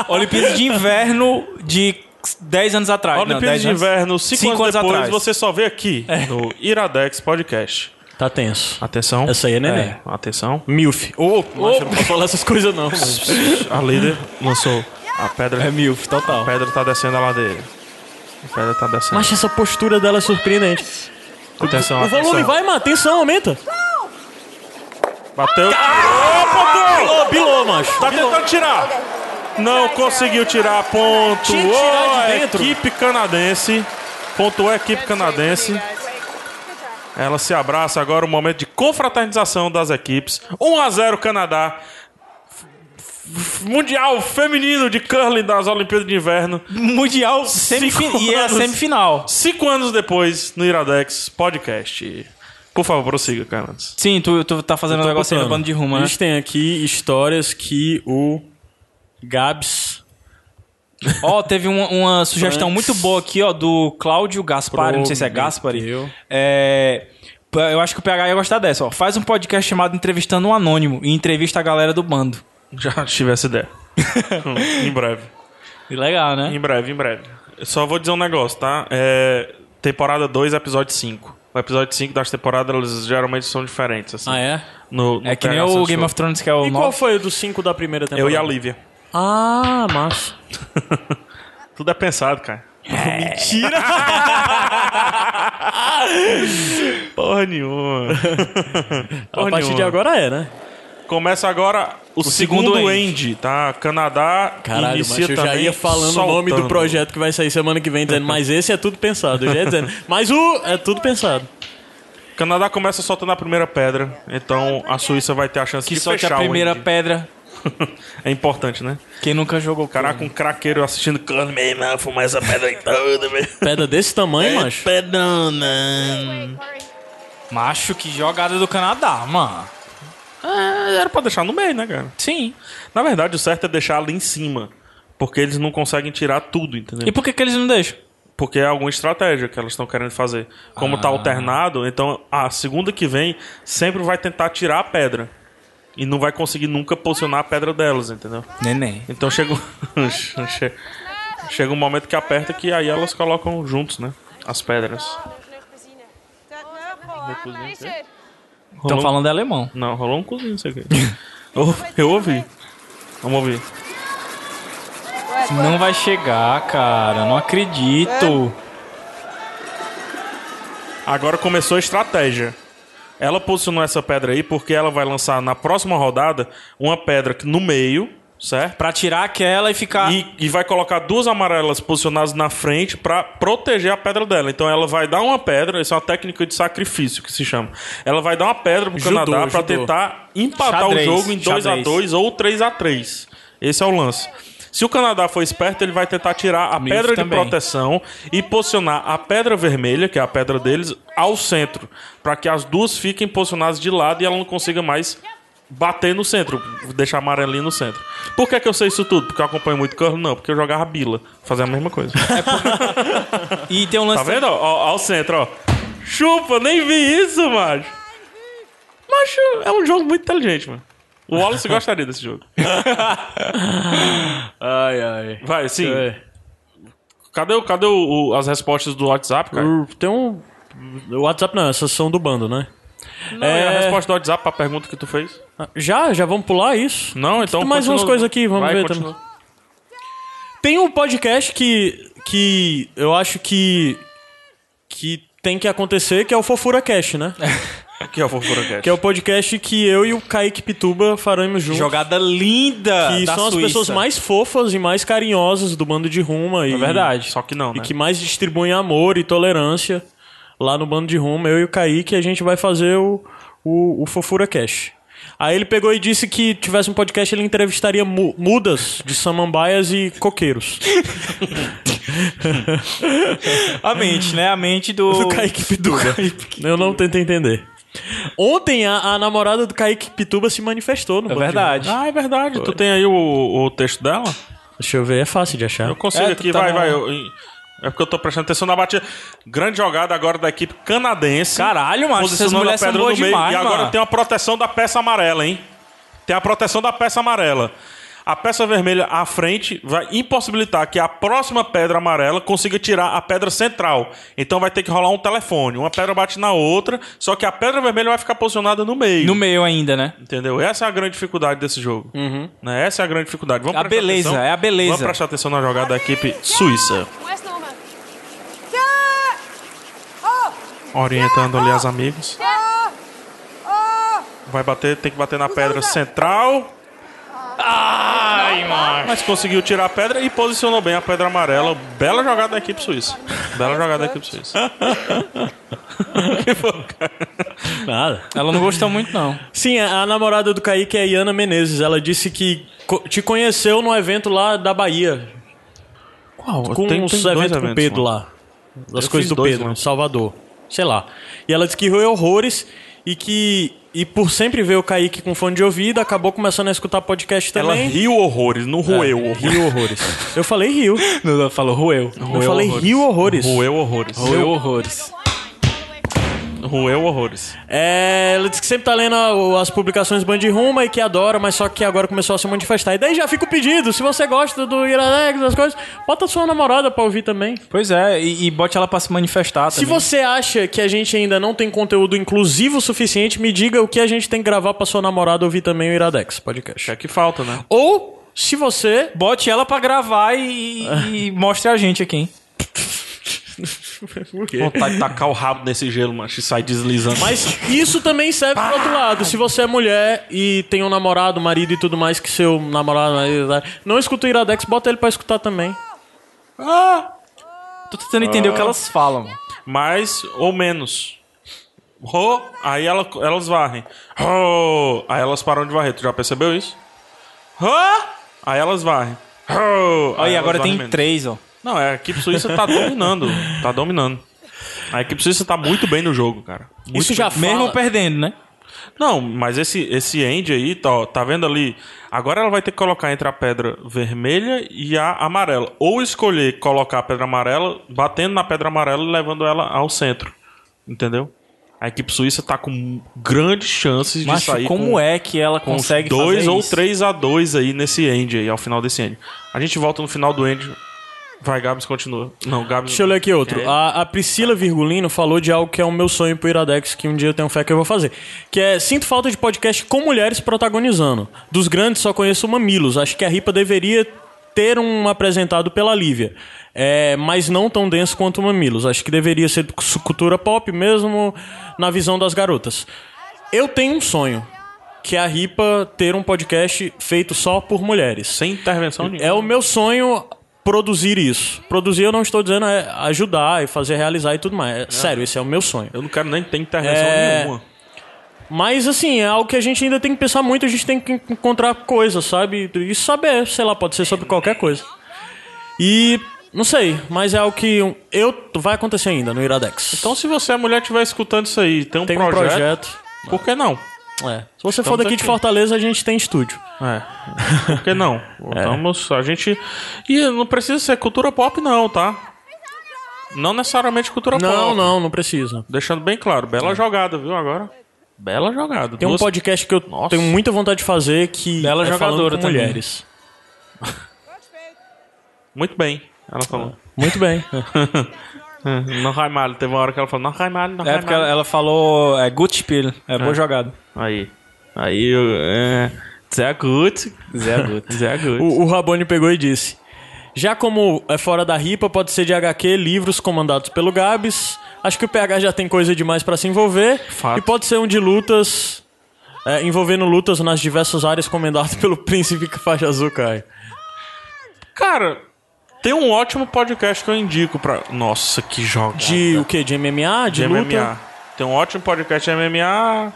Speaker 3: Olimpíadas de inverno de 10 anos atrás. Não,
Speaker 2: Olimpíadas
Speaker 3: 10
Speaker 2: de
Speaker 3: anos-
Speaker 2: Inverno, 5
Speaker 3: né? cinco
Speaker 2: anos, depois,
Speaker 3: atrás. É.
Speaker 2: você só vê aqui no Iradex Podcast.
Speaker 1: Tá tenso.
Speaker 2: Atenção.
Speaker 1: Essa aí é neném.
Speaker 2: atenção.
Speaker 1: Milf. Ô, macho, eu não posso falar essas coisas, não.
Speaker 2: A líder lançou a pedra.
Speaker 3: É milf,
Speaker 2: A
Speaker 3: total.
Speaker 2: pedra tá descendo a ladeira. A pedra tá descendo.
Speaker 1: Macho, essa postura dela é surpreendente.
Speaker 2: Atenção,
Speaker 1: o volume
Speaker 2: atenção.
Speaker 1: vai, mano. Atenção, aumenta.
Speaker 2: Bateu. Ah,
Speaker 1: Ah! Bilou, bilou, macho.
Speaker 2: Tá tentando tirar. Não conseguiu tirar ponto.
Speaker 1: Tinha que tirar de
Speaker 2: a
Speaker 1: dentro.
Speaker 2: equipe canadense. Pontuou a equipe canadense. Ela se abraça agora o momento de confraternização das equipes. 1 a 0 Canadá. F- f- Mundial feminino de curling das Olimpíadas de Inverno.
Speaker 3: Mundial semifin...
Speaker 2: Cinco
Speaker 3: e é a
Speaker 2: anos.
Speaker 3: semifinal.
Speaker 2: Cinco anos depois, no Iradex Podcast. Por favor, prossiga, Canas.
Speaker 3: Sim, tu, tu tá fazendo um negócio aí no bando de rumo,
Speaker 1: A
Speaker 3: né?
Speaker 1: gente tem aqui histórias que o Gabs
Speaker 3: Ó, teve uma, uma sugestão muito boa aqui, ó, do Cláudio Gaspari, não sei se é
Speaker 1: Meu
Speaker 3: Gaspari.
Speaker 1: Deus.
Speaker 3: É, p- eu acho que o PH ia gostar dessa, ó. Faz um podcast chamado Entrevistando um Anônimo e entrevista a galera do bando.
Speaker 2: Já tive essa ideia. Hum, em breve.
Speaker 3: Legal, né?
Speaker 2: Em breve, em breve. Eu Só vou dizer um negócio, tá? É, temporada 2, episódio 5. O episódio 5 das temporadas elas geralmente são diferentes. Assim,
Speaker 3: Ah, é?
Speaker 2: No- no
Speaker 3: É que nem
Speaker 2: PH
Speaker 3: o
Speaker 2: Show.
Speaker 3: Game of Thrones, que é o
Speaker 1: E qual
Speaker 3: nosso.
Speaker 1: foi o dos cinco da primeira temporada?
Speaker 2: Eu e a Lívia.
Speaker 1: Ah, massa.
Speaker 2: Tudo é pensado, cara. Mentira! Porra nenhuma. Porra
Speaker 1: a partir de
Speaker 2: nenhuma.
Speaker 1: agora é, né?
Speaker 2: Começa agora o, segundo,
Speaker 3: segundo
Speaker 2: end, tá? Canadá
Speaker 1: Caralho,
Speaker 2: inicia
Speaker 1: mas eu já
Speaker 2: também
Speaker 1: ia falando o nome do
Speaker 2: soltando.
Speaker 1: projeto que vai sair semana que vem, dizendo, mas esse é tudo pensado. Eu já ia dizendo, mas o é tudo pensado.
Speaker 2: Canadá começa soltando a primeira pedra, então a Suíça vai ter a chance
Speaker 3: Que
Speaker 2: de
Speaker 3: solte
Speaker 2: fechar
Speaker 3: a primeira
Speaker 2: o end.
Speaker 3: pedra.
Speaker 2: É importante, né?
Speaker 3: Quem nunca jogou
Speaker 2: Caraca, um craqueiro assistindo Cano, meu irmão, fumar essa pedra aí toda, meu.
Speaker 1: Pedra desse tamanho, macho.
Speaker 2: Pedrona.
Speaker 3: Macho, que jogada do Canadá, mano.
Speaker 2: Ah, era pra deixar no meio, né, cara?
Speaker 3: Sim.
Speaker 2: Na verdade, o certo é deixar ali em cima. Porque eles não conseguem tirar tudo, entendeu?
Speaker 3: E por que, que eles não deixam?
Speaker 2: Porque é alguma estratégia que elas estão querendo fazer. Como
Speaker 3: Ah.
Speaker 2: tá alternado, então a segunda que vem sempre vai tentar tirar a pedra. E não vai conseguir nunca posicionar a pedra delas, entendeu?
Speaker 3: Neném.
Speaker 2: Então chega, um- che- chega um momento que aperta que aí elas colocam juntos, né? As pedras.
Speaker 3: Estão falando de alemão.
Speaker 2: Não, rolou um cozinho isso aqui. eu, eu ouvi. Vamos ouvir.
Speaker 3: Não vai chegar, cara. Não acredito.
Speaker 2: Agora começou a estratégia. Ela posicionou essa pedra aí porque ela vai lançar na próxima rodada uma pedra no meio, certo?
Speaker 3: Pra tirar aquela e ficar.
Speaker 2: E, e vai colocar duas amarelas posicionadas na frente pra proteger a pedra dela. Então ela vai dar uma pedra, isso é uma técnica de sacrifício que se chama. Ela vai dar uma pedra pro
Speaker 1: Judô,
Speaker 2: Canadá pra
Speaker 1: judô.
Speaker 2: tentar empatar
Speaker 3: Xadrez,
Speaker 2: o jogo em 2 a
Speaker 3: xadrez.
Speaker 2: 2 ou 3 a 3. Esse é o lance. Se o Canadá for esperto, ele vai tentar tirar a
Speaker 3: Mills
Speaker 2: pedra
Speaker 3: também.
Speaker 2: de proteção e posicionar a pedra vermelha, que é a pedra deles, ao centro, Pra que as duas fiquem posicionadas de lado e ela não consiga mais bater no centro, deixar a amarelinha no centro. Por que, que eu sei isso tudo? Porque eu acompanho muito curling? Não, porque eu jogava bila, fazia a mesma coisa.
Speaker 3: E, tem um lance.
Speaker 2: Tá vendo? Ó, ó, ao centro, ó. Chupa, nem vi isso, macho. Macho, é um jogo muito inteligente, mano. O Wallace gostaria desse jogo.
Speaker 1: Ai, ai.
Speaker 2: Vai, sim. Cadê, o- cadê o- o- as respostas do WhatsApp, cara?
Speaker 1: Uh, Tem um. O WhatsApp não, essas são do bando, né?
Speaker 2: Não, é... a resposta do WhatsApp pra pergunta que tu fez?
Speaker 1: Já, já vamos pular isso?
Speaker 2: Não, então.
Speaker 1: Tem mais
Speaker 2: continua.
Speaker 1: umas coisas aqui, vamos
Speaker 2: Vai,
Speaker 1: ver
Speaker 2: continua.
Speaker 1: também. Tem um podcast que. que eu acho que. que tem que acontecer, que é o Fofura Cash, né?
Speaker 2: Aqui é o Fofura Cast.
Speaker 1: que é o podcast que eu e o Kaique Pituba faremos juntos.
Speaker 3: Jogada linda!
Speaker 1: que
Speaker 3: da
Speaker 1: são as
Speaker 3: Suíça.
Speaker 1: pessoas mais fofas e mais carinhosas do bando de Ruma. e,
Speaker 2: É verdade. Só que não,
Speaker 1: E
Speaker 2: né?
Speaker 1: que mais distribuem amor e tolerância lá no bando de Ruma. Eu e o Kaique, a gente vai fazer o, o, o Fofura Cash. Aí ele pegou e disse que tivesse um podcast, ele entrevistaria mu- mudas de samambaias e coqueiros.
Speaker 3: A mente, né? A mente do.
Speaker 1: Do Kaique Pituba. Eu não tentei entender. Ontem a, a namorada do Kaique Pituba se manifestou no
Speaker 3: É
Speaker 1: Bando de Ruma.
Speaker 3: verdade.
Speaker 2: Ah, é verdade. Tu tem aí o, o texto dela?
Speaker 1: Deixa eu ver, é fácil de achar.
Speaker 2: Eu consigo
Speaker 3: É, tu
Speaker 2: aqui,
Speaker 3: tá
Speaker 2: vai,
Speaker 3: na-
Speaker 2: vai. eu- em- é porque eu tô prestando atenção na batida. Grande jogada agora da equipe canadense.
Speaker 3: Caralho, macho, essas
Speaker 2: Posicionando a
Speaker 3: mulheres são
Speaker 2: pedra no
Speaker 3: boas
Speaker 2: meio.
Speaker 3: demais,
Speaker 2: e agora
Speaker 3: mano.
Speaker 2: tem uma proteção da peça amarela, hein? Tem a proteção da peça amarela. A peça vermelha à frente vai impossibilitar que a próxima pedra amarela consiga tirar a pedra central. Então vai ter que rolar um telefone. Uma pedra bate na outra, só que a pedra vermelha vai ficar posicionada no meio.
Speaker 3: No meio ainda, né?
Speaker 2: Entendeu? Essa é a grande dificuldade desse jogo.
Speaker 1: Uhum.
Speaker 2: Né? Essa é a grande dificuldade. Vamos
Speaker 3: A
Speaker 2: prestar
Speaker 3: beleza,
Speaker 2: atenção.
Speaker 3: é a beleza.
Speaker 2: Vamos prestar atenção na jogada da equipe suíça. Orientando ali as amigos. Vai bater, tem que bater na pedra central.
Speaker 3: Ah,
Speaker 2: Ai, mano. Mas conseguiu tirar a pedra e posicionou bem a pedra amarela. Bela jogada da equipe suíça. Bela jogada da equipe suíça. que foi, cara?
Speaker 1: Nada.
Speaker 3: Ela não gostou muito, não.
Speaker 1: Sim, a a namorada do Kaique é a Iana Menezes. Ela disse que co- te conheceu no evento lá da Bahia.
Speaker 2: Qual?
Speaker 1: Com uns eventos com o Pedro lá. Das coisas
Speaker 2: Eu fiz
Speaker 1: do
Speaker 2: dois
Speaker 1: Pedro,
Speaker 2: lá.
Speaker 1: em Salvador. Sei lá. E ela disse que roeu horrores e que. E por sempre ver o Kaique com fone de ouvido, acabou começando a escutar podcast
Speaker 2: Ela
Speaker 1: também. É,
Speaker 2: riu horrores, não roeu horrores.
Speaker 1: Riu horrores. Eu falei rio.
Speaker 3: Não, não, falou roeu.
Speaker 1: Eu
Speaker 3: Roeu
Speaker 1: falei
Speaker 3: horrores.
Speaker 1: rio horrores.
Speaker 2: Roeu horrores.
Speaker 3: Roeu horrores.
Speaker 2: Roeu horrores.
Speaker 1: É, ela disse que sempre tá lendo a- as publicações Band Ruma e que adora, mas só que agora começou a se manifestar. E daí já fica o pedido: se você gosta do Iradex, das coisas, bota sua namorada pra ouvir também.
Speaker 3: Pois é, e, e bote ela pra se manifestar
Speaker 1: Se
Speaker 3: também.
Speaker 1: você acha que a gente ainda não tem conteúdo inclusivo o suficiente, me diga o que a gente tem que gravar pra sua namorada ouvir também o Iradex
Speaker 2: Que é
Speaker 1: podcast.
Speaker 2: que falta, né?
Speaker 1: Ou, se você.
Speaker 3: Bote ela pra gravar e, e- e mostre a gente aqui, hein?
Speaker 2: Vontade de tacar o rabo nesse gelo, macho, e sai deslizando.
Speaker 1: Mas isso também serve pro outro lado. Se você é mulher e tem um namorado, marido e tudo mais, que seu namorado. marido, né, Não escuta o Iradex, bota ele pra escutar também.
Speaker 3: Tô tentando entender o que elas falam.
Speaker 2: mais ou menos. Ro, aí ela- elas varrem. Ro, aí elas param de varrer. Tu já percebeu isso? Ro, aí elas varrem. Ro,
Speaker 3: Olha, e
Speaker 2: elas
Speaker 3: agora
Speaker 2: varrem
Speaker 3: tem
Speaker 2: menos.
Speaker 3: três, ó.
Speaker 2: Não, é, a equipe suíça tá dominando. Tá dominando. A equipe suíça tá muito bem no jogo, cara. Muito
Speaker 1: Isso já
Speaker 2: bem.
Speaker 1: fala-
Speaker 3: Mesmo perdendo, né?
Speaker 2: Não, mas esse, esse end aí, tá, ó, tá vendo ali? Agora ela vai ter que colocar entre a pedra vermelha e a amarela. Ou escolher colocar a pedra amarela, batendo na pedra amarela e levando ela ao centro. Entendeu? A equipe suíça tá com grandes chances de
Speaker 3: Macho,
Speaker 2: sair
Speaker 3: como
Speaker 2: com,
Speaker 3: é que ela
Speaker 2: com uns
Speaker 3: consegue fazer
Speaker 2: dois ou
Speaker 3: isso?
Speaker 2: três a dois aí nesse end aí, ao final desse end. A gente volta no final do end. Vai, Gabs, continua. Não, Gabs...
Speaker 1: Deixa eu ler aqui outro.
Speaker 2: É.
Speaker 1: A, a Priscila Virgulino falou de algo que é o meu sonho pro Iradex, que um dia eu tenho fé que eu vou fazer. Que é, sinto falta de podcast com mulheres protagonizando. Dos grandes só conheço o Mamilos. Acho que a Ripa deveria ter um apresentado pela Lívia. É, mas não tão denso quanto o Mamilos. Acho que deveria ser cu- cultura pop, mesmo na visão das garotas. Eu tenho um sonho. Que é a Ripa ter um podcast feito só por mulheres.
Speaker 2: Sem intervenção nenhuma.
Speaker 1: É o meu sonho produzir isso. Produzir, eu não estou dizendo é ajudar e fazer realizar e tudo mais. É, Sério, esse é o meu sonho.
Speaker 2: Eu não quero nem ter intervenção
Speaker 1: É.
Speaker 2: nenhuma.
Speaker 1: Mas, assim, é algo que a gente ainda tem que pensar muito, a gente tem que encontrar coisas, sabe? E saber, sei lá, pode ser sobre qualquer coisa. E. Não sei, mas é algo que eu- eu vai acontecer ainda no Iradex.
Speaker 2: Então, se você é mulher e estiver escutando isso aí, tem um
Speaker 1: tem um
Speaker 2: projeto,
Speaker 1: projeto.
Speaker 2: Por que não?
Speaker 1: É. Se você for
Speaker 2: Estamos
Speaker 1: daqui de
Speaker 2: aqui.
Speaker 1: Fortaleza, a gente tem estúdio.
Speaker 2: É. Por que não? Vamos, a gente. E não precisa ser cultura pop, não, tá? Não necessariamente cultura pop.
Speaker 1: Não, não, não precisa.
Speaker 2: Deixando bem claro, bela jogada, viu? Agora. Bela jogada.
Speaker 1: Tem um
Speaker 2: Duas-
Speaker 1: podcast que eu
Speaker 2: Nossa.
Speaker 1: tenho muita vontade de fazer que
Speaker 3: Bela
Speaker 1: é falando
Speaker 3: jogadora
Speaker 1: com
Speaker 3: também.
Speaker 1: mulheres.
Speaker 2: Muito bem, ela falou.
Speaker 1: Muito bem.
Speaker 2: É. Não Raimalho, teve uma hora que ela falou, não Raimalho, não
Speaker 3: É porque ela,
Speaker 2: Raimalho.
Speaker 3: ela falou é, good spiel, é, boa jogada.
Speaker 2: Aí. Aí eu. É... Zé Gut.
Speaker 3: Zé good.
Speaker 2: Zé Gut.
Speaker 1: O, o Rabone pegou e disse: Já como é fora da ripa, pode ser de HQ, livros comandados pelo Gabs. Acho que o PH já tem coisa demais pra se envolver.
Speaker 2: Fato.
Speaker 1: E pode ser um de lutas, é, envolvendo lutas nas diversas áreas comandado pelo Príncipe Faixa Azul Caio.
Speaker 2: Cara, tem um ótimo podcast que eu indico pra. Nossa, que jogada.
Speaker 1: De o quê? De MMA? De,
Speaker 2: de
Speaker 1: luta?
Speaker 2: MMA. Tem um ótimo podcast de MMA,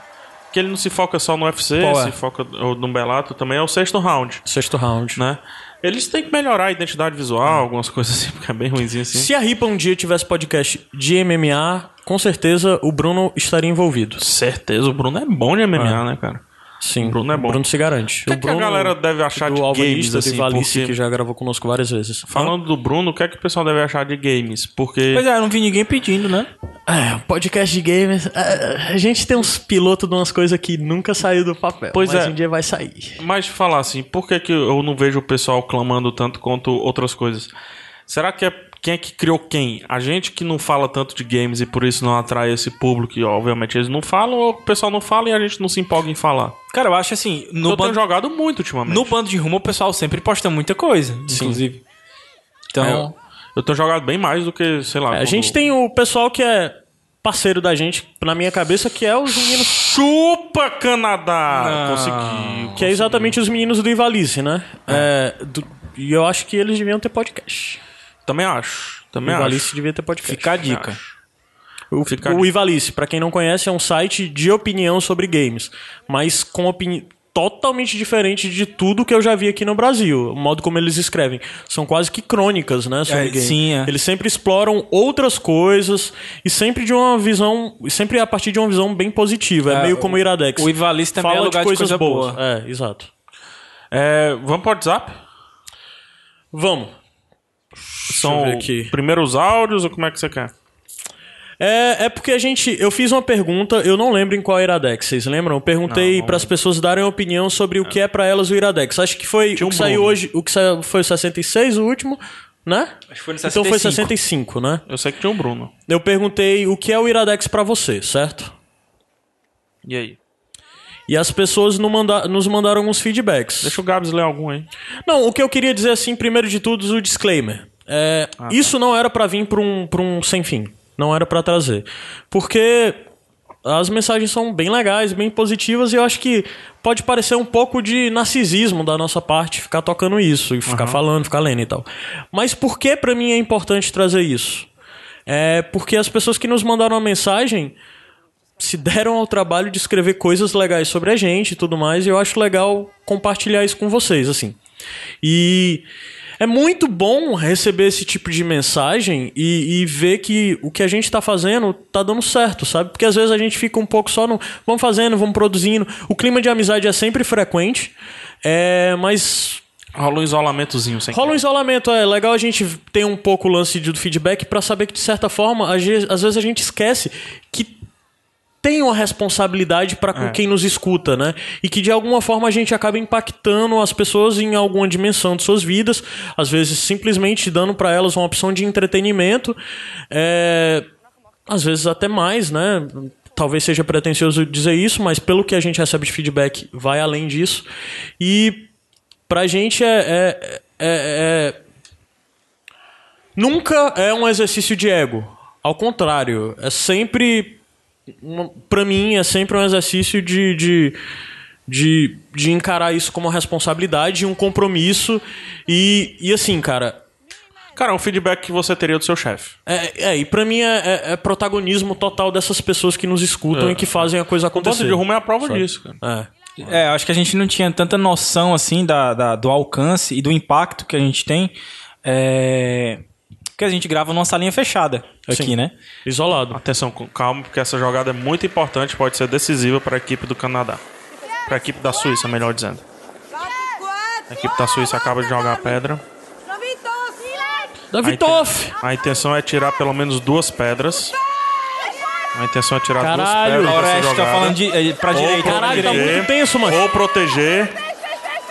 Speaker 2: que ele não se foca só no UFC,
Speaker 1: Qual é?
Speaker 2: se foca ou no Belato também, é o sexto round,
Speaker 1: Sexto round.
Speaker 2: né? Eles têm que melhorar a identidade visual, algumas coisas assim, porque é bem ruimzinho assim.
Speaker 1: Se a Ripa um dia tivesse podcast de MMA, com certeza o Bruno estaria envolvido.
Speaker 2: Certeza, o Bruno é bom de MMA, né, cara?
Speaker 1: Sim. O
Speaker 2: Bruno é bom.
Speaker 1: Bruno se garante.
Speaker 2: O que, que a galera deve achar de
Speaker 1: do
Speaker 2: games,
Speaker 1: Alvanista,
Speaker 2: assim,
Speaker 1: de Valice,
Speaker 2: porque-
Speaker 1: que já gravou conosco várias vezes.
Speaker 2: Falando do Bruno, o que é que o pessoal deve achar de games? Porque...
Speaker 3: Pois é, eu não vi ninguém pedindo, né?
Speaker 1: É, podcast de games. é, A, a gente tem uns pilotos de umas coisas que nunca saiu do papel.
Speaker 2: Pois
Speaker 1: mas
Speaker 2: é.
Speaker 1: um dia vai sair.
Speaker 2: Mas falar assim, por que, que eu não vejo o pessoal clamando tanto quanto outras coisas? Será que é quem é que criou quem? A gente que não fala tanto de games e por isso não atrai esse público, e obviamente eles não falam, ou o pessoal não fala e a gente não se empolga em falar.
Speaker 3: Cara, eu acho assim, no
Speaker 2: eu tenho
Speaker 3: bando,
Speaker 2: jogado muito ultimamente.
Speaker 3: no bando de rumo o pessoal sempre posta muita coisa, inclusive. Então,
Speaker 2: Eu tenho jogado bem mais do que, sei lá.
Speaker 1: a
Speaker 2: quando-
Speaker 1: gente tem o pessoal que é parceiro da gente, na minha cabeça, que é os meninos.
Speaker 2: Chupa, Canadá! Conseguiu.
Speaker 1: Que é exatamente os meninos do Ivalice, né? É, do- e eu acho que eles deviam ter podcast.
Speaker 2: Também acho.
Speaker 1: O
Speaker 2: Também acho.
Speaker 1: Ivalice devia ter podcast. Ah.
Speaker 3: Fica a dica.
Speaker 1: O,
Speaker 2: Fica
Speaker 1: o
Speaker 2: ali.
Speaker 1: Ivalice, pra quem não conhece, é um site de opinião sobre games, mas com opinião totalmente diferente de tudo que eu já vi aqui no Brasil. O modo como eles escrevem são quase que crônicas, né, sobre
Speaker 3: É,
Speaker 1: games.
Speaker 3: sim, é.
Speaker 1: Eles sempre exploram outras coisas e sempre de uma visão, e sempre a partir de uma visão bem positiva. É,
Speaker 3: É,
Speaker 1: meio como o Iradex.
Speaker 3: o Ivalice também
Speaker 1: Fala
Speaker 3: é lugar de coisa boa.
Speaker 1: É, exato.
Speaker 2: É, vamos pro WhatsApp?
Speaker 1: Vamos.
Speaker 2: São
Speaker 1: eu ver aqui.
Speaker 2: primeiro os áudios ou como é que você quer?
Speaker 1: É, é porque a gente. Eu fiz uma pergunta, eu não lembro em qual Iradex, vocês lembram? Eu perguntei para as pessoas darem opinião sobre o que é para elas o Iradex. Acho que foi
Speaker 2: Tinha
Speaker 1: o
Speaker 2: um
Speaker 1: que saiu
Speaker 2: bom, né?
Speaker 1: hoje, o que saiu foi o 66, o último, né?
Speaker 3: Acho que foi no
Speaker 1: Então foi
Speaker 3: 65.
Speaker 1: 65, né?
Speaker 2: Eu sei que tinha o Bruno.
Speaker 1: Eu perguntei o que é o Iradex para você, certo?
Speaker 2: E aí?
Speaker 1: E as pessoas não manda- nos mandaram alguns feedbacks.
Speaker 2: Deixa o Gabs ler algum aí.
Speaker 1: Não, o que eu queria dizer assim, primeiro de tudo, o disclaimer. É, Isso não era pra vir pra um, pra um sem fim. Não era pra trazer. Porque as mensagens são bem legais, bem positivas, e eu acho que pode parecer um pouco de narcisismo da nossa parte ficar tocando isso, e ficar falando, ficar lendo e tal. Mas por que pra mim é importante trazer isso? É porque as pessoas que nos mandaram a mensagem se deram ao trabalho de escrever coisas legais sobre a gente e tudo mais, e eu acho legal compartilhar isso com vocês, assim. E é muito bom receber esse tipo de mensagem e, e ver que o que a gente tá fazendo tá dando certo, sabe? Porque às vezes a gente fica um pouco só no vamos fazendo, vamos produzindo. O clima de amizade é sempre frequente, é, mas
Speaker 2: Rola um isolamentozinho sem
Speaker 1: Rola um
Speaker 2: querer.
Speaker 1: isolamento, é legal a gente ter um pouco o lance de- do feedback pra saber que, de certa forma, às ge- às vezes a gente esquece que tem uma responsabilidade para com
Speaker 2: É.
Speaker 1: quem nos escuta, né? E que de alguma forma a gente acaba impactando as pessoas em alguma dimensão de suas vidas, às vezes simplesmente dando pra elas uma opção de entretenimento, é, às vezes até mais, né? Talvez seja pretensioso dizer isso, mas pelo que a gente recebe de feedback, vai além disso. E pra gente é- é- é- é nunca é um exercício de ego. Ao contrário, é sempre. uma- Pra mim, é sempre um exercício de. de de, de encarar isso como uma responsabilidade, um compromisso. E, e assim, cara,
Speaker 2: Cara, é um feedback que você teria do seu chefe.
Speaker 1: é, é, e pra mim é, é- é protagonismo total dessas pessoas que nos escutam
Speaker 2: É.
Speaker 1: e que fazem a coisa
Speaker 2: O Bando
Speaker 1: acontecer.
Speaker 2: de Rumo é a prova
Speaker 1: Sabe?
Speaker 2: disso, cara.
Speaker 1: É.
Speaker 3: É, acho que a gente não tinha tanta noção assim da, da- do alcance e do impacto que a gente tem. É... Que a gente grava numa salinha fechada aqui,
Speaker 1: Sim.
Speaker 3: né?
Speaker 1: Isolado.
Speaker 2: Atenção, com calma, porque essa jogada é muito importante, pode ser decisiva para a equipe do Canadá. Para a equipe da Suíça, melhor dizendo. A equipe da Suíça acaba de jogar a pedra.
Speaker 1: Davitoff!
Speaker 2: A intenção é tirar pelo menos duas pedras. A intenção é tirar
Speaker 1: Caralho.
Speaker 2: duas pedras.
Speaker 1: A
Speaker 2: dessa
Speaker 3: Oreste tá
Speaker 2: jogada.
Speaker 3: falando de, eh, pra direita.
Speaker 2: Ou
Speaker 1: Caralho, tá
Speaker 2: proteger,
Speaker 1: muito tenso, mano.
Speaker 2: Ou proteger.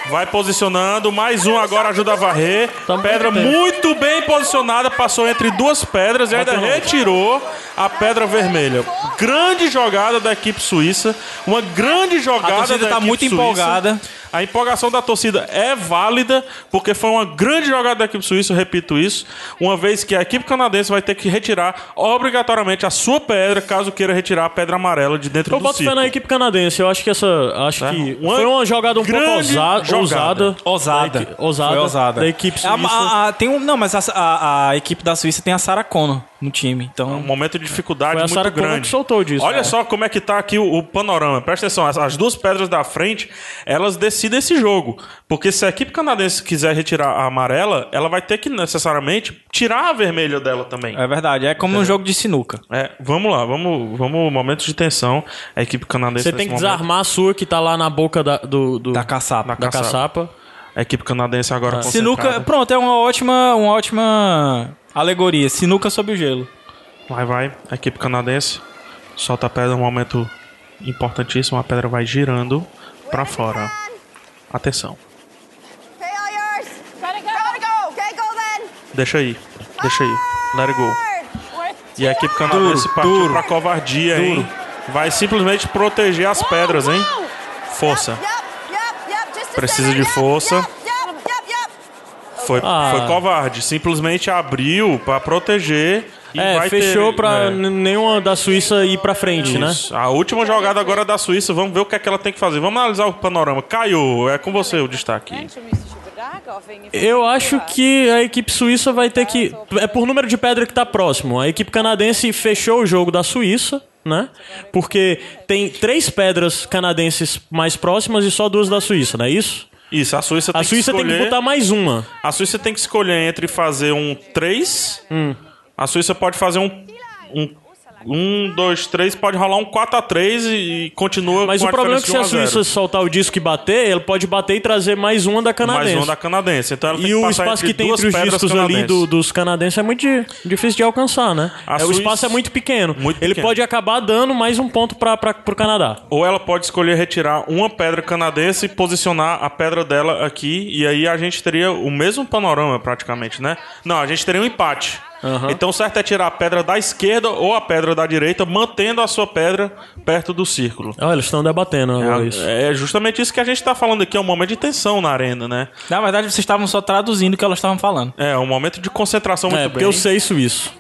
Speaker 2: Vai posicionando. Mais um agora ajuda a varrer.
Speaker 1: Tá muito
Speaker 2: pedra
Speaker 1: tenso.
Speaker 2: muito bem posicionada. Passou entre duas pedras e ainda retirou a pedra vermelha. Grande jogada da equipe suíça. Uma grande jogada
Speaker 3: A torcida
Speaker 2: da
Speaker 3: tá
Speaker 2: equipe
Speaker 3: muito
Speaker 2: suíça.
Speaker 3: empolgada.
Speaker 2: A empolgação da torcida é válida, porque foi uma grande jogada da equipe suíça, eu repito isso, uma vez que a equipe canadense vai ter que retirar obrigatoriamente a sua pedra, caso queira retirar a pedra amarela de dentro
Speaker 1: Eu
Speaker 2: do
Speaker 1: boto Então fé
Speaker 2: círculo.
Speaker 1: na equipe canadense. Eu acho que essa. Acho
Speaker 2: Tá.
Speaker 1: que
Speaker 2: Uma
Speaker 1: É. foi uma jogada um pouco
Speaker 2: grande
Speaker 1: ousa-
Speaker 2: jogada.
Speaker 1: ousada.
Speaker 3: Ousada.
Speaker 1: Da equi- Ousada. É
Speaker 3: Foi ousada.
Speaker 1: Da equipe
Speaker 3: É, A-
Speaker 1: suíça.
Speaker 3: a- a- tem um, não, mas a, a- a equipe da Suíça tem a Sarah Connor no time.
Speaker 2: Um
Speaker 3: Então,
Speaker 2: momento de dificuldade
Speaker 1: Foi a
Speaker 2: muito
Speaker 1: Sarah Connor
Speaker 2: grande.
Speaker 1: que soltou disso,
Speaker 2: Olha
Speaker 1: né?
Speaker 2: só como é que tá aqui o, o panorama. Presta atenção, as, as duas pedras da frente, elas decidem esse jogo. Porque se a equipe canadense quiser retirar a amarela, ela vai ter que necessariamente tirar a vermelha dela também.
Speaker 3: é verdade. É como num jogo de sinuca.
Speaker 2: É, vamos lá, vamos, vamos momento de tensão. A equipe canadense
Speaker 1: Você tem que
Speaker 2: nesse momento-
Speaker 1: desarmar a sua que tá lá na boca da, do, do-
Speaker 3: Da caçapa.
Speaker 1: da caçapa.
Speaker 2: A equipe canadense agora
Speaker 1: Ah.
Speaker 3: Sinuca,
Speaker 2: concentrada.
Speaker 3: pronto, é uma ótima, uma ótima alegoria. Sinuca sob o gelo.
Speaker 2: Lá vai, a equipe canadense solta a pedra, um momento importantíssimo, a pedra vai girando pra fora. Atenção.
Speaker 7: Okay, all yours.
Speaker 6: Gotta go.
Speaker 7: Gotta go. Okay, go then.
Speaker 2: Deixa aí, deixa aí. Let it go.
Speaker 7: Hard.
Speaker 2: E a equipe canadense
Speaker 3: Duro,
Speaker 2: partiu
Speaker 3: duro.
Speaker 2: pra covardia, hein? Vai simplesmente proteger as pedras, hein? Força.
Speaker 7: Yep, yep, yep. Just a
Speaker 2: Precisa
Speaker 7: second.
Speaker 2: de
Speaker 7: Yep,
Speaker 2: força.
Speaker 7: Yep, yep, yep, yep.
Speaker 2: Foi,
Speaker 1: Ah.
Speaker 2: foi covarde. Simplesmente abriu pra proteger E
Speaker 1: É,
Speaker 2: vai ter-
Speaker 1: fechou pra
Speaker 2: é.
Speaker 1: n- nenhuma da Suíça ir pra frente, né?
Speaker 2: Isso. A última jogada agora da Suíça, vamos ver o que é que ela tem que fazer. Vamos analisar o panorama. Caio, é com você o destaque.
Speaker 1: Eu acho que a equipe suíça vai ter que. É por número de pedra que tá próximo. A equipe canadense fechou o jogo da Suíça, né? Porque tem três pedras canadenses mais próximas e só duas da Suíça, não é isso?
Speaker 2: Isso, a Suíça tem
Speaker 1: A Suíça
Speaker 2: que
Speaker 1: tem
Speaker 2: escolher.
Speaker 1: que botar mais uma.
Speaker 2: A Suíça tem que escolher entre fazer um 3.
Speaker 1: Hum.
Speaker 2: A Suíça pode fazer um. um 1, 2, 3, pode rolar um 4x3 e, e continua
Speaker 1: Mas
Speaker 2: com
Speaker 1: o
Speaker 2: a
Speaker 1: problema é que se a
Speaker 2: diferença de 1 a 0.
Speaker 1: Suíça soltar o disco e bater, ela pode bater e trazer mais uma da canadense.
Speaker 2: Mais um da canadense. Então ela tem
Speaker 1: E
Speaker 2: que
Speaker 1: o
Speaker 2: passar
Speaker 1: espaço
Speaker 2: entre
Speaker 1: que tem
Speaker 2: duas
Speaker 1: entre os
Speaker 2: pedras
Speaker 1: discos ali
Speaker 2: canadenses.
Speaker 1: do- dos canadenses é muito di- difícil de alcançar, né? É,
Speaker 2: A
Speaker 1: O
Speaker 2: Suíça-
Speaker 1: espaço é muito pequeno.
Speaker 2: Muito
Speaker 1: Ele
Speaker 2: pequeno.
Speaker 1: pode acabar dando mais um ponto para pro Canadá.
Speaker 2: Ou ela pode escolher retirar uma pedra canadense e posicionar a pedra dela aqui, e aí a gente teria o mesmo panorama praticamente, né? Não, a gente teria um empate. Então o certo é tirar a pedra da esquerda ou a pedra da direita, mantendo a sua pedra perto do círculo.
Speaker 1: Olha, eles estão debatendo agora isso.
Speaker 2: É, é justamente isso que a gente está falando aqui, é um momento de tensão na arena, né?
Speaker 3: Na verdade, vocês estavam só traduzindo o que elas estavam falando.
Speaker 2: É um momento de concentração muito
Speaker 1: É, porque
Speaker 2: bem.
Speaker 1: eu sei suíço.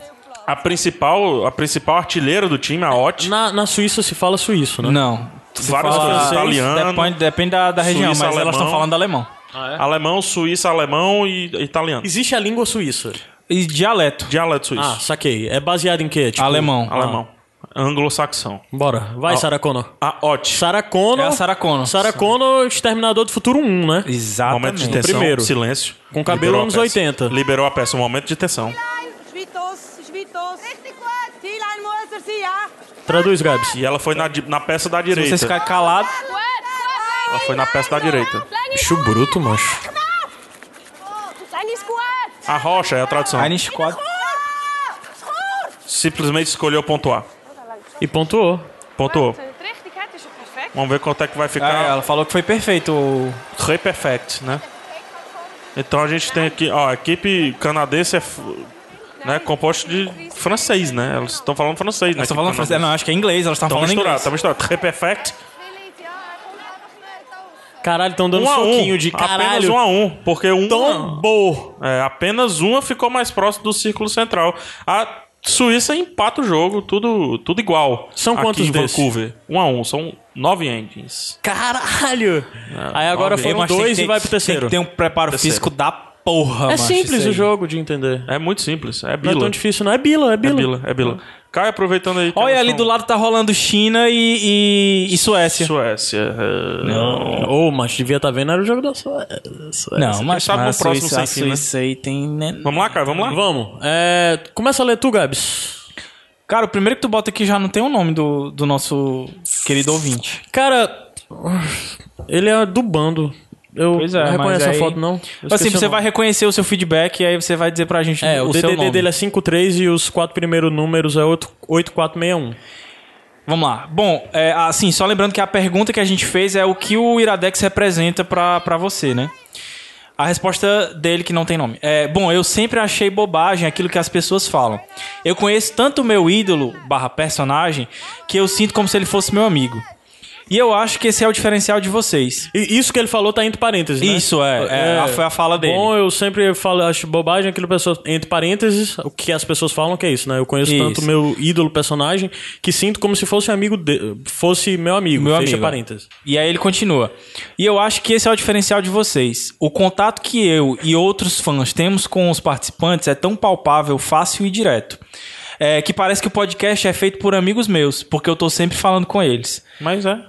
Speaker 2: A principal, a principal artilheira do time, a Ott,
Speaker 1: Na, na Suíça se fala suíço, né?
Speaker 3: Não. Se
Speaker 2: Vários
Speaker 3: fala-
Speaker 2: franceses, italiano.
Speaker 3: Depende, depende da, da região,
Speaker 2: Suíça,
Speaker 3: mas elas estão
Speaker 2: alemão.
Speaker 3: falando alemão.
Speaker 1: é.
Speaker 2: alemão, suíça, alemão e italiano.
Speaker 1: Existe a língua suíça.
Speaker 3: E dialeto.
Speaker 2: Dialeto suíço.
Speaker 1: Ah, saquei. É baseado em quê? Tipo,
Speaker 3: alemão.
Speaker 2: Alemão.
Speaker 1: ah.
Speaker 2: Anglo-saxão.
Speaker 1: Bora. Vai, Sarah Connor.
Speaker 2: A Ott.
Speaker 1: Sarah Connor.
Speaker 3: É a Sarah Connor.
Speaker 1: Sarah Connor, Exterminador do Futuro 1, né?
Speaker 2: Momento de
Speaker 3: Exatamente.
Speaker 2: tensão.
Speaker 1: Primeiro.
Speaker 2: Silêncio.
Speaker 1: Com cabelo
Speaker 2: Liberou a
Speaker 1: anos
Speaker 2: peça.
Speaker 1: 80.
Speaker 2: Liberou a peça. Um momento de tensão.
Speaker 7: ¿ah?
Speaker 1: Traduz, Gabs.
Speaker 2: E ela foi na, di- na peça da direita.
Speaker 3: Se vocês ficarem calados,
Speaker 2: Ela foi na peça da direita.
Speaker 1: Bicho bruto, macho.
Speaker 2: A rocha é a tradução.
Speaker 3: Iron Squad.
Speaker 2: Simplesmente escolheu pontuar.
Speaker 1: E pontuou.
Speaker 2: Pontuou.
Speaker 6: perfect.
Speaker 2: Vamos ver quanto é que vai
Speaker 1: Tá.
Speaker 3: Ah,
Speaker 2: ficar.
Speaker 3: ela falou que foi perfeito. o-
Speaker 2: Re perfect, né? Então a gente tem aqui, ó, a equipe canadense é f- né, composta de francês, né? Elas estão falando francês, né?
Speaker 1: tipo,
Speaker 3: Elas estão falando francês. Não, acho que é inglês. Elas estão
Speaker 2: Estão
Speaker 3: falando inglês.
Speaker 2: misturados, tá misturado. Re perfect,
Speaker 7: ¿eh?
Speaker 1: Caralho, estão dando
Speaker 2: um a
Speaker 1: soquinho
Speaker 2: um.
Speaker 1: de
Speaker 2: Apenas
Speaker 1: caralho.
Speaker 2: um a um, porque um
Speaker 1: Tombou.
Speaker 2: É, apenas uma ficou mais próximo do círculo central. A Suíça empata o jogo, tudo, tudo igual.
Speaker 1: São
Speaker 2: aqui
Speaker 1: quantos
Speaker 2: em
Speaker 1: desses?
Speaker 2: Vancouver? Um a um, são nove endings.
Speaker 1: Caralho. Aí agora
Speaker 2: óbvio.
Speaker 1: foram
Speaker 3: um.
Speaker 1: tá
Speaker 3: Mas tem que
Speaker 1: dois
Speaker 3: ter-
Speaker 1: e vai pro
Speaker 3: Tem
Speaker 1: terceiro.
Speaker 3: que ter um preparo
Speaker 2: Terceiro.
Speaker 3: físico da
Speaker 1: É
Speaker 3: porra, macho,
Speaker 1: simples
Speaker 3: isso
Speaker 1: o
Speaker 3: aí.
Speaker 1: jogo de entender.
Speaker 2: É muito simples, é
Speaker 1: Não é
Speaker 2: bila.
Speaker 1: tão difícil, não. É Bila, é
Speaker 2: É
Speaker 1: Bila.
Speaker 2: bila, é bila. Caio, aproveitando aí. que
Speaker 3: Olha,
Speaker 2: elas
Speaker 3: ali
Speaker 2: são
Speaker 3: do lado tá rolando China e, e, e Suécia.
Speaker 2: Suécia. é,
Speaker 1: Ô, mas devia estar vendo, era o jogo da sua.
Speaker 3: Não, mas,
Speaker 2: sabe
Speaker 3: mas
Speaker 2: no próximo
Speaker 3: Suíça, a
Speaker 2: sem fim, né?
Speaker 3: Suíça aí tem... né?
Speaker 2: Vamos lá, Caio, vamos lá.
Speaker 1: Vamos. É, começa a ler tu, Gabs.
Speaker 3: Cara, o primeiro que tu bota aqui já não tem o nome do, do nosso querido ouvinte.
Speaker 1: Cara, ele é do bando. Eu
Speaker 3: Pois é,
Speaker 1: não
Speaker 3: mas
Speaker 1: reconheço
Speaker 3: aí-
Speaker 1: a foto, não. Eu
Speaker 3: assim,
Speaker 1: esqueci o
Speaker 3: você
Speaker 1: nome.
Speaker 3: vai reconhecer o seu feedback e aí você vai dizer pra gente
Speaker 1: É,
Speaker 3: o,
Speaker 1: o,
Speaker 3: seu nome.
Speaker 1: DDD dele é 53 e os quatro primeiros números é 8 8461.
Speaker 3: Vamos lá. Bom, é, assim, só lembrando que a pergunta que a gente fez é o que o Iradex representa pra, pra você, né? A resposta dele que não tem nome. É, bom, eu sempre achei bobagem aquilo que as pessoas falam. Eu conheço tanto o meu ídolo barra personagem que eu sinto como se ele fosse meu amigo. E eu acho que esse é o diferencial de vocês.
Speaker 1: E isso que ele falou tá entre parênteses, né?
Speaker 3: Isso, é. É, a- foi a fala dele.
Speaker 1: Bom, eu sempre falo, acho bobagem aquilo pessoa, entre parênteses, o que as pessoas falam que é isso, né? Eu conheço
Speaker 3: Isso.
Speaker 1: tanto meu ídolo personagem que sinto como se fosse amigo de- fosse meu amigo,
Speaker 3: Meu
Speaker 1: fecha
Speaker 3: amigo.
Speaker 1: parênteses.
Speaker 3: E aí ele continua. E eu acho que esse é o diferencial de vocês. O contato que eu e outros fãs temos com os participantes é tão palpável, fácil e direto. É, que parece que o podcast é feito por amigos meus, porque eu tô sempre falando com eles.
Speaker 2: Mas é.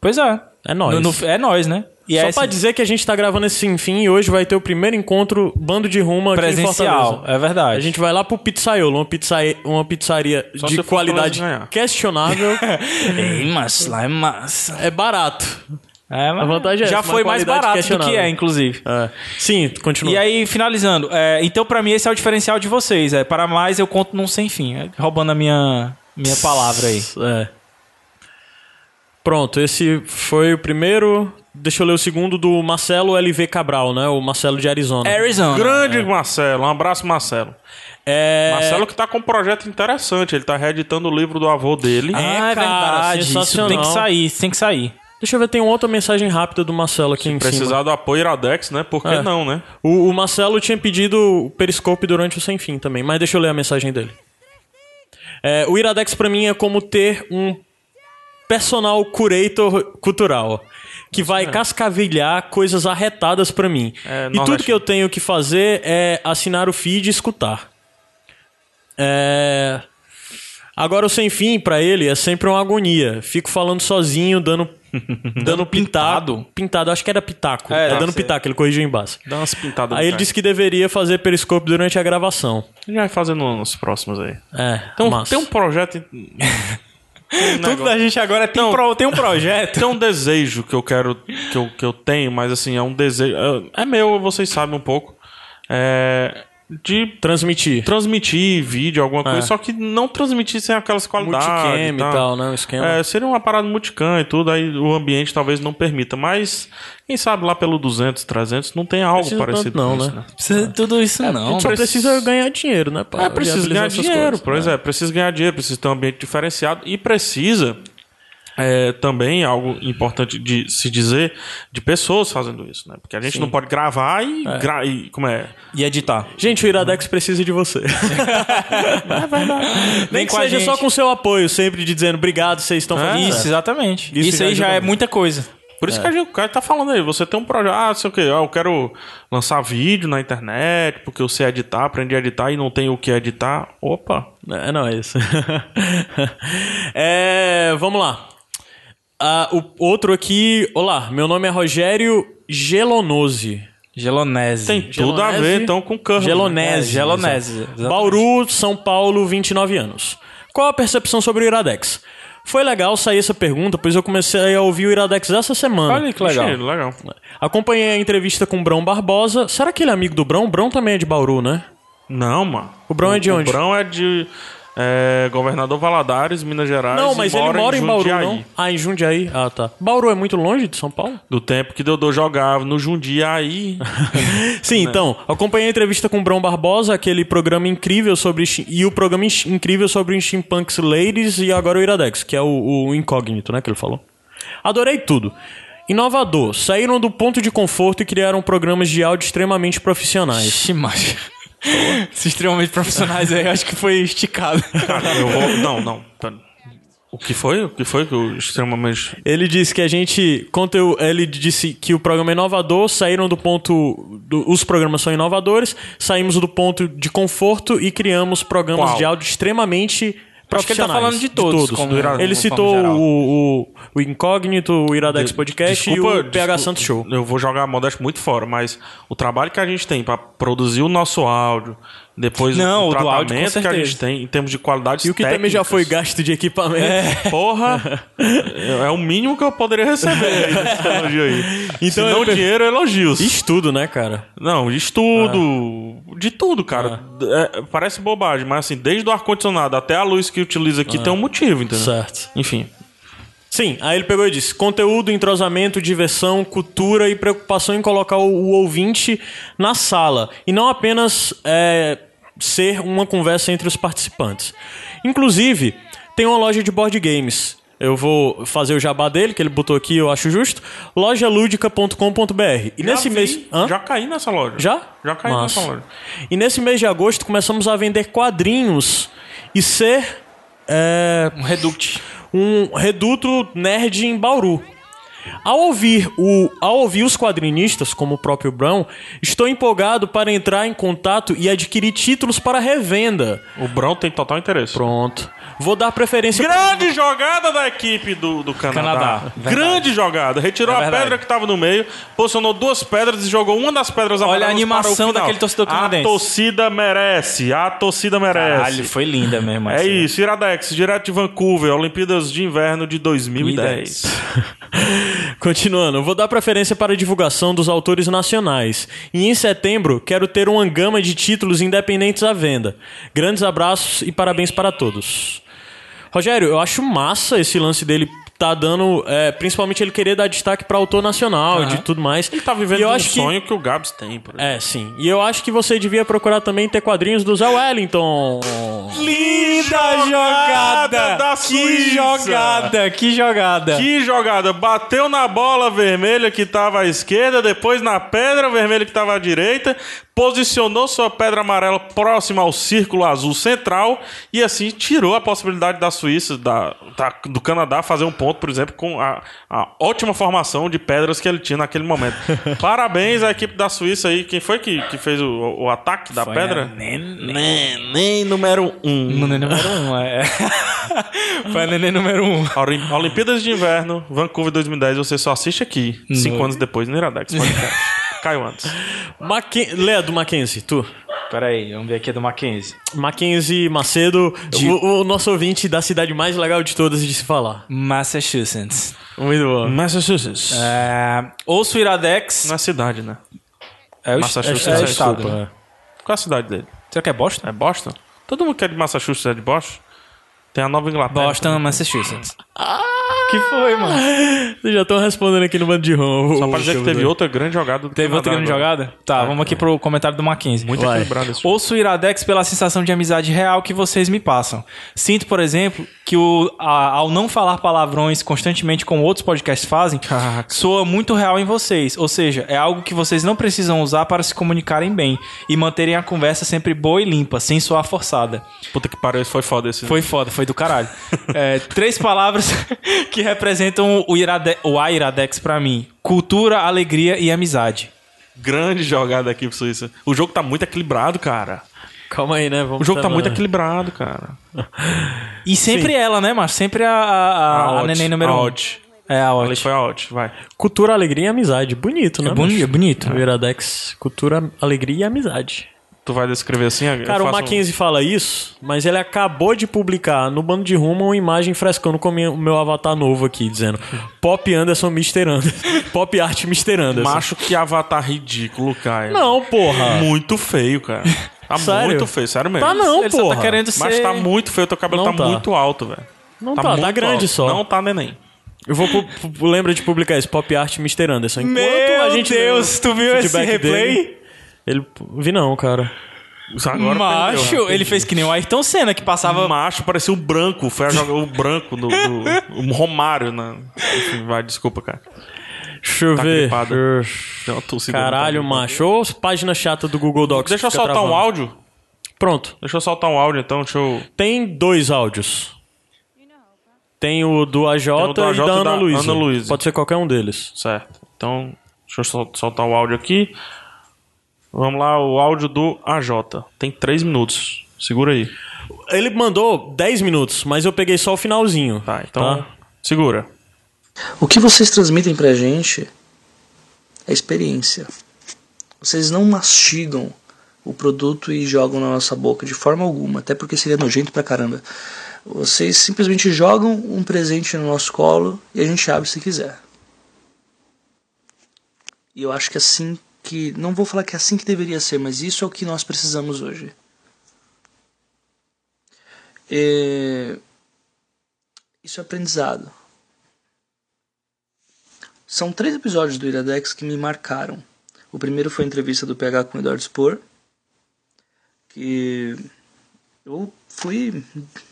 Speaker 3: Pois é.
Speaker 1: É nóis.
Speaker 3: No- no- é nós, né? E
Speaker 1: Só
Speaker 3: é
Speaker 1: pra
Speaker 3: assim,
Speaker 1: dizer que a gente tá gravando esse enfim e hoje vai ter o primeiro encontro bando de rumo aqui em
Speaker 3: presencial,
Speaker 1: Fortaleza.
Speaker 3: é verdade.
Speaker 1: A gente vai lá pro Pizzaiolo, uma, pizzai- uma pizzaria
Speaker 2: Só se
Speaker 1: de
Speaker 2: o Fortaleza
Speaker 1: qualidade
Speaker 2: ganhar.
Speaker 1: questionável.
Speaker 3: Ei, mas lá é massa.
Speaker 1: é barato.
Speaker 3: É, mas
Speaker 1: A vantagem é
Speaker 3: já
Speaker 1: essa,
Speaker 3: foi
Speaker 1: uma
Speaker 3: mais
Speaker 1: qualidade
Speaker 3: barato do que
Speaker 1: questionável.
Speaker 3: é, inclusive.
Speaker 1: É. Sim, continua.
Speaker 3: E aí, finalizando, é, então pra mim esse é o diferencial de vocês. É, para mais eu conto num sem fim. É, roubando a minha, minha palavra aí.
Speaker 1: É. Pronto, esse foi o primeiro. Deixa eu ler o segundo do Marcelo LV Cabral, né? O Marcelo de Arizona.
Speaker 3: Arizona.
Speaker 2: Grande Marcelo, um abraço, Marcelo.
Speaker 1: É.
Speaker 2: Marcelo que tá com um projeto interessante, ele tá reeditando o livro do avô dele.
Speaker 3: É,
Speaker 1: Ah, cara,
Speaker 3: verdade. Isso
Speaker 1: sensacional.
Speaker 3: tem que sair, isso tem que sair.
Speaker 1: Deixa eu ver, tem uma outra mensagem rápida do Marcelo aqui em cima.
Speaker 2: Precisar do apoio Iradex, né? Por que
Speaker 1: É.
Speaker 2: não, né?
Speaker 1: O, o Marcelo tinha pedido o Periscope durante o Sem Fim também, mas deixa eu ler a mensagem dele. É, o Iradex pra mim é como ter um personal curator cultural que vai cascavilhar coisas arretadas pra mim. e
Speaker 2: né? É,
Speaker 1: tudo
Speaker 2: nordestino.
Speaker 1: que eu tenho que fazer é assinar o feed e escutar. É... Agora o sem fim pra ele é sempre uma agonia. Fico falando sozinho, dando dando pintado,
Speaker 3: pintado?
Speaker 1: pintado, acho que era pitaco.
Speaker 2: É,
Speaker 1: É,
Speaker 2: deve
Speaker 1: dando
Speaker 2: ser.
Speaker 1: pitaco, ele corrigiu embaixo.
Speaker 2: Dá umas pintadas.
Speaker 1: Aí ele disse que deveria fazer periscope durante a gravação.
Speaker 2: Ele vai fazendo nos próximos aí.
Speaker 1: É,
Speaker 2: Então,
Speaker 1: massa.
Speaker 2: tem um projeto. em- um
Speaker 3: Tudo
Speaker 2: negócio-
Speaker 3: da gente agora tem, pro- tem um projeto.
Speaker 2: Tem um desejo que eu quero, que eu, que eu tenho, mas assim, é um desejo. é- É meu, vocês sabem um pouco. É, de
Speaker 1: transmitir.
Speaker 2: transmitir vídeo, alguma coisa,
Speaker 1: É.
Speaker 2: só que não transmitir sem aquelas qualidades.
Speaker 1: Multicam e tal, né? O esquema.
Speaker 2: É, seria uma parada multicam e tudo, aí o ambiente talvez não permita, mas quem sabe lá pelo 200, 300 não tem algo
Speaker 1: Precisa
Speaker 2: parecido
Speaker 1: tanto não,
Speaker 2: com isso,
Speaker 1: né?
Speaker 2: né?
Speaker 3: Precisa de tudo isso não.
Speaker 1: Só precisa ganhar dinheiro, né? Pra
Speaker 2: É, precisa
Speaker 1: viabilizar
Speaker 2: ganhar
Speaker 1: essas coisas.
Speaker 2: dinheiro,
Speaker 1: né?
Speaker 2: pois é. precisa ganhar dinheiro, precisa ter um ambiente diferenciado e precisa é, também, algo importante de se dizer, de pessoas fazendo isso, né? Porque a gente não pode gravar e, gra- e como é?
Speaker 3: E editar.
Speaker 1: Gente, o Iradex precisa de você. Nem
Speaker 3: Vem
Speaker 1: que
Speaker 3: É com a
Speaker 1: seja
Speaker 3: gente. É.
Speaker 1: só com seu apoio, sempre de dizendo obrigado, vocês estão
Speaker 2: É.
Speaker 1: fazendo
Speaker 3: Isso,
Speaker 1: certo."
Speaker 3: exatamente.
Speaker 1: Isso
Speaker 3: Isso,
Speaker 1: já
Speaker 3: aí já
Speaker 1: ajuda
Speaker 3: é
Speaker 1: muito.
Speaker 3: muita coisa.
Speaker 2: Por
Speaker 1: É.
Speaker 2: isso que a gente, o cara tá falando aí, você tem um projeto, ah, sei o quê, ah, eu quero lançar vídeo na internet, porque eu sei editar, aprendi a editar e não tenho o que editar. Opa,
Speaker 1: É, não, é isso. É, vamos lá. Ah, o outro aqui. Olá, meu nome é Rogério Gelonose.
Speaker 3: Gelonese.
Speaker 2: tem tudo a
Speaker 1: Gelonese.
Speaker 2: ver então com curva.
Speaker 1: Gelonese.
Speaker 3: É, Gelonese,
Speaker 1: exato.
Speaker 3: exatamente.
Speaker 1: Uhum. Bauru, São Paulo, 29 anos. Qual a percepção sobre o Iradex? Foi legal sair essa pergunta, pois eu comecei a ouvir o Iradex essa semana.
Speaker 3: Olha aí que legal.
Speaker 2: Cheiro, É, legal.
Speaker 1: Acompanhei a entrevista com o Brão Barbosa. Será que ele é amigo do Brão? O Brão também é de Bauru, né?
Speaker 2: Não, mano.
Speaker 1: O Brão é de onde?
Speaker 2: O Brão é de é, Governador Valadares, Minas Gerais.
Speaker 1: não,
Speaker 2: e
Speaker 1: mas ele mora em, Bauru,
Speaker 2: Jundiaí.
Speaker 1: não? Ah, em Jundiaí? Ah, tá. Bauru é muito longe de São Paulo?
Speaker 2: Do tempo que Dodô jogava no Jundiaí.
Speaker 1: Sim, então, acompanhei a entrevista com o Brão Barbosa, aquele programa incrível sobre. chi- E o programa inch- incrível sobre os Chimpunks Ladies e agora o Iradex, que é o, o incógnito, né, que ele falou. Adorei tudo. Inovador, saíram do ponto de conforto e criaram programas de áudio extremamente profissionais.
Speaker 3: Ixi, macho. Esses extremamente profissionais aí, eu acho que foi esticado.
Speaker 2: Cara, eu vou. Não, não. pera. O que foi? O que foi que o extremamente.
Speaker 1: Ele disse que a gente. Conteú, ele disse que o programa é inovador, saíram do ponto. do- os programas são inovadores, saímos do ponto de conforto e criamos programas
Speaker 2: Qual?
Speaker 1: de áudio extremamente.
Speaker 3: Acho que ele tá
Speaker 1: profissionais.
Speaker 3: falando de todos, como-
Speaker 1: do Ira-
Speaker 3: como
Speaker 1: ele
Speaker 3: forma
Speaker 1: citou
Speaker 3: geral.
Speaker 1: o, o, o Incógnito, o Iradex Podcast e o
Speaker 2: Desculpa,
Speaker 1: PH
Speaker 2: desculpa,
Speaker 1: Santos Show.
Speaker 2: Eu vou jogar a modéstia muito fora, mas o trabalho que a gente tem pra produzir o nosso áudio, depois
Speaker 3: Não,
Speaker 2: o
Speaker 3: o do áudio, com
Speaker 2: tratamento que a
Speaker 3: certeza.
Speaker 2: gente tem em termos de qualidade
Speaker 1: E o que também já foi gasto de equipamento.
Speaker 2: Porra, é o mínimo que eu poderia receber aí desse elogio aí.
Speaker 1: Então
Speaker 2: Se não
Speaker 1: ele per-
Speaker 2: dinheiro, elogios.
Speaker 1: Estudo, né, cara?
Speaker 2: Não, de estudo,
Speaker 1: Ah.
Speaker 2: de tudo, cara. É, parece bobagem, mas assim, desde o ar-condicionado até a luz que utiliza aqui tem um motivo, entendeu?
Speaker 1: Ah. Certo.
Speaker 2: Enfim.
Speaker 1: Sim, aí ele pegou e disse: conteúdo, entrosamento, diversão, cultura e preocupação em colocar o, o ouvinte na sala e não apenas é, ser uma conversa entre os participantes. Inclusive, tem uma loja de board games. Eu vou fazer o jabá dele, que ele botou aqui, eu acho justo. lojaludica.com.br. E nesse
Speaker 2: já vi,
Speaker 1: mês. Hã?
Speaker 2: Já caí nessa loja.
Speaker 1: Já?
Speaker 2: Já caí
Speaker 1: Massa.
Speaker 2: nessa loja.
Speaker 1: E nesse mês de agosto começamos a vender quadrinhos e ser é,
Speaker 3: Um reduct.
Speaker 1: um reduto nerd em Bauru. Ao ouvir, o, ao ouvir os quadrinistas, como o próprio Brown, estou empolgado para entrar em contato e adquirir títulos para revenda.
Speaker 2: O Brão tem total interesse.
Speaker 1: Pronto. Vou dar preferência.
Speaker 2: Grande jogada da equipe do, do Canadá.
Speaker 3: Canadá, verdade.
Speaker 2: Grande jogada. Retirou
Speaker 3: É
Speaker 2: a
Speaker 3: verdade.
Speaker 2: pedra que estava no meio, posicionou duas pedras e jogou uma das pedras amarelas
Speaker 3: a animação
Speaker 2: para o final.
Speaker 3: daquele torcedor canadense.
Speaker 2: A torcida merece. A torcida merece.
Speaker 3: Caralho, foi linda mesmo.
Speaker 2: É
Speaker 3: essa.
Speaker 2: isso, Iradex, direto de Vancouver, Olimpíadas de Inverno de 2010.
Speaker 1: Continuando, vou dar preferência para a divulgação dos autores nacionais. E em setembro, quero ter uma gama de títulos independentes à venda. Grandes abraços e parabéns para todos. Rogério, eu acho massa esse lance dele tá dando. é, principalmente ele querer dar destaque pra autor nacional e
Speaker 3: Aham.
Speaker 1: de tudo mais.
Speaker 2: Ele tá vivendo
Speaker 1: E eu
Speaker 2: um
Speaker 1: acho que-
Speaker 2: sonho que... o Gabs tem, por exemplo.
Speaker 1: É, sim. E eu acho que você devia procurar também ter quadrinhos do Zé Wellington.
Speaker 3: Linda
Speaker 2: jogada
Speaker 3: jogada!
Speaker 2: da
Speaker 3: que
Speaker 2: Suíça!
Speaker 3: jogada, que jogada.
Speaker 2: Que jogada! Bateu na bola vermelha que tava à esquerda, depois na pedra vermelha que tava à direita, posicionou sua pedra amarela próxima ao círculo azul central e assim tirou a possibilidade da Suíça, da, da- do Canadá, fazer um ponto, por exemplo, com a, a ótima formação de pedras que ele tinha naquele momento. Parabéns à equipe da Suíça aí. Quem foi que, que fez o, o ataque da
Speaker 3: Foi
Speaker 2: pedra?
Speaker 3: a Nenê.
Speaker 2: Neném número um.
Speaker 3: Nenê número um, é. Foi a nenê número um.
Speaker 2: A Olim- a Olimpíadas de Inverno, Vancouver 2010, você só assiste aqui, cinco anos depois, no Iradex Podcast. Caio antes.
Speaker 1: Macken... Lê a do Mackenzie, tu.
Speaker 3: Peraí, vamos ver aqui a do Mackenzie.
Speaker 1: Mackenzie Macedo, o, o nosso ouvinte da cidade mais legal de todas de se falar.
Speaker 3: Massachusetts.
Speaker 1: Muito bom.
Speaker 2: Massachusetts.
Speaker 3: É, ouço o Iradex.
Speaker 2: Na cidade, né?
Speaker 3: é o
Speaker 2: Massachusetts,
Speaker 3: é o
Speaker 2: é,
Speaker 3: estado,
Speaker 2: desculpa.
Speaker 3: né?
Speaker 2: Qual a cidade dele?
Speaker 3: Será que é Boston?
Speaker 2: É Boston? Todo mundo que é de Massachusetts é de Boston? Tem a Nova Inglaterra.
Speaker 3: Boston, Massachusetts. que foi, mano?
Speaker 1: Vocês já estão respondendo aqui no bando de Ron.
Speaker 2: Só pra dizer que teve outra grande jogada do
Speaker 3: Teve
Speaker 2: Canadá
Speaker 3: outra grande
Speaker 2: agora.
Speaker 3: jogada? Tá, vamos aqui pro comentário do Mackenzie.
Speaker 2: É, Muito
Speaker 1: Vai.
Speaker 2: equilibrado esse jogo.
Speaker 3: Ouço o Iradex pela sensação de amizade real que vocês me passam. Sinto, por exemplo, que o- a- ao não falar palavrões constantemente como outros podcasts fazem, soa muito real em vocês. Ou seja, é algo que vocês não precisam usar para se comunicarem bem e manterem a conversa sempre boa e limpa, sem soar forçada.
Speaker 2: Puta que pariu, esse foi foda esse.
Speaker 3: Foi foda, foi do caralho. É, três palavras que representam o, irade, o A Iradex pra mim: cultura, alegria e amizade.
Speaker 2: Grande jogada aqui pro Suíça. O jogo tá muito equilibrado, cara.
Speaker 1: Calma aí, né? Vamos
Speaker 2: O jogo tá muito
Speaker 1: terminar.
Speaker 2: equilibrado, cara.
Speaker 3: E sempre ela, né, macho? Sempre a, a, a,
Speaker 2: A odd,
Speaker 3: neném número
Speaker 2: a
Speaker 3: um.
Speaker 2: odd.
Speaker 3: É, a
Speaker 2: Ali
Speaker 3: Odd.
Speaker 2: foi a odd, vai.
Speaker 1: Cultura, alegria e amizade. Bonito, né?
Speaker 3: É boni-
Speaker 1: macho?
Speaker 3: é bonito.
Speaker 1: O Iradex, cultura, alegria e amizade.
Speaker 2: Tu vai descrever assim? eu
Speaker 1: Cara, o
Speaker 2: faço um-
Speaker 1: Mackenzie fala isso, mas ele acabou de publicar no bando de rumo uma imagem frescando com o minha- o meu avatar novo aqui, dizendo Pop Anderson Mr. Anderson. Pop Art Mr. Anderson.
Speaker 2: Macho que avatar ridículo, Caio.
Speaker 1: Não, porra.
Speaker 2: É Muito feio, cara. Tá
Speaker 1: Ah. Sério?
Speaker 2: muito feio, sério mesmo.
Speaker 1: Tá não,
Speaker 3: Ele só
Speaker 1: porra.
Speaker 3: tá querendo ser...
Speaker 2: Mas tá muito feio, teu cabelo
Speaker 1: Não
Speaker 2: tá,
Speaker 1: tá.
Speaker 2: muito alto, velho.
Speaker 1: Não tá, tá
Speaker 2: muito
Speaker 1: grande
Speaker 2: alto.
Speaker 1: só.
Speaker 2: Não tá neném.
Speaker 1: Eu vou pu- pu- lembra de publicar isso, Pop Art Mr. Anderson. Enquanto
Speaker 3: Meu
Speaker 1: a gente
Speaker 3: Deus, tu viu esse
Speaker 1: feedback
Speaker 3: replay?
Speaker 1: dele, ele vi não, cara.
Speaker 2: Isso Agora
Speaker 3: macho,
Speaker 2: perdeu, né? Hum.
Speaker 3: ele fez que nem o Ayrton Senna, que passava...
Speaker 2: Macho parecia o branco, foi a joga o branco do, do- o Romário, né? Enfim, vai, desculpa, cara.
Speaker 1: Deixa eu
Speaker 2: Tá
Speaker 1: ver.
Speaker 2: gripado.
Speaker 1: Ux,
Speaker 2: Deu uma tossida.
Speaker 1: Caralho,
Speaker 2: Tá-
Speaker 1: macho. Ô, página chata do Google Docs.
Speaker 2: Deixa eu
Speaker 1: fica
Speaker 2: soltar um
Speaker 1: travando.
Speaker 2: áudio.
Speaker 1: Pronto.
Speaker 2: Deixa eu soltar um áudio, então. Deixa eu...
Speaker 1: Tem dois áudios. Tem o do AJ,
Speaker 2: o do AJ
Speaker 1: e da
Speaker 2: e
Speaker 1: Ana
Speaker 2: da
Speaker 1: Luísa.
Speaker 2: Ana Luísa.
Speaker 1: Pode ser qualquer um deles.
Speaker 2: Certo. Então, deixa eu sol- soltar o áudio aqui. Vamos lá, o áudio do AJ. Tem três minutos. Segura aí.
Speaker 1: Ele mandou 10 minutos, mas eu peguei só o finalzinho.
Speaker 2: Tá, então... Segura.
Speaker 8: O que vocês transmitem pra gente é experiência. Vocês não mastigam o produto e jogam na nossa boca de forma alguma, até porque seria nojento pra caramba. Vocês simplesmente jogam um presente no nosso colo e a gente abre se quiser. E eu acho que assim que. Não vou falar que é assim que deveria ser, mas isso é o que nós precisamos hoje. É, Isso é aprendizado. São três episódios do Iradex que me marcaram. O primeiro foi a entrevista do PH com o Eduardo Spor, que eu fui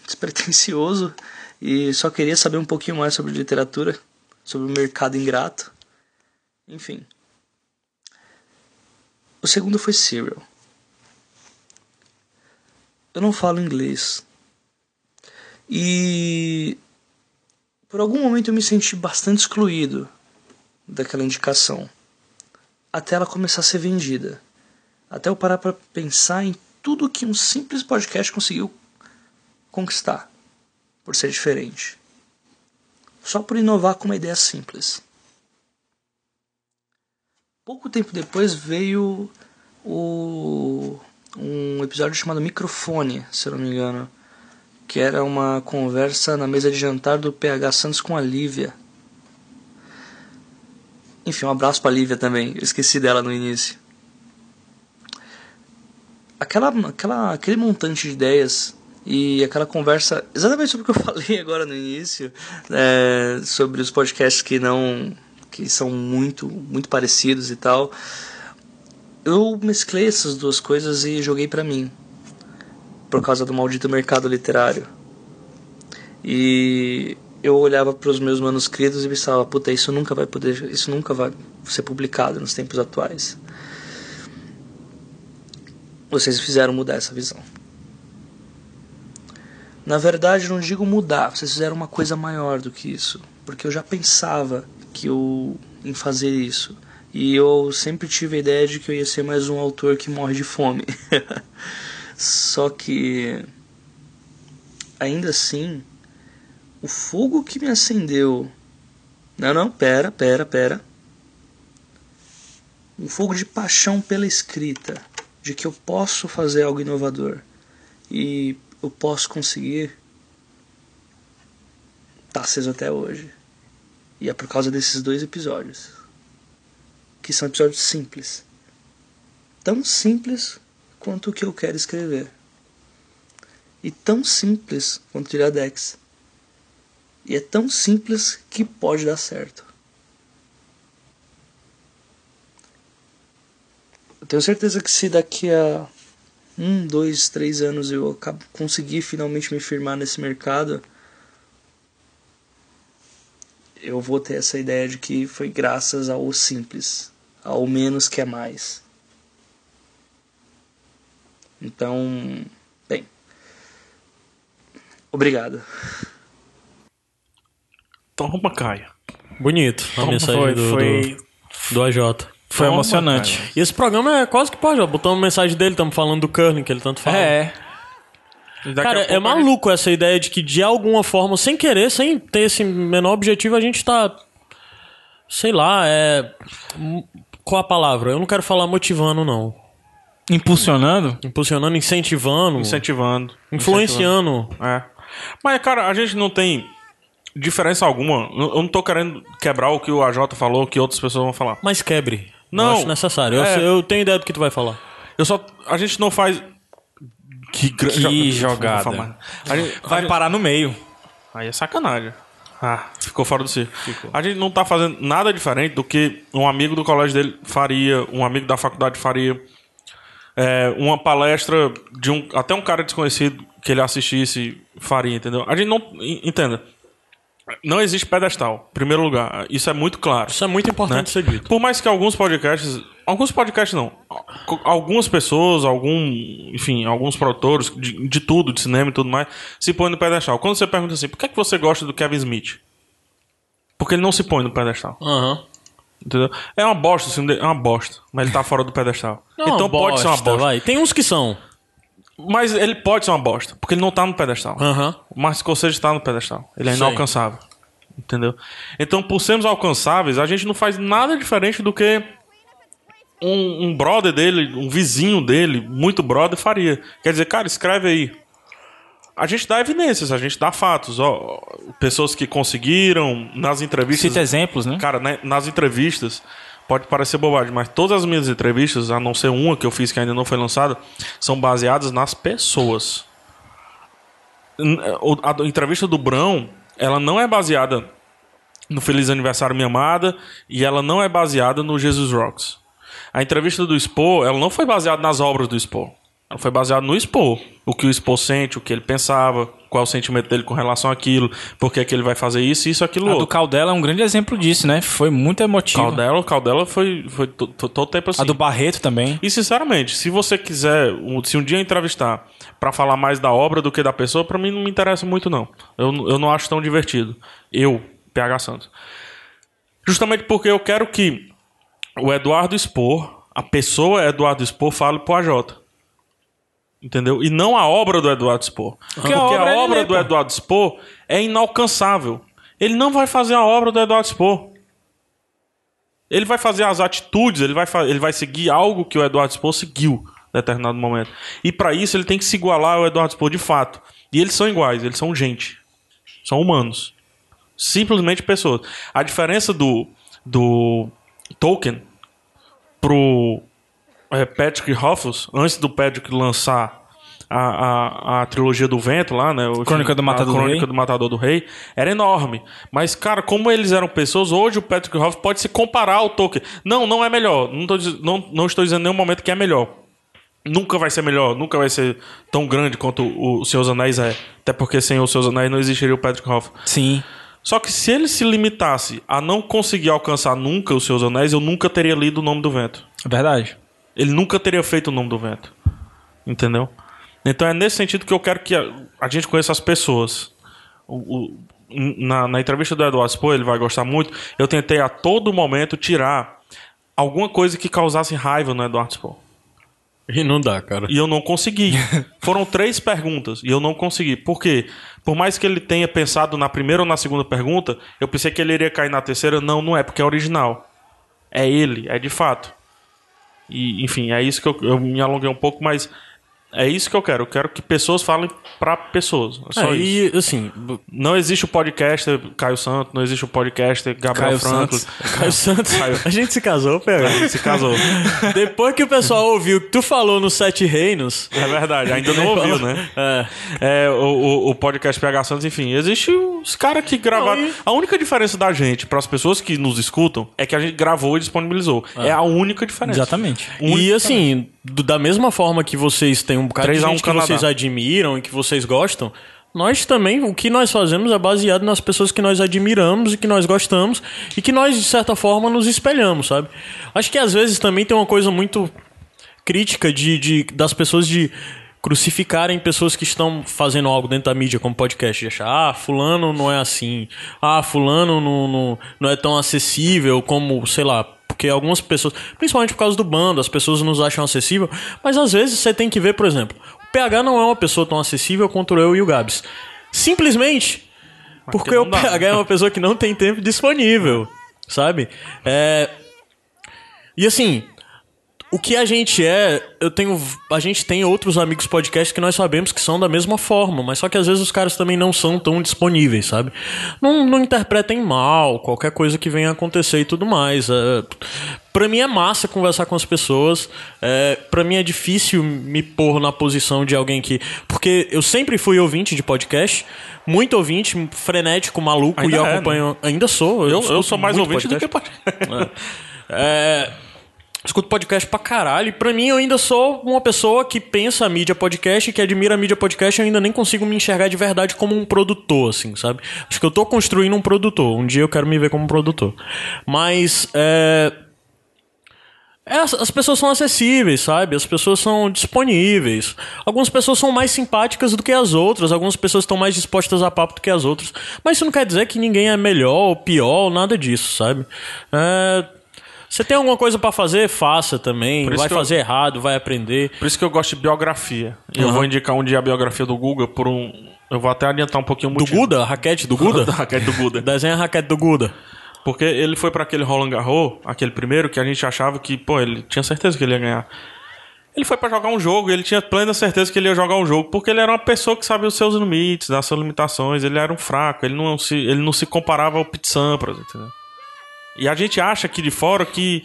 Speaker 8: despretensioso e só queria saber um pouquinho mais sobre literatura, sobre o mercado ingrato, enfim. O segundo foi Serial. Eu não falo inglês. E por algum momento eu me senti bastante excluído daquela indicação até ela começar a ser vendida. Até eu parar para pensar em tudo que um simples podcast conseguiu conquistar por ser diferente. Só por inovar com uma ideia simples. Pouco tempo depois veio o um episódio chamado Microfone, se eu não me engano, que era uma conversa na mesa de jantar do PH Santos com a Lívia. Enfim, um abraço pra Lívia também. Eu esqueci dela no início. Aquela, aquela, aquele montante de ideias e E aquela conversa, exatamente sobre o que eu falei agora no início, é, sobre os podcasts que não. que são muito, muito parecidos e tal. Eu mesclei essas duas coisas e joguei pra mim. Por causa do maldito mercado literário. E eu olhava para os meus manuscritos e pensava, puta, isso nunca vai poder, isso nunca vai ser publicado nos tempos atuais. Vocês fizeram mudar essa visão. Na verdade, não digo mudar, vocês fizeram uma coisa maior do que isso, porque eu já pensava que eu em fazer isso. E eu sempre tive a ideia de que eu ia ser mais um autor que morre de fome. Só que ainda assim, o fogo que me acendeu. Não, não, pera, pera, pera. Um fogo de paixão pela escrita, de que eu posso fazer algo inovador e eu posso conseguir. Tá aceso até hoje. E é por causa desses dois episódios. Que são episódios simples. Tão simples quanto o que eu quero escrever. E tão simples quanto tirar Dex. E é tão simples que pode dar certo. Eu tenho certeza que se daqui a um, dois, três anos eu acabo- conseguir finalmente me firmar nesse mercado, eu vou ter essa ideia de que foi graças ao simples, ao menos que é mais. Então, bem. Obrigado.
Speaker 2: Então, Toma, Caio.
Speaker 1: Bonito a
Speaker 2: Como
Speaker 1: mensagem
Speaker 2: foi?
Speaker 1: do,
Speaker 2: Foi-
Speaker 1: do, do AJ.
Speaker 3: Foi
Speaker 2: Toma,
Speaker 3: É emocionante.
Speaker 2: cara.
Speaker 1: E esse programa é quase que pode, ó. Botamos mensagem dele, estamos falando do Curling, que ele tanto fala.
Speaker 3: É.
Speaker 2: Daqui
Speaker 1: Cara,
Speaker 2: a pouco
Speaker 1: é maluco essa ideia de que de alguma forma, sem querer, sem ter esse menor objetivo, a gente tá. Sei lá, é. m- Qual a palavra? Eu não quero falar motivando, não.
Speaker 3: Impulsionando?
Speaker 1: Impulsionando, incentivando,
Speaker 2: a gente Incentivando.
Speaker 1: influenciando.
Speaker 2: É. Mas, cara, a gente não tem diferença alguma. Eu eu não tô querendo quebrar o que o AJ falou, o que outras pessoas vão falar.
Speaker 1: Mas quebre.
Speaker 2: Não.
Speaker 1: Não. acho necessário. Eu,
Speaker 2: É.
Speaker 1: eu tenho ideia do que tu vai falar.
Speaker 2: Eu só. A gente não faz. Que, gra- jo-
Speaker 3: Que jogada.
Speaker 2: Vou falar. A gente- a
Speaker 3: Vai
Speaker 2: gente-
Speaker 3: parar no meio.
Speaker 2: Aí é sacanagem. Ah, ficou fora do circo. A gente não tá fazendo nada diferente do que um amigo do colégio dele faria, um amigo da faculdade faria. É, uma palestra de um. Até um cara desconhecido que ele assistisse faria, entendeu? A gente não. en- Entenda. Não existe pedestal, em primeiro lugar. Isso é muito claro.
Speaker 1: Isso é muito importante
Speaker 2: né?
Speaker 1: ser dito.
Speaker 2: Por mais que alguns podcasts. Alguns podcasts não. co- Algumas pessoas, algum. Enfim, alguns produtores de, de tudo, de cinema e tudo mais, se põem no pedestal. Quando você pergunta assim, por que, é que você gosta do Kevin Smith? Porque ele não se põe no pedestal.
Speaker 1: Aham.
Speaker 2: Entendeu? É uma bosta, assim, é uma bosta. Mas ele tá fora do pedestal.
Speaker 1: Não,
Speaker 2: então pode ser uma bosta.
Speaker 1: É Vai. Tem uns que são.
Speaker 2: Mas ele pode ser uma bosta, porque ele não tá no pedestal.
Speaker 1: Aham.
Speaker 2: O Martin Scorsese está no pedestal. Ele é
Speaker 1: Sim.
Speaker 2: inalcançável. Entendeu? Então, por sermos alcançáveis, a gente não faz nada diferente do que um, um brother dele, um vizinho dele, muito brother, faria. Quer dizer, cara, escreve aí. A gente dá evidências, a gente dá fatos. Ó, pessoas que conseguiram, nas entrevistas.
Speaker 3: Cita exemplos, né?
Speaker 2: Cara, né, nas entrevistas, pode parecer bobagem, mas todas as minhas entrevistas, a não ser uma que eu fiz que ainda não foi lançada, são baseadas nas pessoas. N- eh, o- A do- entrevista do Brão, ela não é baseada no Feliz Aniversário Minha Amada e ela não é baseada no Jesus Rocks. A entrevista do Expo, ela não foi baseada nas obras do Expo. Ela foi baseada no Expo. O que o Expo sente, o que ele pensava, qual é o sentimento dele com relação àquilo, por que é que ele vai fazer isso, isso, aquilo.
Speaker 3: A
Speaker 2: outro.
Speaker 3: do Caldela é um grande exemplo disso, né? Foi muito emotivo.
Speaker 2: Caldela, o Caldela foi, foi to- to- todo tempo assim.
Speaker 3: A do Barreto também.
Speaker 2: E sinceramente, se você quiser, um- se um dia entrevistar pra falar mais da obra do que da pessoa, pra mim não me interessa muito não. Eu, n- eu não acho tão divertido. Eu, PH Santos. Justamente porque eu quero que o Eduardo Expor, a pessoa Eduardo Expor, fale pro AJ. Entendeu? E não a obra do Eduardo Spohr. Porque, a obra,
Speaker 3: obra
Speaker 2: é
Speaker 3: ele lê,
Speaker 2: do
Speaker 3: pô.
Speaker 2: Eduardo Spohr é inalcançável. Ele não vai fazer a obra do Eduardo Spohr. Ele vai fazer as atitudes, ele vai, fa- ele vai seguir algo que o Eduardo Spohr seguiu em determinado momento. E pra isso ele tem que se igualar ao Eduardo Spohr de fato. E eles são iguais, eles são gente. São humanos. Simplesmente pessoas. A diferença do, do Tolkien pro é, Patrick Rothfuss, antes do Patrick lançar a, a, a trilogia do vento lá, né? o
Speaker 3: Crônica do Matador
Speaker 2: a
Speaker 3: do
Speaker 2: Crônica
Speaker 3: Rei.
Speaker 2: do Matador do Rei, era enorme. Mas, cara, como eles eram pessoas, hoje o Patrick Roth pode se comparar ao Tolkien. Não, não é melhor. Não, tô diz- não, não estou dizendo em nenhum momento que é melhor. Nunca vai ser melhor, nunca vai ser tão grande quanto o, o Senhor dos Anéis é. Até porque sem o Senhor dos Anéis não existiria o Patrick Roth.
Speaker 3: Sim.
Speaker 2: Só que se ele se limitasse a não conseguir alcançar nunca os seus anéis, eu nunca teria lido o nome do vento.
Speaker 3: É verdade.
Speaker 2: Ele nunca teria feito o nome do vento. Entendeu? Então é nesse sentido que eu quero que a, a gente conheça as pessoas. O- o- na, na entrevista do Eduardo Spohr, ele vai gostar muito. Eu tentei a todo momento tirar alguma coisa que causasse raiva no Eduardo Spohr.
Speaker 1: E não dá, cara.
Speaker 2: E eu não consegui. Foram três perguntas e eu não consegui. Por quê? Por mais que ele tenha pensado na primeira ou na segunda pergunta, eu pensei que ele iria cair na terceira. Não, não é, porque é original. É ele, é de fato. E, enfim, é isso que eu, eu me alonguei um pouco, mas é isso que eu quero. Eu quero que pessoas falem pra pessoas. É só
Speaker 1: É,
Speaker 2: isso.
Speaker 1: e assim, b-
Speaker 2: Não existe o podcaster Caio Santo, não existe o podcaster Gabriel
Speaker 3: Caio
Speaker 2: Franco.
Speaker 3: Santos.
Speaker 1: Caio Santos, a gente se casou, pega.
Speaker 2: Se casou.
Speaker 1: Depois que o pessoal ouviu o que tu falou nos Sete Reinos,
Speaker 2: É verdade, ainda não ouviu, né? É, o, o- o podcast PH Santos, enfim, existe os caras que gravaram.
Speaker 1: Não, e-
Speaker 2: A única diferença da gente para as pessoas que nos escutam é que a gente gravou e disponibilizou. É, a única diferença.
Speaker 3: Exatamente.
Speaker 1: E assim, do- da mesma forma que vocês têm um bocado de
Speaker 2: 3 a 1
Speaker 1: gente que
Speaker 2: Canadá.
Speaker 1: vocês admiram e que vocês gostam, nós também, o que nós fazemos é baseado nas pessoas que nós admiramos e que nós gostamos e que nós, de certa forma, nos espelhamos, sabe? Acho que às vezes também tem uma coisa muito crítica de, de- das pessoas de crucificarem pessoas que estão fazendo algo dentro da mídia, como podcast, de achar, ah, fulano não é assim, ah, fulano não, não, não é tão acessível como, sei lá, porque algumas pessoas, principalmente por causa do bando, as pessoas nos acham acessível, mas às vezes você tem que ver, por exemplo, o PH não é uma pessoa tão acessível quanto eu e o Gabs. Simplesmente porque o
Speaker 2: não dá. né?
Speaker 1: PH é uma pessoa que não tem tempo disponível, sabe? É, e assim, o que a gente é, eu tenho. A gente tem outros amigos podcast que nós sabemos que são da mesma forma, mas só que às vezes os caras também não são tão disponíveis, sabe? Não, não interpretem mal qualquer coisa que venha acontecer e tudo mais. É, pra mim é massa conversar com as pessoas. É, pra mim é difícil me pôr na posição de alguém que. Porque eu sempre fui ouvinte de podcast, muito ouvinte, frenético, maluco,
Speaker 2: Ainda
Speaker 1: e eu
Speaker 2: é, né?
Speaker 1: acompanho. Ainda sou.
Speaker 2: Eu, eu
Speaker 1: escuto
Speaker 2: sou mais
Speaker 1: muito
Speaker 2: ouvinte do
Speaker 1: podcast.
Speaker 2: que podcast.
Speaker 1: É, escuto podcast pra caralho. E pra mim, eu ainda sou uma pessoa que pensa a mídia podcast, que admira a mídia podcast. Eu ainda nem consigo me enxergar de verdade como um produtor, assim, sabe? Acho que eu tô construindo um produtor. Um dia eu quero me ver como um produtor. Mas, é... É, as, as pessoas são acessíveis, sabe? As pessoas são disponíveis. Algumas pessoas são mais simpáticas do que as outras, algumas pessoas estão mais dispostas a papo do que as outras. Mas isso não quer dizer que ninguém é melhor ou pior, ou nada disso, sabe? É, Você tem alguma coisa pra fazer? Faça também.
Speaker 2: Por isso
Speaker 1: Vai
Speaker 2: que eu-
Speaker 1: fazer errado, vai aprender.
Speaker 2: Por isso que eu gosto de biografia. E Eu vou indicar um dia a biografia do Guga por um. Eu vou até adiantar um pouquinho o
Speaker 1: Do
Speaker 2: motivo.
Speaker 1: Guda? A Raquete do Guda?
Speaker 2: Da raquete do Guda.
Speaker 1: Desenha a raquete do Guda.
Speaker 2: Porque ele foi pra aquele Roland Garros, aquele primeiro, que a gente achava que, pô, ele tinha certeza que ele ia ganhar. Ele foi pra jogar um jogo, e ele tinha plena certeza que ele ia jogar um jogo, porque ele era uma pessoa que sabia os seus limites, das suas limitações, ele era um fraco, ele não se, ele não se comparava ao Pete Sampras, entendeu? E a gente acha aqui de fora que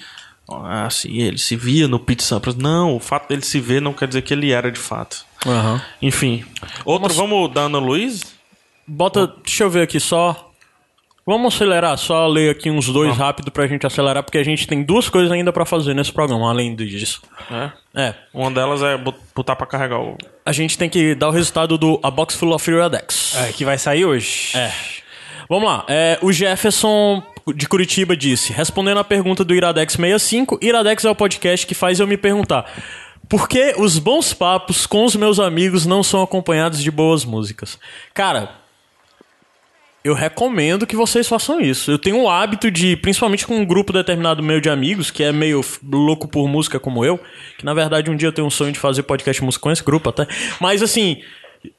Speaker 2: ah, assim, ele se via no Pete Sampras. Não, o fato dele se ver não quer dizer que ele era de fato.
Speaker 1: Aham.
Speaker 2: Enfim. Outro, vamos da Ana Luiz?
Speaker 1: Bota, deixa eu ver aqui só. Vamos acelerar, só ler aqui uns dois rápido pra gente acelerar, porque a gente tem duas coisas ainda pra fazer nesse programa, além disso.
Speaker 2: É.
Speaker 1: É,
Speaker 2: Uma delas é bot- botar pra carregar o
Speaker 1: a gente tem que dar o resultado do A Box Full of Iradex.
Speaker 3: É, que vai sair hoje. É.
Speaker 1: Vamos lá, é, o Jefferson de Curitiba disse, respondendo a pergunta do Iradex 65, Iradex é o podcast que faz eu me perguntar, por que os bons papos com os meus amigos não são acompanhados de boas músicas? Cara, eu recomendo que vocês façam isso. Eu tenho o hábito de, principalmente com um grupo determinado meu de amigos, que é meio f- louco por música como eu, que na verdade um dia eu tenho um sonho de fazer podcast de música com esse grupo até. Mas assim,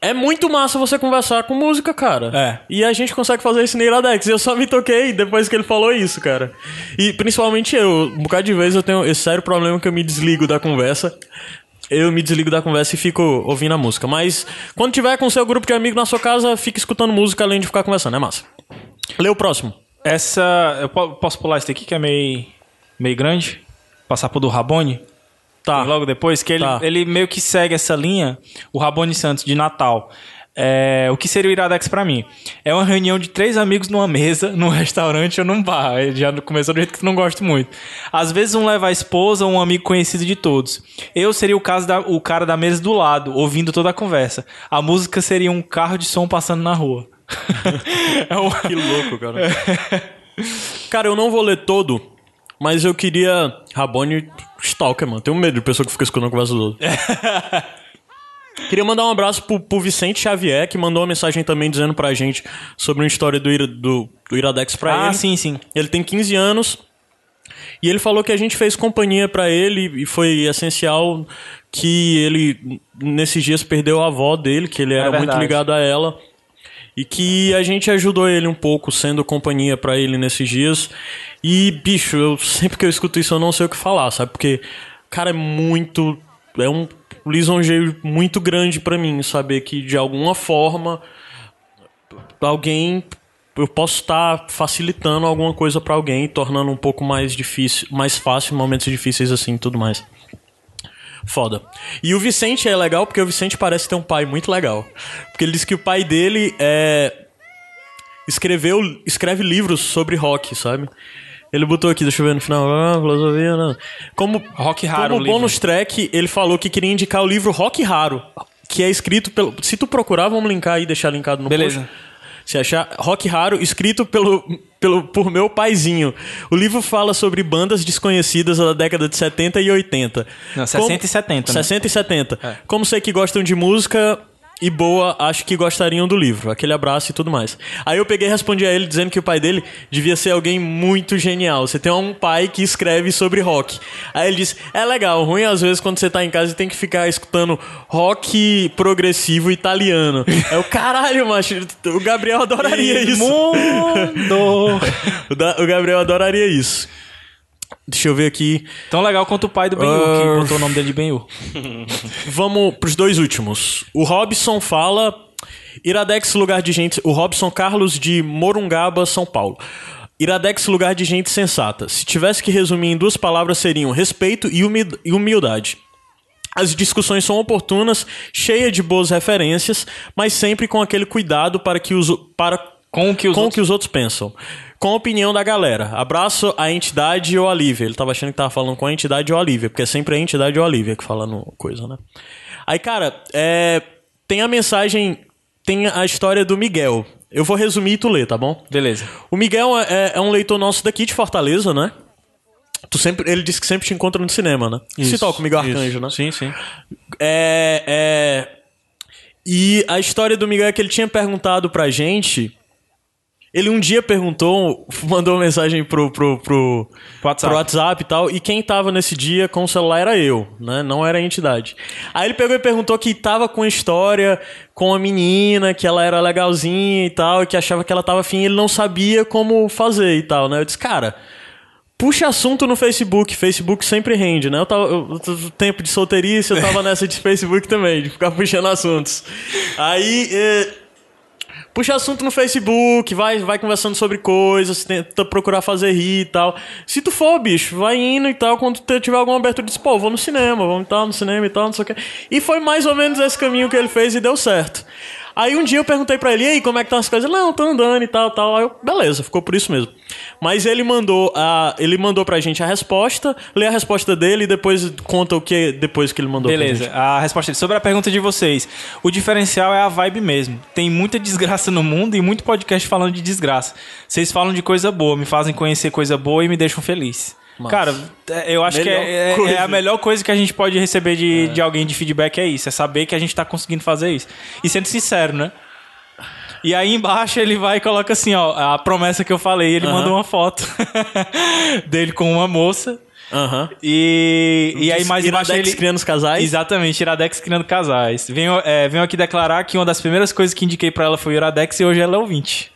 Speaker 1: é muito massa você conversar com música, cara.
Speaker 3: É.
Speaker 1: E a gente consegue fazer isso no Iradex. Eu só me toquei depois que ele falou isso, cara. E principalmente eu, um bocado de vez eu tenho esse sério problema que eu me desligo da conversa. Eu me desligo da conversa e fico ouvindo a música. Mas quando tiver com seu grupo de amigos na sua casa, fica escutando música além de ficar conversando, é massa. Lê o próximo.
Speaker 3: Essa. Eu po- posso pular esse daqui que é meio. meio grande? Passar por do Rabone?
Speaker 1: Tá.
Speaker 3: Tem Logo depois, que ele,
Speaker 1: Tá.
Speaker 3: ele meio que segue essa linha, o Rabone Santos de Natal. É, o que seria o Iradex pra mim? É uma reunião de três amigos numa mesa, num restaurante ou num bar. Ele já começou do jeito que eu não gosto muito. Às vezes um leva a esposa ou um amigo conhecido de todos. Eu seria o, caso da- o cara da mesa do lado, ouvindo toda a conversa. A música seria um carro de som passando na rua. é um...
Speaker 1: Que louco, cara. cara, eu não vou ler todo, mas eu queria. Rabone Stalker, mano. Tenho medo de pessoa que fica escutando a conversa do outro. Queria mandar um abraço pro, pro Vicente Xavier, que mandou uma mensagem também dizendo pra gente sobre uma história do, Ira- do, do Iradex pra ele.
Speaker 3: Ah, sim, sim.
Speaker 1: Ele tem 15 anos. E ele falou que a gente fez companhia pra ele e foi essencial que ele n- nesses dias perdeu a avó dele, que ele era muito
Speaker 3: verdade.
Speaker 1: ligado a ela. E que a gente ajudou ele um pouco, sendo companhia pra ele nesses dias. E, bicho, eu sempre que eu escuto isso, eu não sei o que falar, sabe? Porque, cara, é muito. É um lisonjeio muito grande pra mim saber que, de alguma forma, alguém eu posso estar facilitando alguma coisa pra alguém, tornando um pouco mais difícil, mais fácil momentos difíceis assim, e tudo mais. Foda. E o Vicente é legal porque o Vicente parece ter um pai muito legal. Porque ele diz que o pai dele é escreveu escreve livros sobre rock, sabe? Ele botou aqui, deixa eu ver no final. Ah, filosofia, não. Como
Speaker 3: Rock raro,
Speaker 1: Como
Speaker 3: o livro.
Speaker 1: bônus track, ele falou que queria indicar o livro Rock Raro, que é escrito pelo Se tu procurar, vamos linkar aí, deixar linkado no
Speaker 3: Beleza.
Speaker 1: post. Se achar Rock Raro, escrito pelo, pelo, por meu paizinho. O livro fala sobre bandas desconhecidas da década de 70 e 80.
Speaker 3: Não, 60 e 70, né?
Speaker 1: 60 e 70. Como sei que gostam de música e boa, acho que gostariam do livro. Aquele abraço e tudo mais. Aí eu peguei e respondi a ele dizendo que o pai dele devia ser alguém muito genial. Você tem um pai que escreve sobre rock. Aí ele disse: "É legal, ruim às vezes quando você tá em casa e tem que ficar escutando rock progressivo italiano". É o caralho, macho. O Gabriel adoraria isso.
Speaker 3: Mundo!
Speaker 1: O, da- o Gabriel adoraria isso. Deixa eu ver aqui.
Speaker 3: Tão legal quanto o pai do Ben-Hur,
Speaker 1: Ah.
Speaker 3: que botou o nome dele de Ben-Hur.
Speaker 1: Vamos pros dois últimos. O Robson fala. Iradex, lugar de gente. O Robson Carlos de Morungaba, São Paulo. Iradex, lugar de gente sensata. Se tivesse que resumir em duas palavras, seriam respeito e humi- e humildade. As discussões são oportunas, cheias de boas referências, mas sempre com aquele cuidado para que os, para
Speaker 3: Com o que os
Speaker 1: com o
Speaker 3: outros-
Speaker 1: que os outros pensam. Com a opinião da galera. Abraço a entidade ou a Lívia. Ele tava achando que tava falando com a entidade ou a Lívia, porque é sempre a entidade ou a Lívia que fala no coisa, né? Aí, cara, é, tem a mensagem, tem a história do Miguel. Eu vou resumir e tu lê, tá bom?
Speaker 3: Beleza.
Speaker 1: O Miguel é, é- é um leitor nosso daqui de Fortaleza, né? Tu sempre, ele disse que sempre te encontra no cinema, né? Se toca o Miguel Arcanjo, né?
Speaker 2: Sim, sim.
Speaker 1: É, é. E a história do Miguel é que ele tinha perguntado pra gente. Ele um dia perguntou, mandou uma mensagem pro, pro, pro,
Speaker 3: Pro WhatsApp.
Speaker 1: pro WhatsApp e tal, e quem tava nesse dia com o celular era eu, né? Não era a entidade. Aí ele pegou e perguntou que tava com a história com a menina, que ela era legalzinha e tal, e que achava que ela tava afim, ele não sabia como fazer e tal, né? Eu disse, cara, Puxa assunto no Facebook, Facebook sempre rende, né? Eu tava. eu- eu- tempo de solteirice, eu tava nessa de Facebook também, de ficar puxando assuntos. Aí. eh, puxa assunto no Facebook, vai, vai conversando sobre coisas, tenta procurar fazer rir e tal. Se tu for, bicho, vai indo e tal, quando tu tiver alguma abertura, diz, pô, vou no cinema, vamos e tal, no cinema e tal, não sei o quê. E foi mais ou menos esse caminho que ele fez e deu certo. Aí um dia eu perguntei pra ele, e aí, como é que estão as coisas? Não, tô andando e tal, tal. Aí eu, beleza, ficou por isso mesmo. Mas ele mandou a, ele mandou pra gente a resposta, lê a resposta dele e depois conta o que depois que ele mandou pra gente.
Speaker 3: Beleza, a resposta dele. Sobre a pergunta de vocês, o diferencial é a vibe mesmo. Tem muita desgraça no mundo e muito podcast falando de desgraça. Vocês falam de coisa boa, me fazem conhecer coisa boa e me deixam feliz. Cara, é- eu acho que
Speaker 1: Melhor
Speaker 3: é, é-
Speaker 1: coisa.
Speaker 3: é a melhor coisa que a gente pode receber de, de alguém de feedback é isso, é saber que a gente tá conseguindo fazer isso. E sendo sincero, né? E aí embaixo ele vai e coloca assim, ó, a promessa que eu falei, ele mandou uma foto dele com uma moça.
Speaker 1: Aham.
Speaker 3: E, e aí mais embaixo
Speaker 1: Iradex
Speaker 3: ele...
Speaker 1: criando os casais.
Speaker 3: Exatamente, Iradex criando casais. Venho, é, venho aqui declarar que uma das primeiras coisas que indiquei pra ela foi o Iradex e hoje ela é ouvinte.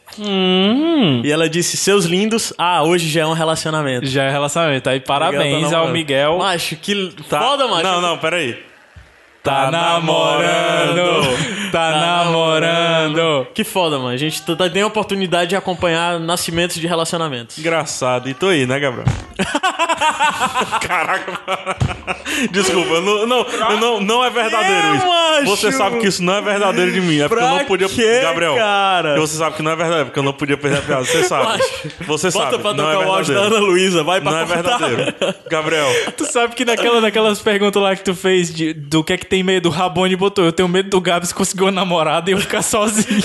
Speaker 1: E ela disse, seus lindos, ah, hoje já é um relacionamento.
Speaker 3: Já é relacionamento. Aí
Speaker 1: Miguel
Speaker 3: parabéns
Speaker 1: tá
Speaker 3: ao
Speaker 1: namorando.
Speaker 3: Miguel.
Speaker 1: Macho, que foda, macho.
Speaker 2: Tá Ah, Não, não, peraí.
Speaker 3: Tá namorando! Tá namorando!
Speaker 1: Que foda, mano. A gente tá, tem a oportunidade de acompanhar nascimentos de relacionamentos.
Speaker 2: Engraçado. E tô aí, né, Gabriel? Caraca, mano. Desculpa, não, não, não, não é verdadeiro
Speaker 1: Eu
Speaker 2: isso.
Speaker 1: acho.
Speaker 2: Você sabe que isso não é verdadeiro de mim. É porque
Speaker 1: Pra
Speaker 2: eu não podia.
Speaker 1: quê,
Speaker 2: Gabriel.
Speaker 1: cara?
Speaker 2: Você sabe que não é verdade, porque eu não podia perder a piada. Você sabe. Você
Speaker 1: Bota
Speaker 2: sabe.
Speaker 1: pra
Speaker 2: não é
Speaker 1: tocar o áudio da
Speaker 2: verdadeiro.
Speaker 1: Ana Luísa, vai pra
Speaker 2: Não é
Speaker 1: cortar.
Speaker 2: verdadeiro. Gabriel.
Speaker 3: Tu sabe que naquela, naquelas perguntas lá que tu fez de, do que é que tem medo, o Rabone botou. Eu tenho medo do Gabs conseguir uma namorada e eu ficar sozinho.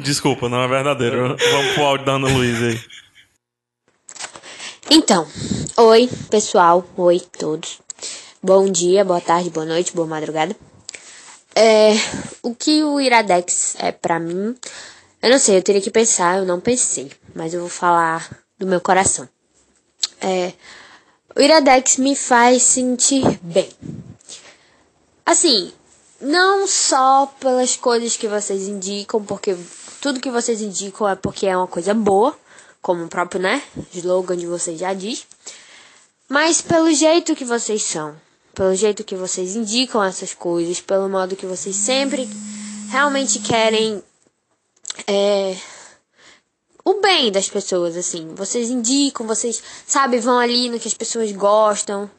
Speaker 2: Desculpa, não é verdadeiro. Vamos pro áudio da Ana Luísa aí.
Speaker 9: Então, oi pessoal, oi todos. Bom dia, boa tarde, boa noite, boa madrugada. É, o que o Iradex é pra mim, eu não sei, eu teria que pensar, eu não pensei, mas eu vou falar do meu coração. É, o Iradex me faz sentir bem. Assim, não só pelas coisas que vocês indicam, porque tudo que vocês indicam é porque é uma coisa boa, como o próprio, né, slogan de vocês já diz, mas pelo jeito que vocês são, pelo jeito que vocês indicam essas coisas, pelo modo que vocês sempre realmente querem é, o bem das pessoas, assim. Vocês indicam, vocês, sabe, vão ali no que as pessoas gostam.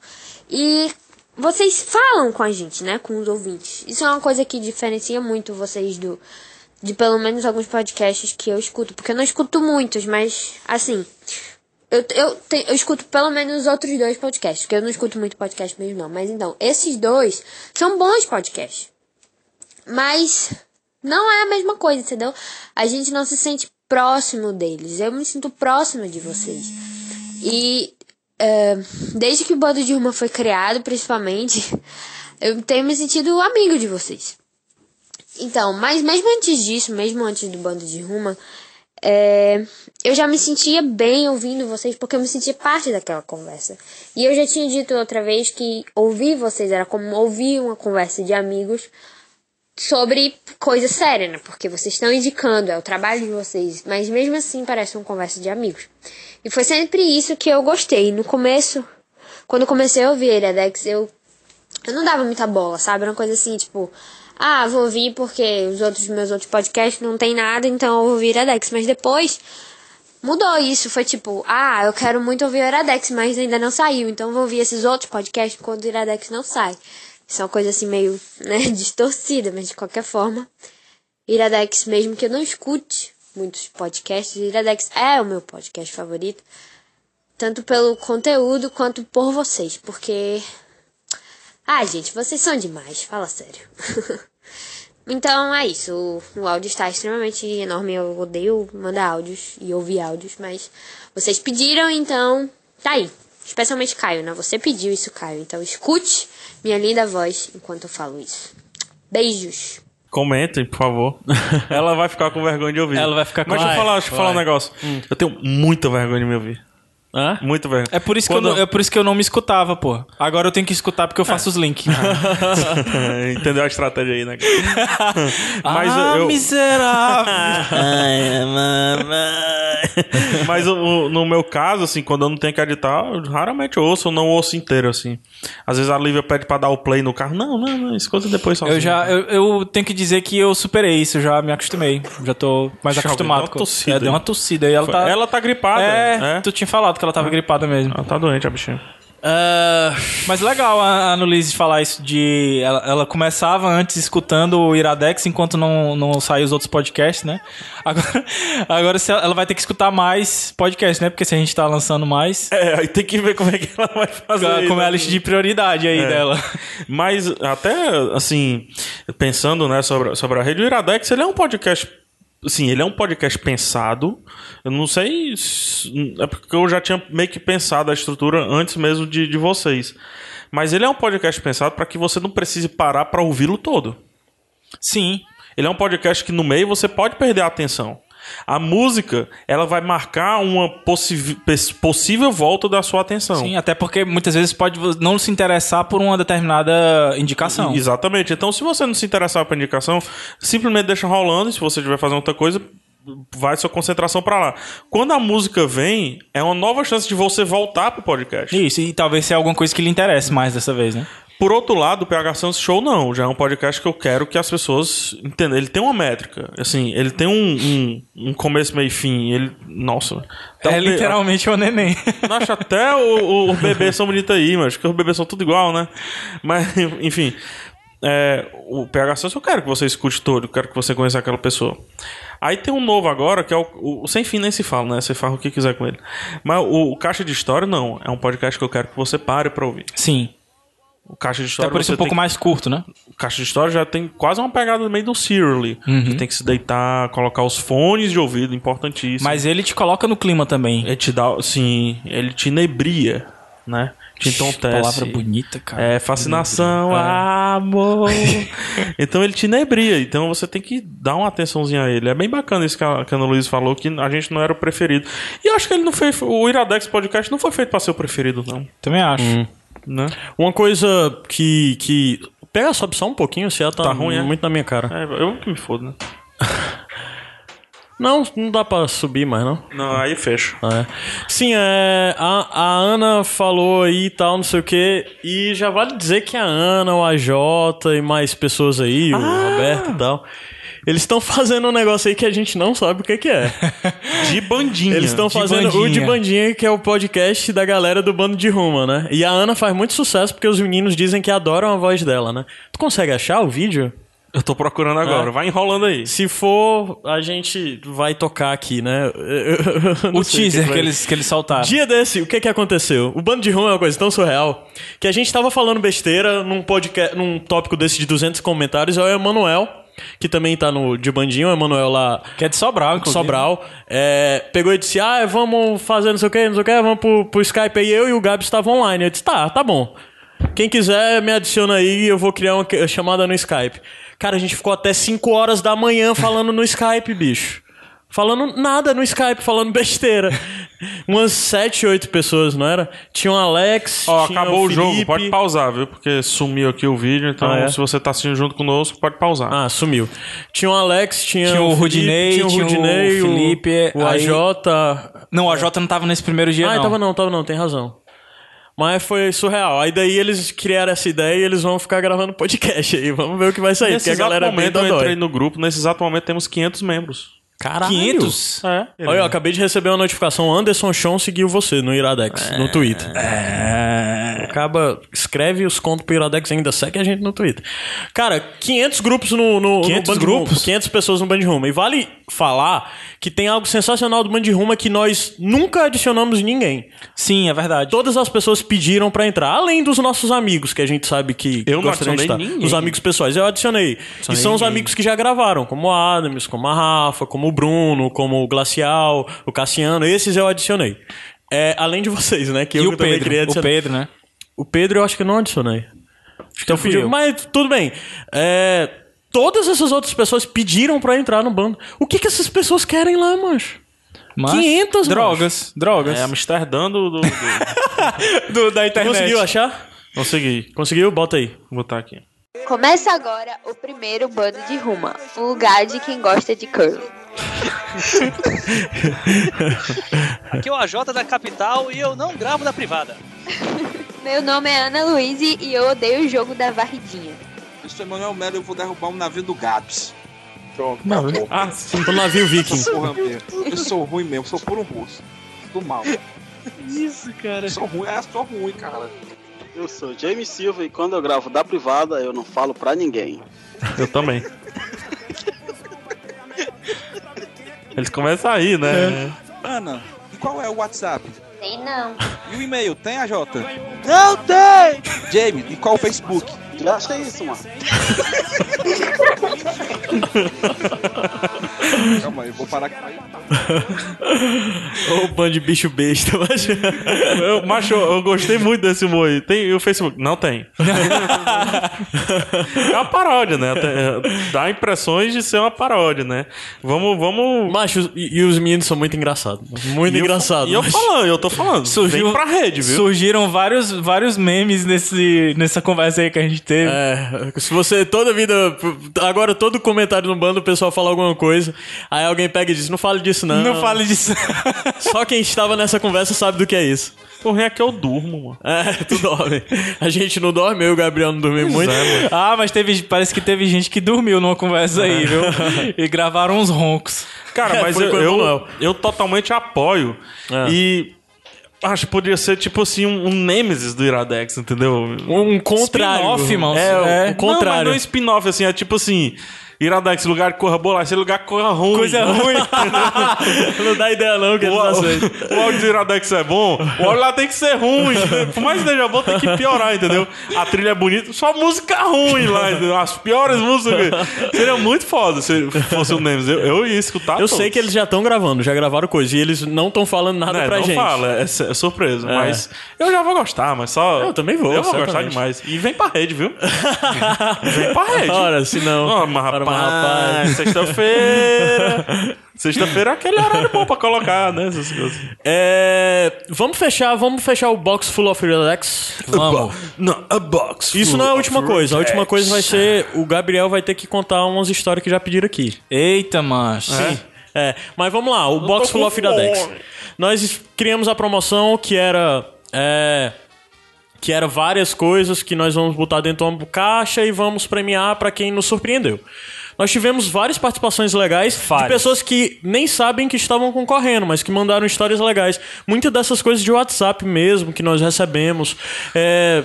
Speaker 9: E vocês falam com a gente, né? Com os ouvintes. Isso é uma coisa que diferencia muito vocês do. De pelo menos alguns podcasts que eu escuto. Porque eu não escuto muitos, mas assim. Eu, eu, te- eu escuto pelo menos os outros dois podcasts. Porque eu não escuto muito podcast mesmo, não. Mas então, esses dois são bons podcasts. Mas não é a mesma coisa, entendeu? A gente não se sente próximo deles. Eu me sinto próximo de vocês. E é, desde que o Bando de Ruma foi criado, principalmente, eu tenho me sentido amigo de vocês. Então, mas mesmo antes disso, mesmo antes do Bando de Ruma, é, eu já me sentia bem ouvindo vocês, porque eu me sentia parte daquela conversa. E eu já tinha dito outra vez que ouvir vocês era como ouvir uma conversa de amigos sobre coisa séria, né? Porque vocês estão indicando, é o trabalho de vocês, mas mesmo assim parece uma conversa de amigos. E foi sempre isso que eu gostei. No começo, quando eu comecei a ouvir Iradex, eu, eu não dava muita bola, sabe? Era uma coisa assim, tipo, ah, vou ouvir porque os outros meus outros podcasts não tem nada, então eu vou ouvir Iradex. Mas depois mudou isso, foi tipo, ah, eu quero muito ouvir o Iradex, mas ainda não saiu, então eu vou ouvir esses outros podcasts quando o Iradex não sai. Isso é uma coisa assim meio, né, distorcida, mas de qualquer forma, Iradex, mesmo que eu não escute muitos podcasts, Iradex é o meu podcast favorito, tanto pelo conteúdo quanto por vocês, porque ah, gente, vocês são demais, fala sério. então é isso, o, o áudio está extremamente enorme, eu odeio mandar áudios e ouvir áudios, mas vocês pediram, então tá aí. Especialmente Caio, né? Você pediu isso, Caio. Então escute minha linda voz enquanto eu falo isso. Beijos.
Speaker 2: Comentem, por favor. Ela vai ficar com vergonha de ouvir.
Speaker 3: Ela vai ficar com-
Speaker 2: Mas deixa eu
Speaker 3: Vai, Hum.
Speaker 2: falar, deixa eu falar um negócio. Eu tenho muita vergonha de me ouvir.
Speaker 1: Hã?
Speaker 2: Muita vergonha.
Speaker 3: É por, isso que eu
Speaker 2: Quando-
Speaker 3: não, é por isso que eu não me escutava, pô. Agora eu tenho que escutar porque eu faço os links.
Speaker 2: Entendeu a estratégia aí, né? cara? Mas
Speaker 3: ah,
Speaker 2: eu,
Speaker 3: miserável.
Speaker 2: Mas o- o- no meu caso, assim, quando eu não tenho que editar, eu raramente ouço, ou não ouço inteiro, assim. Às vezes a Lívia pede pra dar o play no carro. Não, não, não, escuta depois só. assim.
Speaker 3: eu já, eu, eu tenho que dizer que eu superei isso, eu já me acostumei. Já tô mais
Speaker 2: Deixa eu
Speaker 3: acostumado.
Speaker 2: ver, deu uma
Speaker 3: com-
Speaker 2: tossida
Speaker 3: é,
Speaker 2: aí.
Speaker 3: deu uma tossida e ela tá...
Speaker 2: Ela tá gripada.
Speaker 3: É,
Speaker 2: É.
Speaker 3: tu tinha falado que ela tava gripada mesmo.
Speaker 2: Ela tá doente, a bichinha.
Speaker 1: Ah,
Speaker 3: Mas legal a Annalise falar isso de. Ela, ela começava antes escutando o Iradex enquanto não, não saem os outros podcasts, né? Agora, agora se ela ela vai ter que escutar mais podcasts, né? Porque se a gente tá lançando mais.
Speaker 2: É, aí tem que ver como é que ela vai fazer.
Speaker 3: ela- como é a
Speaker 2: né?
Speaker 3: lista de prioridade
Speaker 2: É.
Speaker 3: aí dela.
Speaker 2: Mas até, assim, pensando, né, sobre, sobre a rede, o Iradex, ele é um podcast... Assim, ele é um podcast pensado. Eu não sei... se- É porque eu já tinha meio que pensado a estrutura antes mesmo de, de vocês. Mas ele é um podcast pensado para que você não precise parar para ouvi-lo todo.
Speaker 3: Sim.
Speaker 2: Ele é um podcast que no meio você pode perder a atenção. A música, ela vai marcar uma possi- possível volta da sua atenção.
Speaker 3: Sim, até porque muitas vezes pode vo- não se interessar por uma determinada indicação.
Speaker 2: Exatamente. Então, se você não se interessar pela indicação, simplesmente deixa rolando e se você tiver fazendo outra coisa, vai sua concentração pra lá. Quando a música vem, é uma nova chance de você voltar pro podcast.
Speaker 3: Isso, e talvez seja alguma coisa que lhe interesse mais dessa vez, né?
Speaker 2: Por outro lado, o PH Santos Show não. Já é um podcast que eu quero que as pessoas entendam. Ele tem uma métrica. Assim, ele tem um, um, um começo, meio e fim. Ele. Nossa. Então,
Speaker 3: é literalmente o neném.
Speaker 2: Acho até o, o, o bebê são bonito aí, mas que os bebês são tudo igual, né? Mas, enfim. é, o PH Santos eu quero que você escute todo, eu quero que você conheça aquela pessoa. Aí tem um novo agora, que é o, o- o Sem Fim nem se fala, né? Você fala o que quiser com ele. Mas o, o Caixa de História, não. É um podcast que eu quero que você pare pra ouvir.
Speaker 3: Sim.
Speaker 2: O Caixa de
Speaker 3: Até
Speaker 2: História.
Speaker 3: por isso
Speaker 2: você
Speaker 3: um pouco
Speaker 2: tem-
Speaker 3: mais curto, né?
Speaker 2: o caixa de história já tem quase uma pegada meio do Sirly.
Speaker 3: Uhum.
Speaker 2: Que tem que se deitar, colocar os fones de ouvido, importantíssimo.
Speaker 3: Mas ele te coloca no clima também.
Speaker 2: ele te dá, sim, ele te inebria, né? Te entontece.
Speaker 3: Palavra bonita, cara. Ah.
Speaker 2: É, fascinação, amor. então ele te inebria, então você tem que dar uma atençãozinha a ele. É bem bacana isso que a, que a Ana Luiz falou, que a gente não era o preferido. E eu acho que ele não fez. O Iradex Podcast não foi feito pra ser o preferido, não.
Speaker 3: Também acho.
Speaker 1: Hum.
Speaker 2: Né?
Speaker 1: Uma coisa que. que... Pega sobe só um pouquinho, se ela tá,
Speaker 2: Tá ruim, é?
Speaker 1: muito na minha cara.
Speaker 2: É, eu que me fodo, né?
Speaker 1: Não, não dá pra subir mais, não.
Speaker 2: Não, aí fecha.
Speaker 1: Ah, é. Sim, é, a, a Ana falou aí e tal, não sei o que E já vale dizer que a Ana, o AJ e mais pessoas aí,
Speaker 3: Ah!
Speaker 1: o Roberto e tal, eles estão fazendo um negócio aí que a gente não sabe o que, que é.
Speaker 2: De bandinha.
Speaker 1: Eles estão
Speaker 3: de
Speaker 1: fazendo o De
Speaker 3: bandinha.
Speaker 1: Bandinha, que é o podcast da galera do Bando de Ruma, né? E a Ana faz muito sucesso porque os meninos dizem que adoram a voz dela, né? Tu consegue achar o vídeo?
Speaker 2: Eu tô procurando agora,
Speaker 3: É.
Speaker 2: vai enrolando aí.
Speaker 1: Se for, a gente vai tocar aqui, né?
Speaker 3: O teaser que, eles, que eles soltaram.
Speaker 1: Dia desse, o que que aconteceu? O bando de rum é uma coisa tão surreal que a gente tava falando besteira num podcast, num tópico desse de 200 comentários, aí o Emanuel, que também tá no de bandinho, o Emanuel lá
Speaker 3: Que é de Sobral, inclusive.
Speaker 1: Sobral, é, pegou e disse: Ah, vamos fazer não sei o que, não sei o que, vamos pro, pro Skype aí. Eu e o Gabi estavam online. Eu disse: Tá, tá bom. Quem quiser, me adiciona aí eu vou criar uma que- chamada no Skype. Cara, a gente ficou até 5 horas da manhã falando no Skype, bicho. Falando nada no Skype, falando besteira. Umas 7, 8 pessoas, não era? Tinha o Alex.
Speaker 2: Ó,
Speaker 1: tinha
Speaker 2: acabou o, jogo,
Speaker 1: Felipe.
Speaker 2: pode pausar, viu? Porque sumiu aqui o vídeo, então
Speaker 1: Ah, é?
Speaker 2: se você tá assistindo junto conosco, pode pausar.
Speaker 1: Ah, sumiu. Tinha o Alex, tinha,
Speaker 3: Tinha o
Speaker 1: Felipe,
Speaker 3: Rudinei, tinha o
Speaker 1: Rudinei,
Speaker 3: Felipe,
Speaker 1: o, o
Speaker 3: aí-
Speaker 1: AJ,
Speaker 3: Não, a Jota não tava nesse primeiro dia,
Speaker 1: Ah,
Speaker 3: não.
Speaker 1: tava não, tava não, tem razão. Mas foi surreal. Aí daí eles criaram essa ideia e eles vão ficar gravando podcast aí. Vamos ver o que vai sair,
Speaker 2: Nesse
Speaker 1: porque a
Speaker 2: exato
Speaker 1: galera é bem
Speaker 2: momento eu
Speaker 1: dodói.
Speaker 2: entrei no grupo, nesse exato momento temos 500 membros.
Speaker 1: Caralho.
Speaker 3: 500?
Speaker 2: É.
Speaker 1: Olha, eu acabei de receber uma notificação. Anderson Chon seguiu você no Iradex,
Speaker 2: É.
Speaker 1: no Twitter. Acaba, escreve os contos pro Iradex e ainda, segue a gente no Twitter. Cara, 500 grupos no, no, no
Speaker 3: 500
Speaker 1: Band de
Speaker 3: grupos?
Speaker 1: Rumo, 500 pessoas no Band de Rumo. E vale falar que tem algo sensacional do Band de Rumo é que nós nunca adicionamos ninguém.
Speaker 3: Sim, é verdade.
Speaker 1: todas as pessoas pediram pra entrar, além dos nossos amigos, que a gente sabe que
Speaker 2: Eu não
Speaker 1: gostariam de
Speaker 2: adicionei
Speaker 1: estar.
Speaker 2: ninguém.
Speaker 1: Os amigos pessoais, eu adicionei. e são os amigos que já gravaram, como o Adams, como a Rafa, como o Bruno, como o Glacial, o Cassiano, esses eu adicionei. É, além de vocês, né? Que
Speaker 3: E
Speaker 1: eu
Speaker 3: o
Speaker 1: também queria
Speaker 3: Pedro, o
Speaker 1: adicionar.
Speaker 3: Pedro, né?
Speaker 1: O Pedro eu acho que não adicionei. Então
Speaker 3: fui
Speaker 1: pediu,
Speaker 3: eu.
Speaker 1: mas tudo bem. É, todas essas outras pessoas pediram pra entrar no bando. O que que essas pessoas querem lá, mancho?
Speaker 3: Mas-
Speaker 1: 500,
Speaker 3: Drogas, drogas.
Speaker 2: É Amsterdã do. do, do...
Speaker 3: Do- da internet.
Speaker 1: Conseguiu achar?
Speaker 2: Consegui,
Speaker 1: Conseguiu? Bota aí.
Speaker 2: vou botar aqui.
Speaker 9: Começa agora o primeiro bando de ruma, um lugar de quem gosta de curl.
Speaker 10: Aqui é o AJ da capital e eu não gravo da privada.
Speaker 9: Meu nome é Ana Luiz e eu odeio o jogo da varridinha.
Speaker 10: Eu sou Emanuel Melo e eu vou derrubar um navio do Gaps. Pronto,
Speaker 3: Não,
Speaker 10: acabou.
Speaker 2: Ah,
Speaker 1: Do navio viking.
Speaker 10: Essa porra mesmo. Eu sou ruim mesmo, sou puro russo. Do mal.
Speaker 11: Isso, cara.
Speaker 10: Sou ruim, é, sou ruim, cara.
Speaker 11: Eu sou James Silva e quando eu gravo da privada, eu não falo pra ninguém.
Speaker 2: eu também. Eles começam aí, né?
Speaker 10: Ana, e qual é o WhatsApp?
Speaker 9: Sei não.
Speaker 10: E o e-mail, tem a Jota? Não tem! James, e qual o Facebook?
Speaker 11: Gasta é isso, mano.
Speaker 10: Calma aí, eu vou parar aqui.
Speaker 1: É. Ô, bando de bicho besta, mas...
Speaker 2: Eu, macho, eu gostei muito desse humor aí. Tem e o Facebook? Não tem. é uma paródia, né? Até- Dá impressões de ser uma paródia, né? Vamos, vamos.
Speaker 1: Macho, e, e os meninos são muito engraçados. Muito
Speaker 2: E eu-
Speaker 1: engraçado.
Speaker 2: E eu
Speaker 1: macho.
Speaker 2: falando, eu tô falando.
Speaker 3: Surgiu-
Speaker 2: Vem pra rede, viu?
Speaker 3: Surgiram vários, vários memes nesse, nessa conversa aí que a gente teve.
Speaker 1: É, se você toda vida. Agora todo comentário no bando o pessoal fala alguma coisa. coisa. Aí alguém pega e diz: Não fale disso, não.
Speaker 3: Não fale disso.
Speaker 1: Só quem estava nessa conversa sabe do que é isso.
Speaker 2: O ruim é que eu durmo, mano.
Speaker 1: É, tu dorme. A gente não dorme, eu e o Gabriel não dormimos muito.
Speaker 2: é,
Speaker 3: Ah, mas teve, parece que teve gente que dormiu numa conversa aí, viu? E gravaram uns roncos.
Speaker 1: É,
Speaker 2: Cara, mas eu, eu, eu totalmente apoio. E acho que poderia ser tipo assim um, um Nemesis do Iradex, entendeu?
Speaker 1: Um contrário.
Speaker 3: Spin-off, mano.
Speaker 1: É,
Speaker 2: É,
Speaker 1: o contrário.
Speaker 2: Não, mas não é spin-off, assim, é tipo assim. Iradex, lugar que corra bolacha, lugar que corra ruim.
Speaker 3: Coisa ruim.
Speaker 1: não dá ideia, não, que
Speaker 2: O,
Speaker 1: eles não aceitam.
Speaker 2: o, o áudio do Iradex é bom, o áudio lá tem que ser ruim. Por mais que seja bom, tem que piorar, entendeu? A trilha é bonita, só música ruim lá, entendeu? As piores músicas. Seria muito foda se fosse o Nemesis. Eu, eu ia escutar.
Speaker 1: Eu sei que eles já estão gravando, já gravaram coisa. E eles não estão falando nada
Speaker 2: não,
Speaker 1: pra
Speaker 2: não
Speaker 1: gente.
Speaker 2: fala, é, su- é surpresa.
Speaker 1: É.
Speaker 2: Mas eu já vou gostar, mas só.
Speaker 1: Eu também vou,
Speaker 2: Eu vou gostar
Speaker 1: certamente.
Speaker 2: demais. E vem pra rede, viu? vem pra rede.
Speaker 1: Ora, se não.
Speaker 2: Ó, mas
Speaker 1: Ora,
Speaker 2: rapaz,
Speaker 1: mas rapaz.
Speaker 2: sexta-feira. sexta-feira é aquele horário bom pra colocar, né? Essas coisas.
Speaker 1: É, vamos fechar, vamos fechar o box full of relax.
Speaker 3: Vamos.
Speaker 2: Não, a box.
Speaker 1: Isso
Speaker 2: full
Speaker 1: não é a
Speaker 2: of
Speaker 1: última coisa. A
Speaker 2: regrets.
Speaker 1: última coisa vai ser o Gabriel vai ter que contar umas histórias que já pediram aqui.
Speaker 3: Eita, macho.
Speaker 1: Sim. É, mas vamos lá, o Box
Speaker 2: tô
Speaker 1: Full
Speaker 2: com
Speaker 1: of Iradex.
Speaker 2: fome.
Speaker 1: Nós criamos a promoção que era. é, que era várias coisas que nós vamos botar dentro de uma caixa e vamos premiar pra quem nos surpreendeu. Nós tivemos várias participações legais de
Speaker 3: Várias.
Speaker 1: pessoas que nem sabem que estavam concorrendo, mas que mandaram histórias legais. Muitas dessas coisas de WhatsApp mesmo que nós recebemos. É,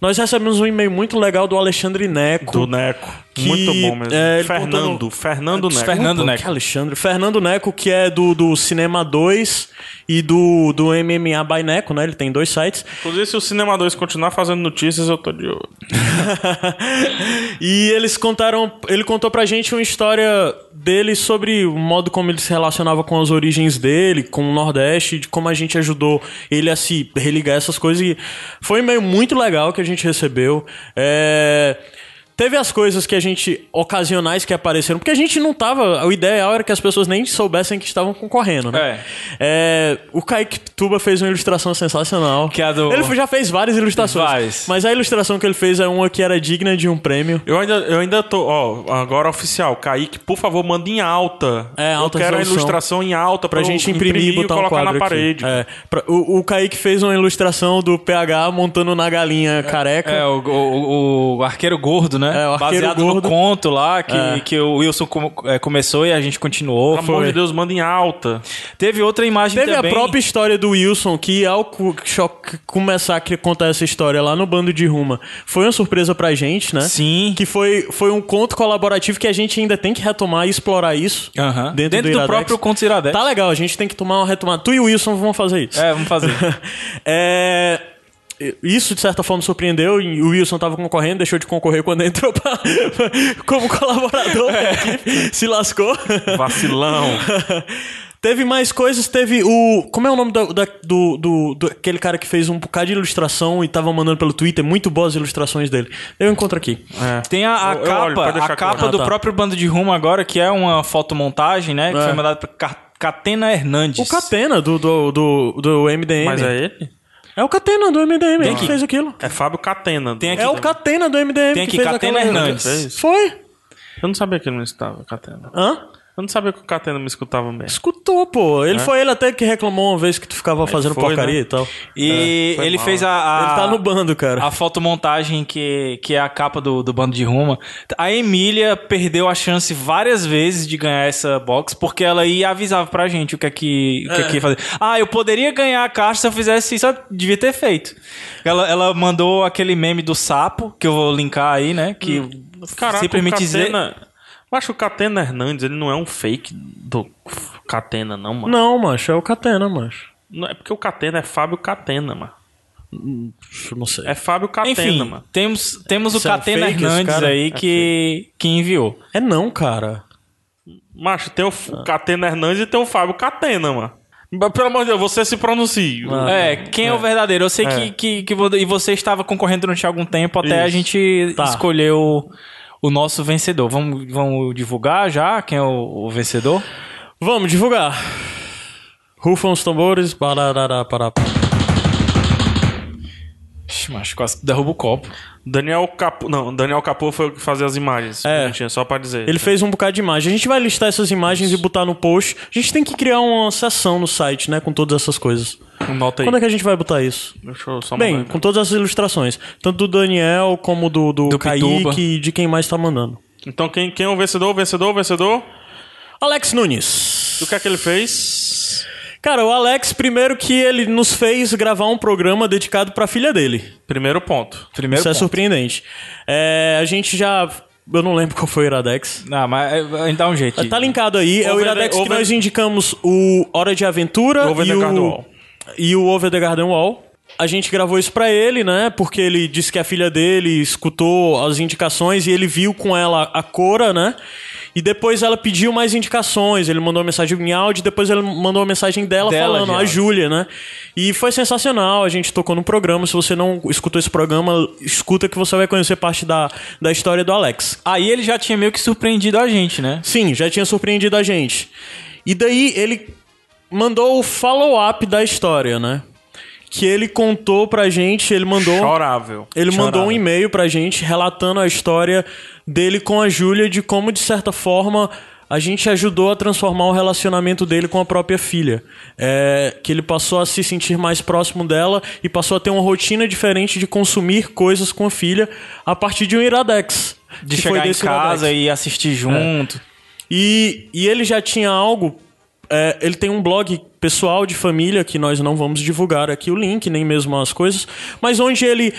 Speaker 1: nós recebemos um e-mail muito legal do Alexandre Neco.
Speaker 2: Do Neco.
Speaker 1: é Que,
Speaker 2: Muito bom mesmo.
Speaker 1: é, ele
Speaker 2: Fernando.
Speaker 1: contando-
Speaker 2: Fernando Neco.
Speaker 3: Fernando
Speaker 1: Puta,
Speaker 3: Neco.
Speaker 1: que Alexandre. Fernando Neco, que é do, do Cinema 2 e do, do MMA by Neco, né? Ele tem dois sites.
Speaker 2: Inclusive, se o Cinema 2 continuar fazendo notícias, eu tô de olho.
Speaker 1: e eles contaram. Ele contou pra gente uma história dele sobre o modo como ele se relacionava com as origens dele, com o Nordeste, de como a gente ajudou ele a se religar a essas coisas. E foi um e-mail muito legal que a gente recebeu. É, Teve as coisas que a gente. ocasionais que apareceram, porque a gente não tava. O ideal era que as pessoas nem soubessem que estavam concorrendo, né? É, o Kaique Tuba fez uma ilustração sensacional.
Speaker 3: Que é a do-
Speaker 1: Ele já fez várias ilustrações.
Speaker 3: Várias.
Speaker 1: Mas a ilustração que ele fez é uma que era digna de um prêmio.
Speaker 2: Eu ainda, eu ainda tô, ó, agora oficial, Kaique, por favor, manda em alta.
Speaker 1: É, alta
Speaker 2: Eu quero
Speaker 1: resolução.
Speaker 2: a ilustração em alta
Speaker 1: Pra
Speaker 2: eu
Speaker 1: gente imprimir, e botar
Speaker 2: e
Speaker 1: um
Speaker 2: colocar
Speaker 1: quadro
Speaker 2: na parede.
Speaker 1: Aqui. É, pra- o, o Kaique fez uma ilustração do PH montando na galinha careca.
Speaker 3: É, o, o- o arqueiro gordo, né?
Speaker 1: É, o arqueiro
Speaker 3: Baseado
Speaker 1: gordo.
Speaker 3: no conto lá que,
Speaker 1: É.
Speaker 3: que o Wilson com- é, começou e a gente continuou.
Speaker 2: Pelo amor de Deus, manda em alta.
Speaker 3: Teve outra imagem
Speaker 1: Teve
Speaker 3: também.
Speaker 1: a própria história do Wilson, que ao cu- cho- começar a cri- contar essa história lá no Bando de Ruma, foi uma surpresa pra gente, né?
Speaker 3: Sim.
Speaker 1: Que foi, foi um conto colaborativo que a gente ainda tem que retomar e explorar isso
Speaker 3: Aham.
Speaker 1: dentro,
Speaker 3: Dentro do
Speaker 1: Iradex.
Speaker 3: próprio Contos Iradex.
Speaker 1: Tá legal, a gente tem que tomar uma retomada. Tu e o Wilson vão fazer isso.
Speaker 3: É, vamos fazer.
Speaker 1: É, Isso, de certa forma, surpreendeu. e O Wilson tava concorrendo, deixou de concorrer quando entrou pra- como colaborador.
Speaker 3: É.
Speaker 1: da equipe, Se lascou.
Speaker 2: Vacilão.
Speaker 1: Teve mais coisas, teve o. Como é o nome da- da- do, do, do- aquele cara que fez um bocado de ilustração e tava mandando pelo Twitter? Muito boas ilustrações dele. Eu encontro aqui.
Speaker 3: Tem a, a
Speaker 2: Eu- eu
Speaker 3: capa,
Speaker 2: olho, pode deixar
Speaker 3: a capa
Speaker 1: claro.
Speaker 3: do
Speaker 1: Ah, tá.
Speaker 3: próprio Bando de Rumo agora, que é uma fotomontagem, né? Que
Speaker 1: É.
Speaker 3: foi mandada pra Ca- Catena Hernandes.
Speaker 1: O Catena do, do, do, do MDM.
Speaker 2: Mas é ele?
Speaker 1: É o Catena do MDM, ele que
Speaker 3: aqui.
Speaker 1: fez aquilo.
Speaker 2: É Fábio Catena.
Speaker 3: Tem aqui
Speaker 1: É o Catena do MDM
Speaker 3: Tem
Speaker 1: que
Speaker 3: aqui,
Speaker 1: fez
Speaker 3: Catena
Speaker 1: aquela-
Speaker 3: Hernandes.
Speaker 1: Foi?
Speaker 2: Eu não sabia que ele não escutava, Catena.
Speaker 1: Hã?
Speaker 2: Eu não sabia que o Catena me escutava mesmo.
Speaker 1: Escutou, pô.
Speaker 3: É.
Speaker 1: Ele foi ele até que reclamou uma vez que tu ficava fazendo
Speaker 2: foi,
Speaker 1: porcaria
Speaker 2: né?
Speaker 1: e tal.
Speaker 3: E
Speaker 2: É, foi
Speaker 3: ele
Speaker 2: mal.
Speaker 3: fez a, a-
Speaker 1: Ele tá no bando, cara.
Speaker 3: a fotomontagem que, que é a capa do, do Bando de Ruma. A Emília perdeu a chance várias vezes de ganhar essa box, porque ela ia avisava pra gente o que é que, o que, é. que ia fazer. Ah, eu poderia ganhar a caixa se eu fizesse isso, eu devia ter feito. Ela, ela mandou aquele meme do sapo, que eu vou linkar aí, né? Que
Speaker 2: Caraca,
Speaker 3: simplesmente
Speaker 2: o
Speaker 3: dizer.
Speaker 2: Catena... Eu acho que o Catena Hernandes, ele não é um fake do Catena, não, mano.
Speaker 1: Não, macho, é o Catena, macho.
Speaker 2: Não é porque o Catena é Fábio Catena, mano.
Speaker 1: Puxa, Não sei.
Speaker 2: É Fábio Catena,
Speaker 3: Enfim,
Speaker 2: mano.
Speaker 3: temos, temos o
Speaker 1: Isso é um
Speaker 3: Catena
Speaker 1: fake, esse
Speaker 3: Hernandes
Speaker 1: cara?
Speaker 3: aí que, que enviou.
Speaker 1: É não, cara.
Speaker 2: Macho, tem o F- Catena Hernandes e tem o Fábio Catena, mano. Mas, Pelo amor de Deus, você se pronuncie.
Speaker 1: Ah.
Speaker 3: é, quem é. o verdadeiro? Eu sei que, que, que vo- e você estava concorrendo durante algum tempo até a
Speaker 2: Isso.
Speaker 3: gente
Speaker 1: Tá.
Speaker 3: escolher o, o nosso vencedor. Vamos, vamos divulgar já quem é o, o vencedor?
Speaker 1: Vamos divulgar. Rufam os tambores. Barará, pará.
Speaker 3: Ixi, macho, quase derruba o copo.
Speaker 2: Daniel Capô. Não, Daniel Capô foi o que fazia as imagens. É. só pra dizer.
Speaker 1: Ele fez um bocado de imagem. A gente vai listar essas imagens e botar no post. A gente tem que criar uma seção no site, né? Com todas essas coisas.
Speaker 2: Nota aí.
Speaker 1: Quando é que a gente vai botar isso?
Speaker 2: Deixa eu só
Speaker 1: Bem,
Speaker 3: né?
Speaker 2: mandar.
Speaker 1: com todas essas ilustrações. Tanto do Daniel como do, do,
Speaker 2: Do
Speaker 1: Kaique
Speaker 2: Pituba.
Speaker 1: e de quem mais tá mandando.
Speaker 2: Então quem, quem é o vencedor? O vencedor? O vencedor?
Speaker 1: Alex Nunes.
Speaker 2: O que é que ele fez?
Speaker 1: Cara, o Alex, primeiro que ele nos fez gravar um programa dedicado pra filha dele.
Speaker 2: Primeiro ponto.
Speaker 1: Isso é surpreendente. É, a gente já. Eu não lembro qual foi o Iradex.
Speaker 3: Não, mas é, a gente dá um jeito.
Speaker 1: Tá linkado aí. É o
Speaker 2: Over the-
Speaker 1: Iradex que
Speaker 2: over-
Speaker 1: nós indicamos o Hora de Aventura
Speaker 2: Over
Speaker 1: e
Speaker 2: the Garden
Speaker 1: o,
Speaker 2: Wall.
Speaker 1: e o Over the Garden Wall. A gente gravou isso pra ele, né? Porque ele disse que a filha dele escutou as indicações e ele viu com ela a Cora, né? E depois ela pediu mais indicações. Ele mandou uma mensagem em áudio, depois ele mandou uma mensagem dela,
Speaker 3: Dela, de
Speaker 1: falando, a
Speaker 3: áudio.
Speaker 1: Júlia, né? E foi sensacional. A gente tocou no programa. Se você não escutou esse programa, escuta que você vai conhecer parte da, da história do Alex.
Speaker 3: Aí ele já tinha meio que surpreendido a gente, né?
Speaker 1: Sim, já tinha surpreendido a gente. E daí ele mandou o follow-up da história, né? Que ele contou pra gente, ele mandou.
Speaker 2: Chorável.
Speaker 1: Ele
Speaker 2: Chorável.
Speaker 1: mandou um e-mail pra gente relatando a história dele com a Júlia, de como, de certa forma, a gente ajudou a transformar o relacionamento dele com a própria filha. É, que ele passou a se sentir mais próximo dela e passou a ter uma rotina diferente de consumir coisas com a filha a partir de um Iradex.
Speaker 3: De
Speaker 1: que foi
Speaker 3: chegar em
Speaker 1: desse
Speaker 3: casa
Speaker 1: Iradex.
Speaker 3: e assistir junto.
Speaker 1: E, e ele já tinha algo. é, ele tem um blog pessoal de família que nós não vamos divulgar aqui o link, nem mesmo as coisas, mas onde ele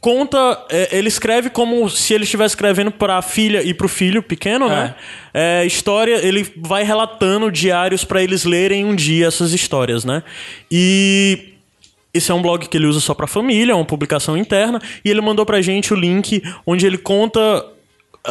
Speaker 1: conta. é, ele escreve como se ele estivesse escrevendo para a filha e para o filho pequeno, né? É, história. Ele vai relatando diários para eles lerem um dia essas histórias, né? E. Esse é um blog que ele usa só pra família, é uma publicação interna, e ele mandou pra gente o link onde ele conta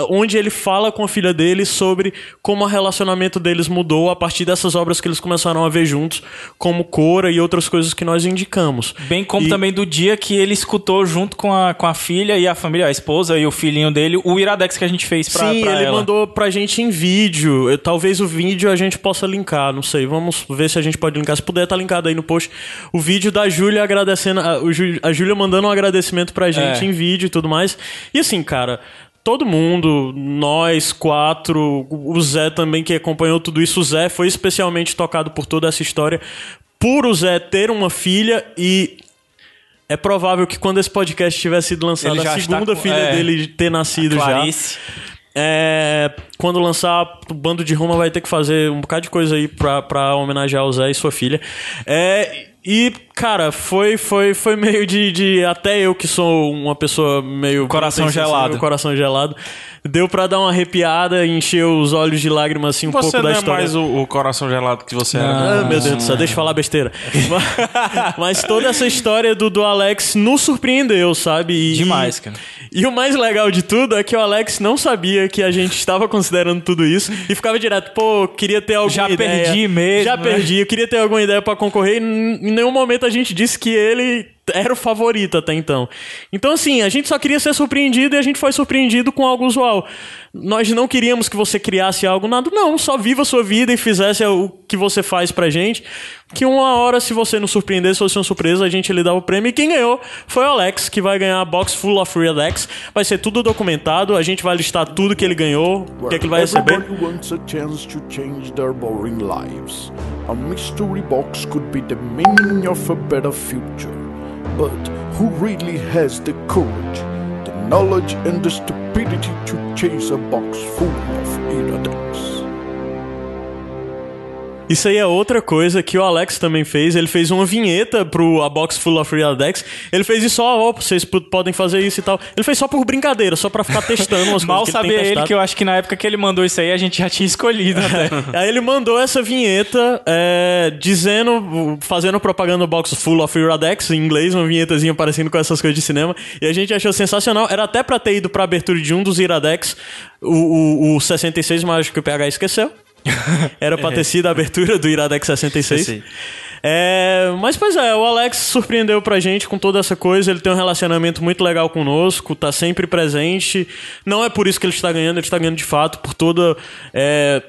Speaker 1: onde ele fala com a filha dele sobre como o relacionamento deles mudou a partir dessas obras que eles começaram a ver juntos, como Cora e outras coisas que nós indicamos.
Speaker 3: Bem como
Speaker 1: E-
Speaker 3: também do dia que ele escutou junto com a, com a filha e a família, a esposa e o filhinho dele, o Iradex que a gente fez pra,
Speaker 1: Sim,
Speaker 3: pra
Speaker 1: ele
Speaker 3: ela.
Speaker 1: mandou pra gente em vídeo. Eu- talvez o vídeo a gente possa linkar, não sei. Vamos ver se a gente pode linkar. Se puder, tá linkado aí no post. O vídeo da Júlia agradecendo. A, o Jú- a Júlia mandando um agradecimento pra gente
Speaker 3: É.
Speaker 1: em vídeo e tudo mais. E assim, cara. Todo mundo, nós quatro, o Zé também que acompanhou tudo isso. O Zé foi especialmente tocado por toda essa história. Por o Zé ter uma filha e é provável que quando esse podcast tivesse sido lançado,
Speaker 3: Ele
Speaker 1: a
Speaker 3: já está
Speaker 1: segunda
Speaker 3: com-
Speaker 1: filha
Speaker 3: é.
Speaker 1: dele ter nascido
Speaker 3: A
Speaker 1: já.
Speaker 3: Clarice.
Speaker 1: É, quando lançar, o bando de Roma vai ter que fazer um bocado de coisa aí pra, pra homenagear o Zé e sua filha. É, e, cara, foi, foi, foi meio de, de- Até eu que sou uma pessoa meio.
Speaker 3: Coração
Speaker 1: sensível,
Speaker 3: gelado.
Speaker 1: Coração gelado. Deu pra dar uma arrepiada e encher os olhos de lágrimas assim um
Speaker 2: Você
Speaker 1: pouco
Speaker 2: não
Speaker 1: da
Speaker 2: é
Speaker 1: história.
Speaker 2: mais o, o coração gelado que você era.
Speaker 1: Ah, meu Deus do céu, deixa eu falar besteira. Mas- Mas toda essa história do, do Alex nos surpreendeu, sabe? E-
Speaker 3: Demais, cara.
Speaker 1: E o mais legal de tudo é que o Alex não sabia que a gente estava considerando tudo isso e ficava direto, pô, queria ter alguma
Speaker 3: Já
Speaker 1: ideia.
Speaker 3: perdi mesmo,
Speaker 1: Já
Speaker 3: né?
Speaker 1: perdi, eu queria ter alguma ideia pra concorrer e n- em nenhum momento a gente disse que ele era o favorito até então. Então, assim, a gente só queria ser surpreendido e a gente foi surpreendido com algo usual. Nós não queríamos que você criasse algo, nada, não, só viva a sua vida e fizesse o que você faz pra gente. Que uma hora, se você nos surpreendesse, fosse uma surpresa, a gente lhe dava o prêmio. E quem ganhou foi o Alex, que vai ganhar a box full of real Alex. Vai ser tudo documentado, a gente vai listar tudo que ele ganhou, o que, é que ele vai receber.
Speaker 12: Everybody wants a chance to change their boring lives. A mystery box could be the meaning of a better future. But who really has the courage, the knowledge, and the stupidity to chase a box full of Iradex?
Speaker 1: Isso aí é outra coisa que o Alex também fez. Ele fez uma vinheta pro A Box Full of Real Decks. Ele fez isso, ó, ó, vocês p- podem fazer isso e tal. Ele fez só por brincadeira, só pra ficar testando umas
Speaker 3: Mal
Speaker 1: coisas. que ele
Speaker 3: sabia
Speaker 1: tem
Speaker 3: ele
Speaker 1: testado.
Speaker 3: que eu acho que na época que ele mandou isso aí a gente já tinha escolhido até.
Speaker 1: Aí ele mandou essa vinheta é, dizendo, fazendo propaganda box full of Iradex em inglês, uma vinhetazinha parecendo com essas coisas de cinema. E a gente achou sensacional. Era até pra ter ido pra abertura de um dos Iradex, o, o, o 66, mas acho que o PH esqueceu. Era pra ter sido a abertura do Iradex 66.
Speaker 2: Esqueci.
Speaker 1: É, mas pois é, o Alex surpreendeu pra gente com toda essa coisa. Ele tem um relacionamento muito legal conosco, tá sempre presente. Não é por isso que ele está ganhando, ele está ganhando de fato por toda. é,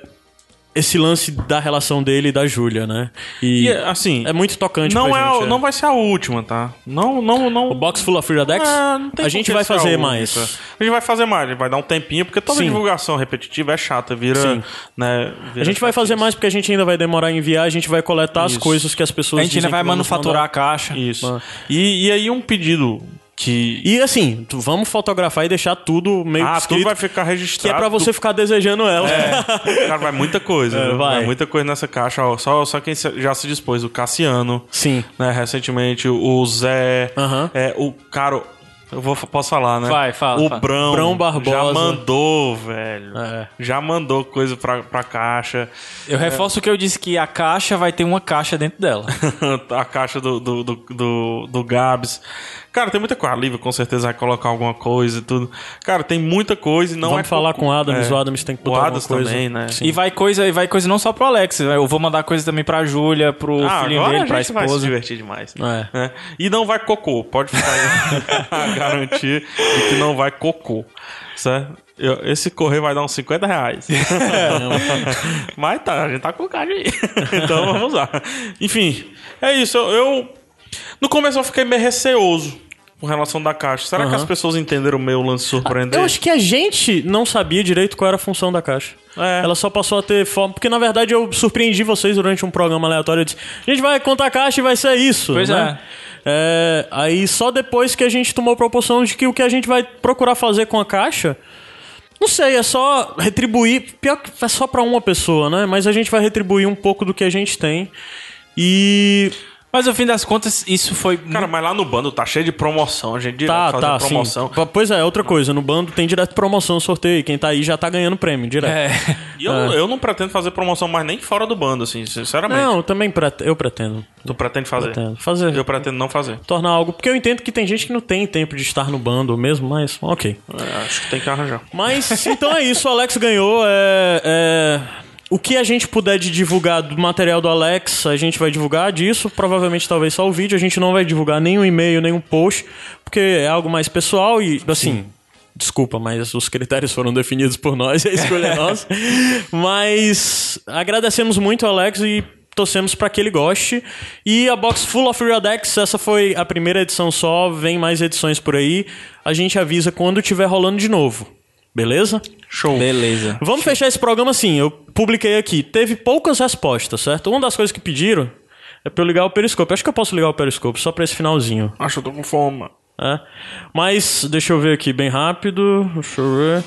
Speaker 1: esse lance da relação dele e da Júlia, né? E,
Speaker 2: E, assim,
Speaker 1: é muito tocante
Speaker 2: não
Speaker 1: pra
Speaker 2: é,
Speaker 1: gente,
Speaker 2: a- não vai ser a última, tá? Não, não, não. O
Speaker 1: box full of Freedodex?
Speaker 2: Ah, não tem
Speaker 1: A
Speaker 2: por
Speaker 1: gente
Speaker 2: que
Speaker 1: vai
Speaker 2: ser a
Speaker 1: fazer
Speaker 2: única.
Speaker 1: mais.
Speaker 2: A gente vai fazer mais, a gente vai dar um tempinho, porque toda
Speaker 1: Sim.
Speaker 2: divulgação repetitiva é chata, vira,
Speaker 1: Sim.
Speaker 2: né?
Speaker 1: A gente vai fazer mais porque a gente ainda vai demorar em enviar, a gente vai coletar as
Speaker 2: Isso.
Speaker 1: coisas que as pessoas
Speaker 2: A gente ainda
Speaker 1: dizem
Speaker 2: vai
Speaker 1: que vão nos
Speaker 2: manufaturar
Speaker 1: mandar.
Speaker 2: a caixa. Isso. E, e aí um pedido que
Speaker 1: E assim, tu- vamos fotografar e deixar tudo meio
Speaker 2: Ah,
Speaker 1: que
Speaker 2: tudo
Speaker 1: escrito,
Speaker 2: vai ficar
Speaker 1: que
Speaker 2: registrado.
Speaker 1: é pra você
Speaker 2: tudo-
Speaker 1: ficar desejando ela.
Speaker 2: É. Cara, vai muita coisa.
Speaker 1: É,
Speaker 2: viu?
Speaker 1: vai.
Speaker 2: muita coisa nessa caixa. ó. Só, só quem se- já se dispôs. O Cassiano.
Speaker 1: Sim.
Speaker 2: Né, recentemente, o Zé. é, o cara... Eu vou, posso falar, né?
Speaker 1: Vai, fala,
Speaker 2: O
Speaker 1: fala.
Speaker 2: Brão.
Speaker 1: Brão Barbosa. É.
Speaker 2: Já mandou, velho. Já mandou coisa pra, pra caixa.
Speaker 3: Eu reforço o que eu disse que a caixa vai ter uma caixa dentro dela.
Speaker 2: a caixa do, do, do, do, do Gabs. Cara, tem muita coisa. A Lívia com certeza vai colocar alguma coisa e tudo. Cara, tem muita coisa e não
Speaker 1: Vamos
Speaker 2: é
Speaker 1: falar
Speaker 2: pouco-
Speaker 1: com o Adams,
Speaker 2: é.
Speaker 1: o Adams tem que botar
Speaker 2: o
Speaker 1: alguma
Speaker 2: Adams
Speaker 1: coisa.
Speaker 2: também, né?
Speaker 1: Sim.
Speaker 3: E vai coisa, e vai coisa não só pro Alex, né? eu vou mandar coisa também pra Júlia, pro
Speaker 2: Ah,
Speaker 3: filhinho
Speaker 2: agora
Speaker 3: dele,
Speaker 2: a
Speaker 3: pra
Speaker 2: gente vai se
Speaker 3: esposa.
Speaker 2: divertir demais.
Speaker 1: É.
Speaker 2: né? E não vai cocô, pode ficar aí a garantia de que não vai cocô. Certo? Eu- esse correr vai dar uns 50 reais.
Speaker 1: É,
Speaker 2: Mas tá, a gente tá com cara aí. então vamos lá. Enfim, é isso. Eu, eu- No começo eu fiquei meio receoso com relação da caixa. Será que
Speaker 1: Aham. Ah,
Speaker 2: as pessoas entenderam o meu lance surpreender?
Speaker 1: Eu acho que a gente não sabia direito qual era a função da caixa. Ela só passou a ter forma. Porque na verdade eu surpreendi vocês durante um programa aleatório. Eu disse: a gente vai contar a caixa e vai ser isso.
Speaker 3: Pois
Speaker 1: né? É, Aí só depois que a gente tomou proporção de que o que a gente vai procurar fazer com a caixa. Não sei, é só retribuir. Pior que é só pra uma pessoa, né? Mas a gente vai retribuir um pouco do que a gente tem. E.
Speaker 3: Mas no fim das contas, isso foi.
Speaker 2: Cara, mas lá no bando tá cheio de promoção, a gente direto
Speaker 1: Tá,
Speaker 2: fazendo
Speaker 1: tá,
Speaker 2: promoção.
Speaker 1: sim. Pois é, outra coisa. No bando tem direto promoção, sorteio. Quem tá aí já tá ganhando prêmio, direto.
Speaker 2: E eu,
Speaker 1: É.
Speaker 2: eu não pretendo fazer promoção mais nem fora do bando, assim, sinceramente.
Speaker 1: Não, eu também prete- eu pretendo.
Speaker 2: Tu pretende fazer?
Speaker 1: Pretendo fazer.
Speaker 2: Eu pretendo não fazer.
Speaker 1: Tornar algo. Porque eu entendo que tem gente que não tem tempo de estar no bando mesmo, mas ok.
Speaker 2: É, acho que tem que arranjar.
Speaker 1: Mas então é isso, o Alex ganhou. é, é, O que a gente puder de divulgar do material do Alex, a gente vai divulgar disso. Provavelmente, talvez só o vídeo. A gente não vai divulgar nenhum e-mail, nenhum post, porque é algo mais pessoal e, assim, desculpa, mas os critérios foram definidos por nós e a escolha é nossa. Mas agradecemos muito, Alex, e torcemos para que ele goste. E a box Full of Real Decks, essa foi a primeira edição só, vem mais edições por aí. A gente avisa quando estiver rolando de novo. Beleza?
Speaker 2: Show.
Speaker 3: Beleza.
Speaker 1: Vamos fechar esse programa assim. Eu publiquei aqui. Teve poucas respostas, certo? Uma das coisas que pediram é pra eu ligar o periscope. Acho que eu posso ligar o periscope só pra esse finalzinho.
Speaker 2: Acho que eu tô com fome.
Speaker 1: É. Mas deixa eu ver aqui bem rápido. Deixa eu ver.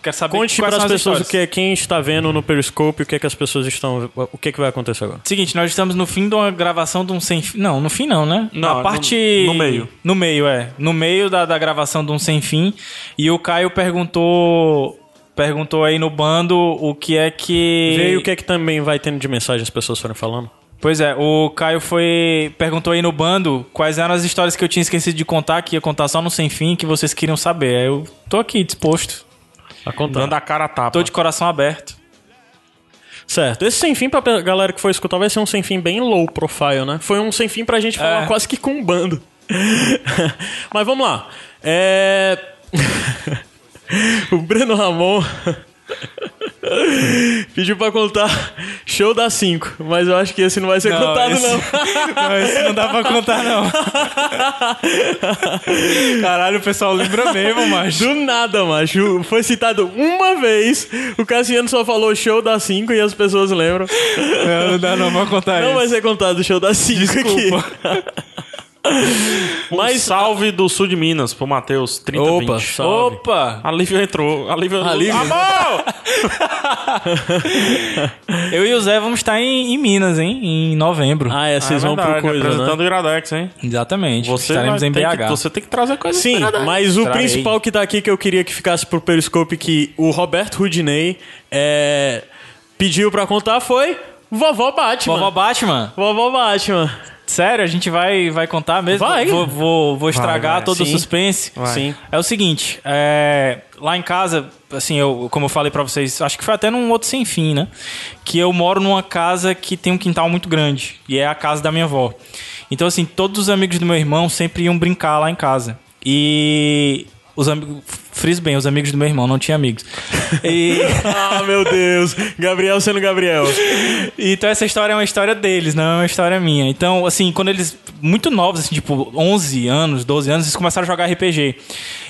Speaker 3: Quero saber
Speaker 1: Conte
Speaker 3: quais
Speaker 1: para as
Speaker 3: são as
Speaker 1: pessoas o
Speaker 3: histórias.
Speaker 1: que é quem está vendo no periscope, o que é que as pessoas estão, o que é que vai acontecer agora.
Speaker 3: Seguinte, nós estamos no fim de uma gravação de um sem fim. Não, no fim não, né?
Speaker 2: Não,
Speaker 3: a
Speaker 2: no-
Speaker 3: parte.
Speaker 2: no meio.
Speaker 3: No meio, é. No meio da, da gravação de um sem fim. E o Caio perguntou. Perguntou aí no bando o que é que.
Speaker 1: Veio o que é que também vai tendo de mensagem as pessoas foram falando.
Speaker 3: Pois é, o Caio foi. perguntou aí no bando quais eram as histórias que eu tinha esquecido de contar, que ia contar só no sem fim, que vocês queriam saber. Aí Eu tô aqui disposto.
Speaker 1: A contar.
Speaker 2: Dando a cara a tapa.
Speaker 3: Tô de coração aberto.
Speaker 1: Certo. Esse sem fim pra pe- galera que foi escutar vai ser um sem fim bem low profile, né? Foi um sem fim pra gente falar quase que com um bando. Mas vamos lá. É... o Breno Ramon pediu pra contar show da 5, mas eu acho que esse não vai ser contado
Speaker 3: esse-
Speaker 1: não.
Speaker 3: não, esse não dá pra contar, não. Caralho, o pessoal lembra mesmo, macho.
Speaker 1: Do nada, macho. Foi citado uma vez. O Cassiano só falou show da 5 e as pessoas lembram.
Speaker 3: Não, não dá não, vou contar
Speaker 1: Não
Speaker 3: isso.
Speaker 1: vai ser contado o show da 5 aqui.
Speaker 2: Um salve do sul de Minas pro Matheus, 30
Speaker 1: Opa,
Speaker 2: 20.
Speaker 1: salve.
Speaker 3: Opa!
Speaker 2: A Lívia entrou. A Lívia...
Speaker 1: A Lívia-
Speaker 2: Amor!
Speaker 3: Eu e o Zé vamos estar em, em Minas, hein? Em novembro.
Speaker 1: Ah, é, vocês
Speaker 2: É
Speaker 1: vão
Speaker 2: verdade,
Speaker 1: pro coisa,
Speaker 2: representando
Speaker 1: né?
Speaker 2: o Iradex, hein?
Speaker 3: Exatamente.
Speaker 2: Você
Speaker 3: Estaremos
Speaker 2: vai
Speaker 3: em
Speaker 2: ter que-
Speaker 3: BH.
Speaker 2: você tem que trazer coisa
Speaker 1: Sim,
Speaker 2: do Iradex.
Speaker 1: mas o
Speaker 3: Trarei.
Speaker 1: principal que tá aqui que eu queria que ficasse pro Periscope que o Roberto Rudinei é, pediu pra contar foi Vovó Batman.
Speaker 3: Vovó Batman?
Speaker 1: Vovó Batman.
Speaker 3: Sério, a gente vai, vai contar mesmo?
Speaker 1: Vai.
Speaker 3: Vou, vou, vou estragar
Speaker 1: vai.
Speaker 3: todo
Speaker 1: Sim.
Speaker 3: o suspense?
Speaker 1: Vai. Sim.
Speaker 3: É o seguinte, é, lá em casa, assim, eu, como eu falei pra vocês, acho que foi até num outro sem fim, né? Que eu moro numa casa que tem um quintal muito grande. E é a casa da minha avó. Então, assim, todos os amigos do meu irmão sempre iam brincar lá em casa. E os amigos. Friso bem, os amigos do meu irmão, não tinha amigos. E...
Speaker 1: ah, meu Deus. Gabriel sendo Gabriel.
Speaker 3: Então essa história é uma história deles, não é uma história minha. Então, assim, quando eles, muito novos, assim, tipo 11 anos, 12 anos, eles começaram a jogar RPG.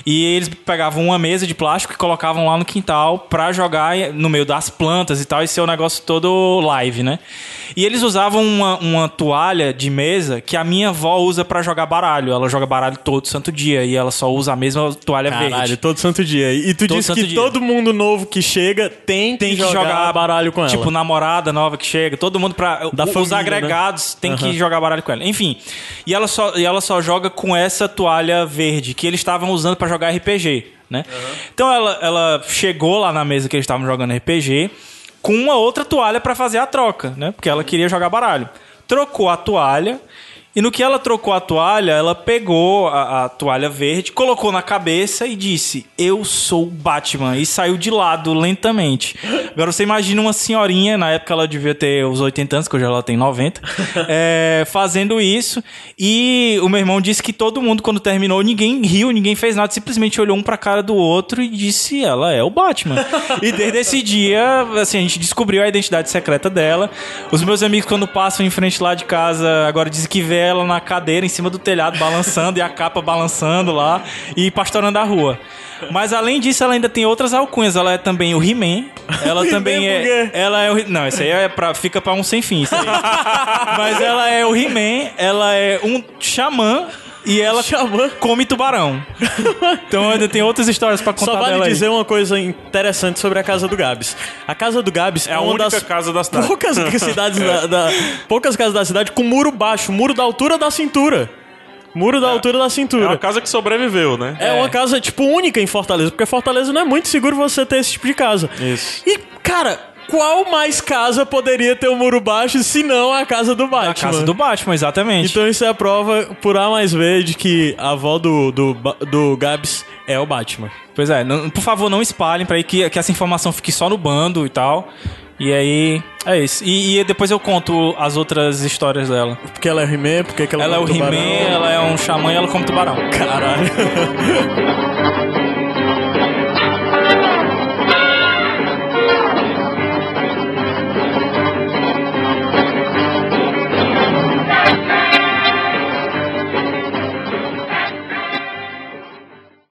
Speaker 3: E eles pegavam uma mesa de plástico e colocavam lá no quintal pra jogar no meio das plantas e tal, e ser o negócio todo live, né? E eles usavam uma, uma toalha de mesa que a minha avó usa pra jogar baralho. Ela joga baralho todo santo dia e ela só usa a mesma toalha
Speaker 1: Caralho,
Speaker 3: É verde.
Speaker 1: todo santo dia. E tu
Speaker 3: Todo
Speaker 1: disse
Speaker 3: santo
Speaker 1: que
Speaker 3: dia.
Speaker 1: todo mundo novo que chega tem,
Speaker 3: Tem que jogar, baralho com ela. Tipo, namorada nova que chega, todo mundo pra.
Speaker 1: Da
Speaker 3: os
Speaker 1: família, né?
Speaker 3: agregados tem que
Speaker 1: Aham.
Speaker 3: jogar baralho com ela. Enfim. E ela só, e ela só joga com essa toalha verde que eles estavam usando pra jogar RPG, né? Então ela, ela chegou lá na mesa que eles estavam jogando RPG com uma outra toalha pra fazer a troca, né? Porque ela queria jogar baralho. Trocou a toalha. E no que ela trocou a toalha, ela pegou a, a toalha verde, colocou na cabeça e disse: Eu sou o Batman. E saiu de lado lentamente. Agora você imagina uma senhorinha, na época ela devia ter os 80 anos, que hoje ela tem 90, é, fazendo isso. E o meu irmão disse que todo mundo, quando terminou, ninguém riu, ninguém fez nada, simplesmente olhou um pra cara do outro e disse: Ela é o Batman. e desde esse dia, assim, a gente descobriu a identidade secreta dela. Os meus amigos, quando passam em frente lá de casa, agora dizem que vê ela na cadeira em cima do telhado balançando e a capa balançando lá e pastorando a rua. Mas além disso, ela ainda tem outras alcunhas. Ela é também o He-Man. Ela também
Speaker 1: por
Speaker 3: é. Ela é o. He- Não, isso aí é pra, fica pra um sem fim. Isso aí. Mas ela é o He-Man, ela é um xamã. E ela come tubarão. Então ainda tem outras histórias pra contar
Speaker 1: Só vale
Speaker 3: dela aí.
Speaker 1: dizer uma coisa interessante sobre a casa do Gabs. A casa do Gabs é,
Speaker 2: a
Speaker 1: uma
Speaker 2: única
Speaker 1: das
Speaker 2: casa da cidade.
Speaker 1: poucas cidades da, da- poucas casas da cidade com muro baixo, muro da altura da cintura. Muro da altura da cintura.
Speaker 2: É uma casa que sobreviveu, né?
Speaker 1: É uma casa, tipo, única em Fortaleza, porque Fortaleza não é muito seguro você ter esse tipo de casa. Isso. E, cara, qual mais casa poderia ter um muro baixo se não a casa do Batman? A
Speaker 3: casa do Batman, exatamente.
Speaker 1: Então isso é a prova por A mais B de que a avó do, do, Ba- do Gabs é o Batman.
Speaker 3: Pois é, não- por favor, não espalhem pra aí que, que essa informação fique só no bando e tal. E aí, é isso. E, e depois eu conto as outras histórias dela.
Speaker 1: Porque ela é o He-Man, porque que ela,
Speaker 3: é o
Speaker 1: come
Speaker 3: He-Man,
Speaker 1: tubarão?
Speaker 3: ela é um xamã e ela come tubarão.
Speaker 1: Caralho.